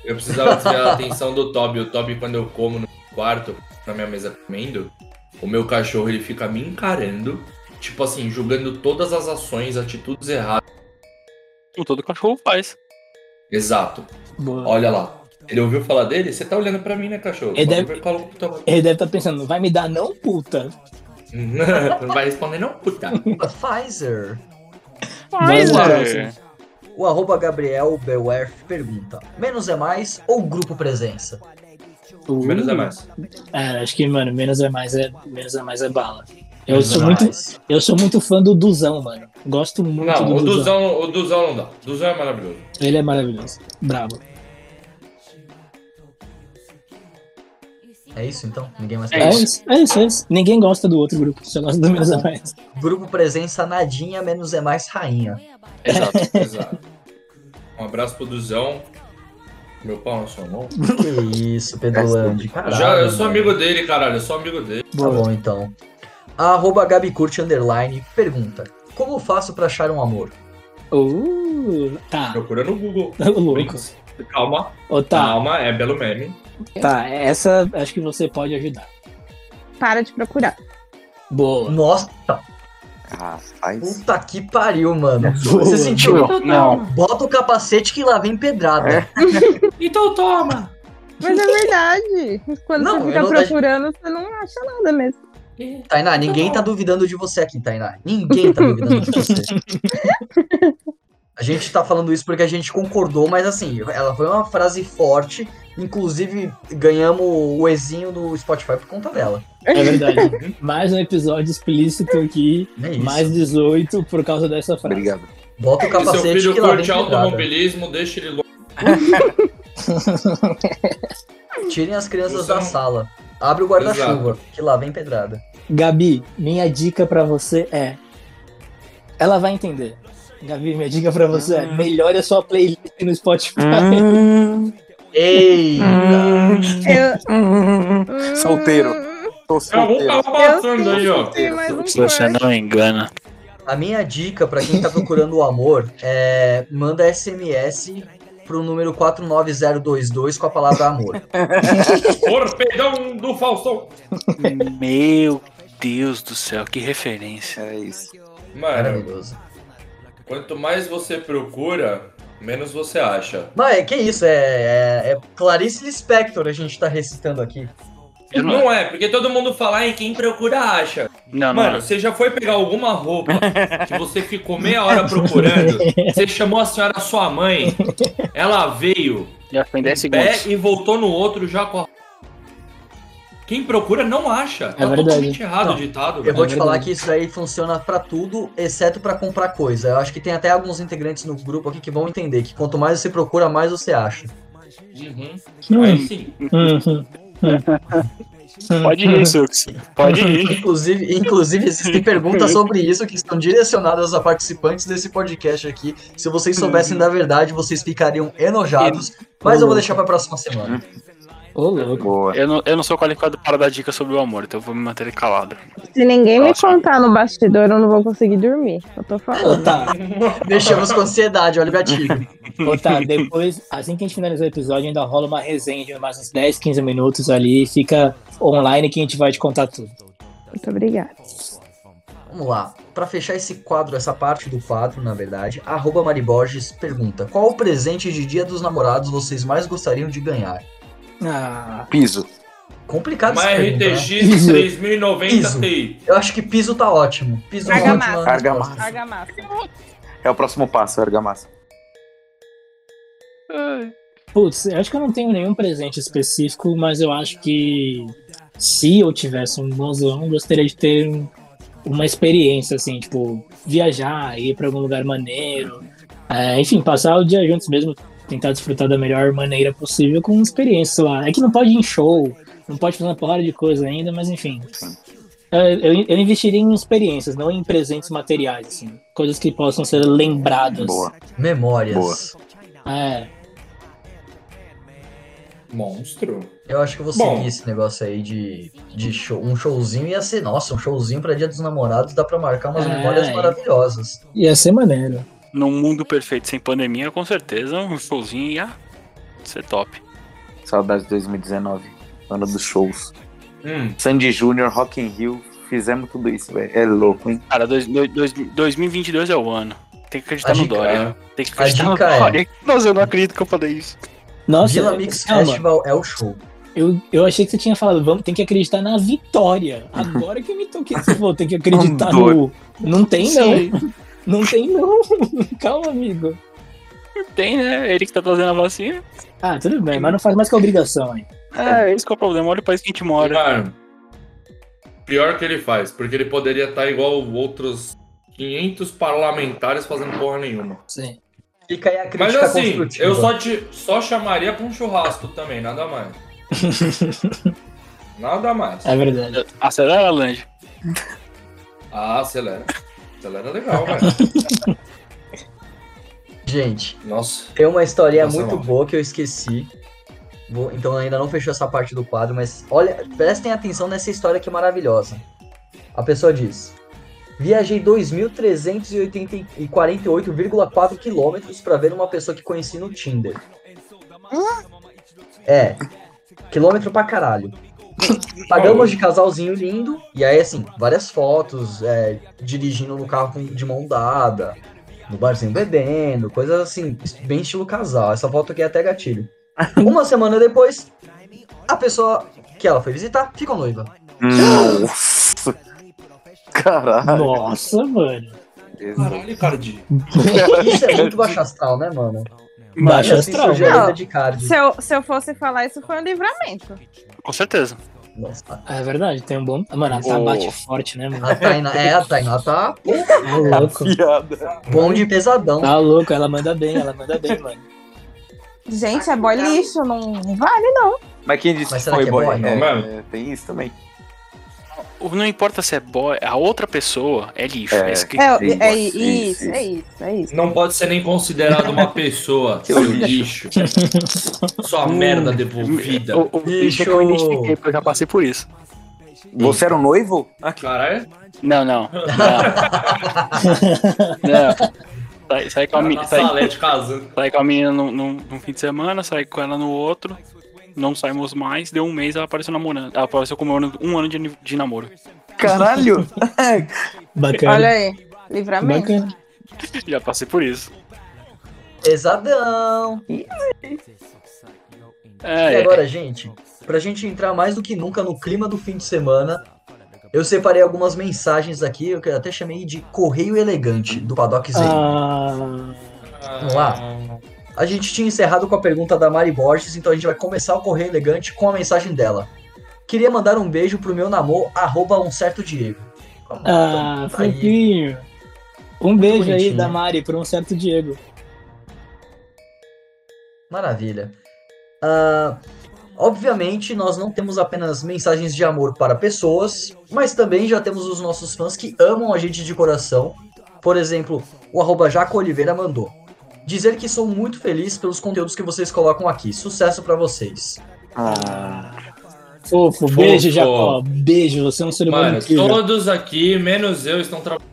[SPEAKER 3] Eu precisava desviar a atenção do Toby. O Toby, quando eu como no quarto, na minha mesa comendo, o meu cachorro ele fica me encarando, tipo assim, julgando todas as ações, atitudes erradas.
[SPEAKER 4] Como todo cachorro faz.
[SPEAKER 3] Exato.
[SPEAKER 1] Boa.
[SPEAKER 3] Olha lá. Ele ouviu falar dele? Você tá olhando pra mim, né, cachorro?
[SPEAKER 1] Ele
[SPEAKER 3] Só
[SPEAKER 1] deve-
[SPEAKER 3] ver qual- qual-
[SPEAKER 1] Ele deve estar pensando, não vai me dar não, puta?
[SPEAKER 3] Não vai responder não, puta.
[SPEAKER 6] Pfizer.
[SPEAKER 1] Pfizer.
[SPEAKER 6] O arroba Gabriel Bewerf pergunta: menos é mais ou grupo presença?
[SPEAKER 3] Menos é mais.
[SPEAKER 1] É, acho que, mano, menos é mais é, menos é, mais é bala. Eu
[SPEAKER 3] Menos
[SPEAKER 1] sou
[SPEAKER 3] é
[SPEAKER 1] muito.
[SPEAKER 3] mais.
[SPEAKER 1] Eu sou muito fã do Duzão, mano. Gosto muito
[SPEAKER 3] Não,
[SPEAKER 1] do
[SPEAKER 3] o
[SPEAKER 1] Duzão.
[SPEAKER 3] Duzão, o Duzão não dá. O Duzão é maravilhoso.
[SPEAKER 1] Ele é maravilhoso. Bravo.
[SPEAKER 6] É isso então? Ninguém mais
[SPEAKER 1] É isso, é isso, é isso. Ninguém gosta do outro grupo, só gosta do menos é mais.
[SPEAKER 6] Grupo presença nadinha, menos é mais rainha.
[SPEAKER 3] Exato, exato. Um abraço pro Duzão. Meu pau na sua mão.
[SPEAKER 6] Que isso,
[SPEAKER 1] É
[SPEAKER 6] Pedro Landi. Caralho,
[SPEAKER 3] Já, eu sou
[SPEAKER 6] mano.
[SPEAKER 3] amigo dele, caralho. Eu sou amigo dele.
[SPEAKER 6] Tá bom então. A arroba Gabi Curte Underline pergunta: Como faço pra achar um amor?
[SPEAKER 1] Uh, tá.
[SPEAKER 3] Procura no Google.
[SPEAKER 1] Louco.
[SPEAKER 3] Calma.
[SPEAKER 1] Ô, tá.
[SPEAKER 3] Calma, é belo meme.
[SPEAKER 1] Tá, essa acho que você pode ajudar.
[SPEAKER 9] Para de procurar.
[SPEAKER 1] Boa.
[SPEAKER 6] Nossa. Puta que pariu, mano.
[SPEAKER 1] Boa. É.
[SPEAKER 6] Você sentiu?
[SPEAKER 1] Não, não.
[SPEAKER 6] Bota o capacete que lá vem pedrada.
[SPEAKER 9] Então toma! Mas é verdade. Quando
[SPEAKER 6] Não,
[SPEAKER 9] você
[SPEAKER 6] eu
[SPEAKER 9] fica
[SPEAKER 6] não-
[SPEAKER 9] procurando, você não acha nada mesmo.
[SPEAKER 6] Tainá, ninguém tá duvidando de você aqui, Tainá. Ninguém tá duvidando de você. A gente tá falando isso porque a gente concordou, mas assim, ela foi uma frase forte. Inclusive, ganhamos o Ezinho do Spotify por conta dela.
[SPEAKER 1] É verdade. Mais um episódio explícito aqui. Mais 18 por causa dessa frase.
[SPEAKER 2] Obrigado.
[SPEAKER 6] é Bota
[SPEAKER 3] Se seu filho curte
[SPEAKER 6] tá, né?
[SPEAKER 3] automobilismo, deixa ele longe.
[SPEAKER 6] Tirem as crianças
[SPEAKER 3] Você
[SPEAKER 6] da
[SPEAKER 3] não-
[SPEAKER 6] sala. Abre o guarda-chuva, que lá vem pedrada.
[SPEAKER 1] Gabi, minha dica pra você é. Ela vai entender. Gabi, minha dica pra você é: melhore a sua playlist no Spotify.
[SPEAKER 9] Hum.
[SPEAKER 6] Ei!
[SPEAKER 9] Eu... Hum,
[SPEAKER 15] Solteiro.
[SPEAKER 6] Tô
[SPEAKER 15] solteiro.
[SPEAKER 9] Então, passando aí, ó.
[SPEAKER 4] Se você não engana.
[SPEAKER 6] A minha dica pra quem tá procurando o amor é manda SMS pro número 49022 com a palavra amor.
[SPEAKER 3] Torpedão do Faustão.
[SPEAKER 4] Meu Deus do céu, que referência.
[SPEAKER 2] É isso.
[SPEAKER 3] Mano, quanto mais você procura, menos você acha.
[SPEAKER 6] Mas que isso, é, é, é Clarice Lispector a gente tá recitando aqui.
[SPEAKER 3] Não, é, porque todo mundo fala em quem procura acha.
[SPEAKER 4] Não, não
[SPEAKER 3] Mano,
[SPEAKER 4] é.
[SPEAKER 3] você já foi pegar alguma roupa que você ficou meia hora procurando, você chamou a senhora sua mãe, ela veio,
[SPEAKER 4] Já foi em 10
[SPEAKER 3] pé
[SPEAKER 4] segundos.
[SPEAKER 3] e voltou no outro já com a... Quem procura não acha. tá totalmente errado
[SPEAKER 6] É Não,
[SPEAKER 3] o ditado.
[SPEAKER 6] Eu vou te falar que isso daí funciona pra tudo, exceto pra comprar coisa. Eu acho que tem até alguns integrantes no grupo aqui que vão entender que quanto mais você procura, mais você acha.
[SPEAKER 3] Uhum. Aí sim.
[SPEAKER 4] Hum. Pode ir, Sux. Pode ir.
[SPEAKER 6] Inclusive, inclusive, existem perguntas sobre isso que estão direcionadas a participantes desse podcast aqui. Se vocês soubessem da verdade, vocês ficariam enojados. Mas eu vou deixar pra próxima semana.
[SPEAKER 1] Ô, louco.
[SPEAKER 2] Boa.
[SPEAKER 4] Eu não, eu não sou qualificado para dar dica sobre o amor, então eu vou me manter calado.
[SPEAKER 9] Se ninguém me contar no bastidor, eu não vou conseguir dormir. Eu tô falando.
[SPEAKER 6] Deixamos com ansiedade, olha o gatilho.
[SPEAKER 1] Tá, Ô, tá, depois, assim que a gente finalizar o episódio, ainda rola uma resenha de mais uns 10, 15 minutos ali. Fica online que a gente vai te contar tudo.
[SPEAKER 6] É.
[SPEAKER 9] Muito obrigada.
[SPEAKER 6] Vamos lá. Pra fechar esse quadro, essa parte do quadro, na verdade, arroba Mariborges pergunta: Qual o presente de Dia dos Namorados vocês mais gostariam de ganhar?
[SPEAKER 1] Ah.
[SPEAKER 2] Piso.
[SPEAKER 4] Tá
[SPEAKER 6] Complicado
[SPEAKER 3] Uma
[SPEAKER 6] essa pergunta, né?
[SPEAKER 3] RTX 3090 Ti.
[SPEAKER 6] Eu acho que piso tá ótimo. Piso é uma ótima.
[SPEAKER 2] Argamassa.
[SPEAKER 9] Argamassa.
[SPEAKER 2] É o próximo passo, argamassa.
[SPEAKER 1] Putz, eu acho que eu não tenho nenhum presente específico, mas eu acho que se eu tivesse um mozão, eu gostaria de ter um- uma experiência, assim, tipo, viajar, ir pra algum lugar maneiro. É, enfim, passar o dia juntos mesmo, tentar desfrutar da melhor maneira possível com experiência, sei lá. É que não pode ir em show, não pode fazer uma porrada de coisa ainda, mas enfim. É, Eu, eu investiria em experiências, não em presentes materiais, assim. Coisas que possam ser lembradas.
[SPEAKER 2] Boa.
[SPEAKER 6] Memórias.
[SPEAKER 2] Boa.
[SPEAKER 1] É.
[SPEAKER 3] Monstro.
[SPEAKER 6] Eu acho que eu vou
[SPEAKER 3] Bom.
[SPEAKER 6] seguir esse negócio aí de, de show. Um showzinho ia ser, nossa, um showzinho pra Dia dos Namorados dá pra marcar umas
[SPEAKER 1] É.
[SPEAKER 6] memórias maravilhosas.
[SPEAKER 1] Ia ser maneiro.
[SPEAKER 4] Num mundo perfeito sem pandemia, com certeza, um showzinho ia ser top.
[SPEAKER 2] Saudades de 2019. Ano dos shows.
[SPEAKER 3] Hum.
[SPEAKER 2] Sandy Júnior, Rock in Rio. Fizemos tudo isso, velho. É louco, hein?
[SPEAKER 4] Cara, dois, dois- dois- 2022 é o ano. Tem que acreditar
[SPEAKER 2] A
[SPEAKER 4] no
[SPEAKER 2] dica
[SPEAKER 4] Dória.
[SPEAKER 2] é-
[SPEAKER 4] Tem que
[SPEAKER 2] a
[SPEAKER 4] acreditar no
[SPEAKER 2] dica é-
[SPEAKER 4] Dória. Nossa, eu não acredito que eu falei isso.
[SPEAKER 1] Nossa,
[SPEAKER 6] Vila Mix
[SPEAKER 1] calma.
[SPEAKER 6] Festival é o show.
[SPEAKER 1] Eu, eu achei que você tinha falado, vamos, tem que acreditar na vitória. Agora que eu me toquei, você falou, tem que acreditar no. Não tem, não.
[SPEAKER 4] Sim.
[SPEAKER 1] Não tem, não. Calma, amigo.
[SPEAKER 4] Tem, né? Ele que tá trazendo a vacina.
[SPEAKER 1] Ah, tudo bem, mas não faz mais que obrigação aí.
[SPEAKER 4] É, esse que é o problema. Olha o país que a gente mora.
[SPEAKER 3] Cara, pior que ele faz, porque ele poderia estar igual outros 500 parlamentares fazendo porra nenhuma.
[SPEAKER 1] Sim.
[SPEAKER 6] Fica aí a
[SPEAKER 3] Mas
[SPEAKER 6] crítica
[SPEAKER 3] assim,
[SPEAKER 6] construtiva.
[SPEAKER 3] eu só, te, só chamaria pra um churrasco também, nada mais. nada mais.
[SPEAKER 1] É verdade.
[SPEAKER 4] Acelera, Lange.
[SPEAKER 3] Ah, acelera. Acelera legal, velho.
[SPEAKER 6] Gente,
[SPEAKER 3] Nossa.
[SPEAKER 6] tem uma historinha
[SPEAKER 3] Nossa,
[SPEAKER 6] muito
[SPEAKER 3] não.
[SPEAKER 6] boa que eu esqueci. Vou- então ainda não fechou essa parte do quadro, mas olha, prestem atenção nessa história que é maravilhosa. A pessoa diz: Viajei 2.348,4 quilômetros para ver uma pessoa que conheci no Tinder. É, quilômetro pra caralho. Pagamos de casalzinho lindo, e aí assim, várias fotos, é, dirigindo no carro com- de mão dada, no barzinho bebendo, coisas assim, bem estilo casal. Essa foto aqui é até gatilho. Uma semana depois, a pessoa que ela foi visitar ficou noiva.
[SPEAKER 3] Hum.
[SPEAKER 2] Nossa.
[SPEAKER 1] Ah.
[SPEAKER 2] Caralho.
[SPEAKER 1] Nossa, mano.
[SPEAKER 3] Caralho, Cardi.
[SPEAKER 6] Isso é muito baixo astral, né, mano?
[SPEAKER 1] Baixo
[SPEAKER 6] assim,
[SPEAKER 1] astral.
[SPEAKER 6] surgiu a
[SPEAKER 9] Não.
[SPEAKER 6] lenda de card.
[SPEAKER 9] Se eu, se eu fosse falar, isso foi um livramento.
[SPEAKER 4] Com certeza.
[SPEAKER 6] Nossa.
[SPEAKER 1] É verdade, tem um bom. Mano, a Tá
[SPEAKER 4] Oh.
[SPEAKER 1] bate forte, né, mano?
[SPEAKER 6] A Tainá, é, a Tainá tá
[SPEAKER 1] Tá louco.
[SPEAKER 6] bom de pesadão.
[SPEAKER 1] Tá louco, ela manda bem, ela manda bem, mano.
[SPEAKER 9] Gente, é boy lixo, não vale não.
[SPEAKER 2] Mas quem disse
[SPEAKER 6] Mas
[SPEAKER 2] que
[SPEAKER 6] será
[SPEAKER 2] foi
[SPEAKER 6] que é
[SPEAKER 2] boy?
[SPEAKER 6] boy?
[SPEAKER 2] É,
[SPEAKER 3] Mano.
[SPEAKER 2] tem isso também.
[SPEAKER 4] O- Não importa se é boy, a outra pessoa é lixo.
[SPEAKER 2] É.
[SPEAKER 4] É, isso que-
[SPEAKER 9] É, é isso, é isso, é isso.
[SPEAKER 3] Não pode ser nem considerado uma pessoa, seu lixo. Sua merda devolvida.
[SPEAKER 4] O, o lixo é que eu me identifiquei, porque eu já passei por isso.
[SPEAKER 2] Você era um noivo?
[SPEAKER 3] Caralho.
[SPEAKER 4] Não, não. Não. não. Sai, sai com a tá
[SPEAKER 3] Cara,
[SPEAKER 4] menina.
[SPEAKER 3] na
[SPEAKER 4] Sai,
[SPEAKER 3] salete casando.
[SPEAKER 4] sai com a menina num, num, num fim de semana, sai com ela no outro. Não saímos mais, deu um mês ela apareceu namorando. Ela apareceu com um ano, um ano de, ni- de namoro.
[SPEAKER 2] Caralho.
[SPEAKER 1] Bacana.
[SPEAKER 9] Olha aí, tá livramento.
[SPEAKER 1] Bacana.
[SPEAKER 4] Já passei por isso.
[SPEAKER 6] Pesadão.
[SPEAKER 4] É,
[SPEAKER 6] E
[SPEAKER 4] é.
[SPEAKER 6] agora, gente, pra gente entrar mais do que nunca no clima do fim de semana, eu separei algumas mensagens aqui, eu até chamei de correio elegante do Paddock Z.
[SPEAKER 1] Ah,
[SPEAKER 6] Vamos lá? A gente tinha encerrado com a pergunta da Mari Borges, então a gente vai começar o correio elegante com a mensagem dela. Queria mandar um beijo pro meu namor, arroba um certo Diego.
[SPEAKER 1] ah
[SPEAKER 6] Tá aí.
[SPEAKER 1] fofinho. Um beijo aí
[SPEAKER 6] Bonitinho.
[SPEAKER 1] da Mari pra um certo Diego.
[SPEAKER 6] Maravilha. Ah, obviamente, nós não temos apenas mensagens de amor para pessoas, mas também já temos os nossos fãs que amam a gente de coração. Por exemplo, o arroba Jaco Oliveira mandou. Dizer que sou muito feliz pelos conteúdos que vocês colocam aqui. Sucesso pra vocês.
[SPEAKER 1] Fofo,
[SPEAKER 3] Fofo.
[SPEAKER 1] beijo, Jacó. Beijo, você é um ser humano
[SPEAKER 3] Mano,
[SPEAKER 1] incrível.
[SPEAKER 3] todos aqui, menos eu, estão trabalhando.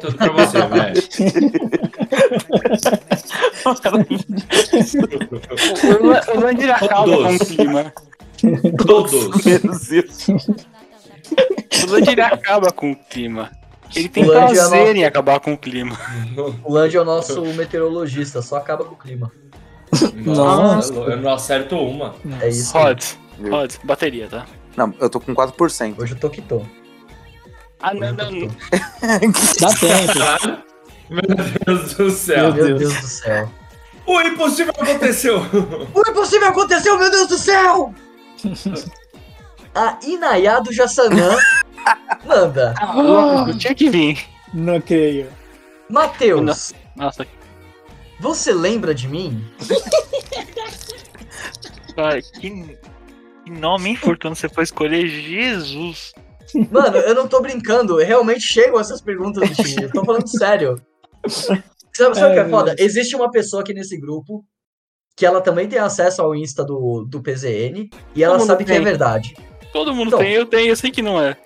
[SPEAKER 3] Tudo pra você, velho.
[SPEAKER 4] O Lan- O Landir acalma com o
[SPEAKER 3] Todos.
[SPEAKER 4] clima.
[SPEAKER 3] Todos.
[SPEAKER 4] O Landir acaba com o clima. Ele tem
[SPEAKER 6] O Landir é
[SPEAKER 4] prazer
[SPEAKER 6] nosso.
[SPEAKER 4] em acabar com o clima.
[SPEAKER 6] O Lange é o nosso meteorologista, só acaba com o clima.
[SPEAKER 1] Nossa.
[SPEAKER 3] Nossa, eu não acerto uma.
[SPEAKER 6] É isso.
[SPEAKER 4] Rod, Rod, bateria, tá?
[SPEAKER 2] Não, eu tô com 4%.
[SPEAKER 6] Hoje eu tô que tô.
[SPEAKER 4] Ah, não, não, não.
[SPEAKER 1] Dá tempo.
[SPEAKER 3] Caralho. Meu Deus do céu.
[SPEAKER 1] Meu Deus.
[SPEAKER 6] Meu Deus do céu.
[SPEAKER 3] O impossível aconteceu.
[SPEAKER 6] O impossível aconteceu, meu Deus do céu! A Inayá do Jassanã manda.
[SPEAKER 4] Ah, eu tinha que vir.
[SPEAKER 1] Não creio.
[SPEAKER 4] É
[SPEAKER 6] Matheus,
[SPEAKER 4] Nossa,
[SPEAKER 6] você lembra de mim?
[SPEAKER 15] Cara, que, que nome infortuno você foi escolher, Jesus.
[SPEAKER 6] Mano, eu não tô brincando. eu Realmente chegam essas perguntas do time. Eu tô falando sério. Sabe, sabe o que é foda? Existe uma pessoa aqui nesse grupo que ela também tem acesso ao Insta do, do PZN e ela
[SPEAKER 4] Todo mundo
[SPEAKER 6] sabe que é
[SPEAKER 4] tem.
[SPEAKER 6] verdade.
[SPEAKER 4] todo mundo
[SPEAKER 6] Então.
[SPEAKER 4] tem, eu tenho, eu sei que não é.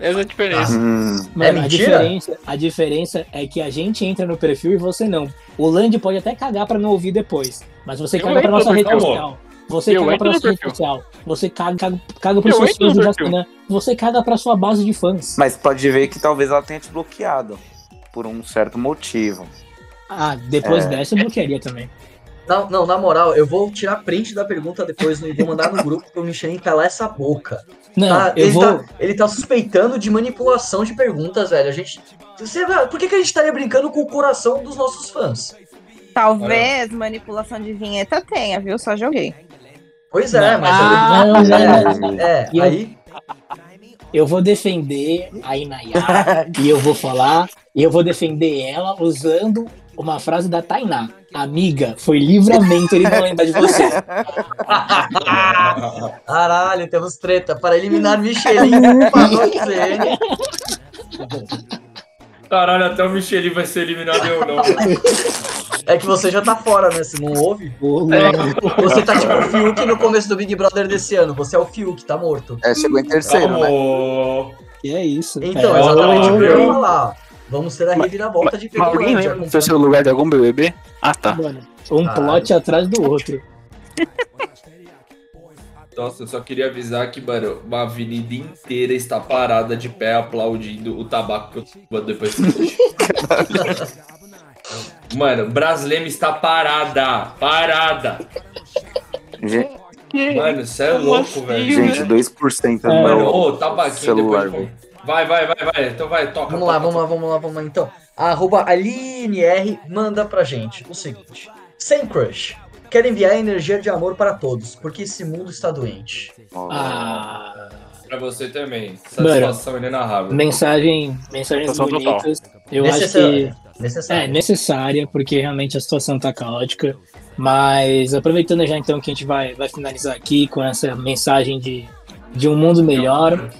[SPEAKER 4] Essa é a diferença.
[SPEAKER 2] Hum,
[SPEAKER 1] Mano, a,
[SPEAKER 6] mentira?
[SPEAKER 1] diferença, a diferença é que a gente entra no perfil e você não. O Land pode até cagar pra não ouvir depois, mas você
[SPEAKER 4] Eu
[SPEAKER 1] caga pra
[SPEAKER 4] entro
[SPEAKER 1] nossa
[SPEAKER 4] no
[SPEAKER 1] rede
[SPEAKER 4] perfil.
[SPEAKER 1] social. Você
[SPEAKER 4] Eu
[SPEAKER 1] caga
[SPEAKER 4] entro
[SPEAKER 1] pra
[SPEAKER 4] no
[SPEAKER 1] nossa rede
[SPEAKER 4] perfil.
[SPEAKER 1] social. Você caga, caga, caga pros
[SPEAKER 4] Eu
[SPEAKER 1] seus
[SPEAKER 4] entro no
[SPEAKER 1] fãs do
[SPEAKER 4] perfil.
[SPEAKER 1] Jacanã. Você caga pra sua base de fãs.
[SPEAKER 2] Mas pode ver que talvez ela tenha te bloqueado. Por um certo motivo.
[SPEAKER 1] Ah, depois
[SPEAKER 2] É.
[SPEAKER 1] dessa eu bloquearia também.
[SPEAKER 6] Não, não, na moral, eu vou tirar print da pergunta depois e vou mandar no grupo pro Michelin calar essa boca.
[SPEAKER 1] Não,
[SPEAKER 4] Ah,
[SPEAKER 6] Tá?
[SPEAKER 1] eu
[SPEAKER 6] ele,
[SPEAKER 1] vou.
[SPEAKER 6] tá, ele tá suspeitando de manipulação de perguntas, velho. A gente. Você, vai- por que, que a gente estaria brincando com o coração dos nossos fãs?
[SPEAKER 9] Talvez manipulação de vinheta tenha, viu? Só joguei.
[SPEAKER 6] Pois é, mas.
[SPEAKER 1] Ah,
[SPEAKER 6] eu-
[SPEAKER 1] não, não, não.
[SPEAKER 6] É,
[SPEAKER 1] E eu-
[SPEAKER 6] aí.
[SPEAKER 1] Eu vou defender a Inayá e eu vou falar, e eu vou defender ela usando uma frase da Tainá. Amiga, foi livramento ele não lembrar de você.
[SPEAKER 6] É. Caralho, temos treta para eliminar um, Michelin do Padock ZN.
[SPEAKER 3] Caralho, até o Michelin vai ser eliminado eu não.
[SPEAKER 6] É que você já tá fora, né? Você não ouve?
[SPEAKER 1] É.
[SPEAKER 6] Você tá tipo o Fiuk no começo do Big Brother desse ano. Você é o Fiuk, tá morto.
[SPEAKER 16] É, chegou em terceiro,
[SPEAKER 3] Tá
[SPEAKER 16] né?
[SPEAKER 1] E é isso.
[SPEAKER 6] Então,
[SPEAKER 4] É,
[SPEAKER 6] exatamente o que eu ia
[SPEAKER 4] eu-
[SPEAKER 6] falar. Vamos ter a reviravolta de
[SPEAKER 4] Mas Ah. alguém
[SPEAKER 6] Pecolândia.
[SPEAKER 4] lembra do terceiro lugar de algum BBB? Ah, tá.
[SPEAKER 1] Um
[SPEAKER 4] Ah.
[SPEAKER 1] plot atrás do outro.
[SPEAKER 3] Nossa, eu só queria avisar que, mano, uma avenida inteira está parada de pé aplaudindo o tabaco que eu tô depois que Mano, Brasleme está parada! Parada!
[SPEAKER 16] Gente,
[SPEAKER 3] Mano, você é louco, velho.
[SPEAKER 16] gente 2% do
[SPEAKER 3] Mano, Uhum. É, ô,
[SPEAKER 16] meu
[SPEAKER 3] tabaquinho
[SPEAKER 16] celular,
[SPEAKER 3] depois.
[SPEAKER 16] velho.
[SPEAKER 3] Vai, vai, vai, vai. Então vai, toca.
[SPEAKER 6] Vamos lá, vamos lá, vamos lá, vamos lá. Então, a arroba Aline R manda pra gente o seguinte: Sem crush. Quero enviar energia de amor para todos, porque esse mundo está doente.
[SPEAKER 1] Ah.
[SPEAKER 3] Pra você também.
[SPEAKER 1] Mano,
[SPEAKER 3] Satisfação inenarrável.
[SPEAKER 1] Mensagem, mensagens
[SPEAKER 3] Satisfação total.
[SPEAKER 1] bonitas. Eu
[SPEAKER 6] é
[SPEAKER 1] acho
[SPEAKER 3] Necessária.
[SPEAKER 1] que
[SPEAKER 6] necessária.
[SPEAKER 1] é necessária porque realmente a situação tá caótica. Mas aproveitando já então que a gente vai, vai finalizar aqui com essa mensagem de, de um mundo melhor.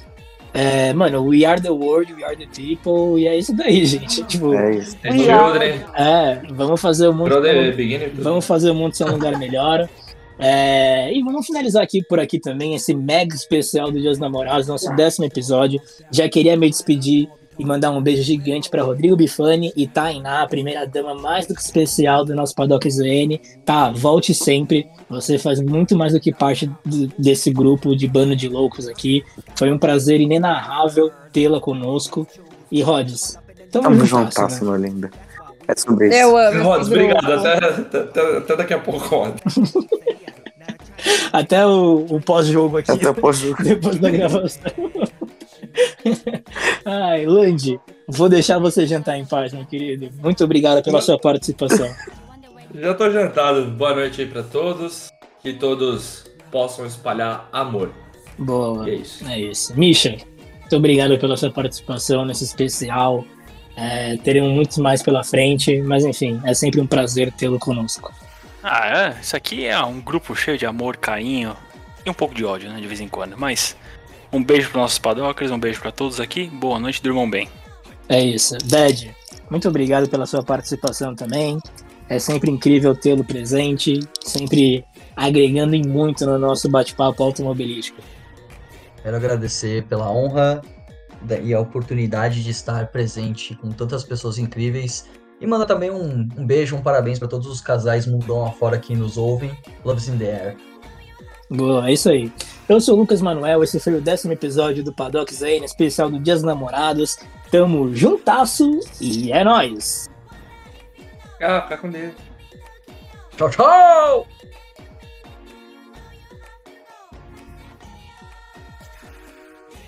[SPEAKER 1] É, mano, we are the world, we are the people, e é isso daí, gente. Tipo,
[SPEAKER 16] É isso.
[SPEAKER 3] The children.
[SPEAKER 1] É, vamos fazer o mundo.
[SPEAKER 3] Brother, beginner.
[SPEAKER 1] Vamos fazer o mundo ser um lugar melhor. É, e vamos finalizar aqui por aqui também esse mega especial do Dias Namorados, nosso décimo episódio. Já queria me despedir e mandar um beijo gigante para Rodrigo Bifani e Tainá, a primeira dama mais do que especial do nosso Paddock ZN. Tá, volte sempre. Você faz muito mais do que parte do- desse grupo de bando de loucos aqui. Foi um prazer inenarrável tê-la conosco. E Rods,
[SPEAKER 16] Tamo
[SPEAKER 1] né?
[SPEAKER 16] juntasso, meu lindo. É sobre isso.
[SPEAKER 3] Rodas, obrigado. Até, até, até daqui a pouco, Rodas.
[SPEAKER 1] Até o, o pós-jogo aqui.
[SPEAKER 16] Até o pós-jogo.
[SPEAKER 1] Depois da gravação. Ai, Landy, vou deixar você jantar em paz, meu querido. Muito obrigado pela sua participação.
[SPEAKER 3] Já tô jantado. Boa noite aí pra todos. Que todos possam espalhar amor.
[SPEAKER 1] Boa.
[SPEAKER 3] É isso.
[SPEAKER 1] É isso. Misha, muito obrigado pela sua participação nesse especial. É, teremos muitos mais pela frente, mas enfim, é sempre um prazer tê-lo conosco.
[SPEAKER 4] Ah, é. Isso aqui é um grupo cheio de amor, carinho e um pouco de ódio, né? De vez em quando. Mas um beijo para nossos padocas, um beijo para todos aqui. Boa noite, durmam bem.
[SPEAKER 1] É isso. Dad, muito obrigado pela sua participação também. É sempre incrível tê-lo presente, sempre agregando em muito no nosso bate-papo automobilístico.
[SPEAKER 6] Quero agradecer pela honra da- e a oportunidade de estar presente com tantas pessoas incríveis. E mandar também um, um beijo, um parabéns para todos os casais mundão afora que nos ouvem. Loves in the air.
[SPEAKER 1] Boa, é isso aí. Eu sou o Lucas Manuel, esse foi o décimo episódio do Paddock Zane, especial do Dias dos Namorados. Tamo juntasso e é nóis!
[SPEAKER 3] Ah, fica com Deus.
[SPEAKER 6] Tchau, tchau!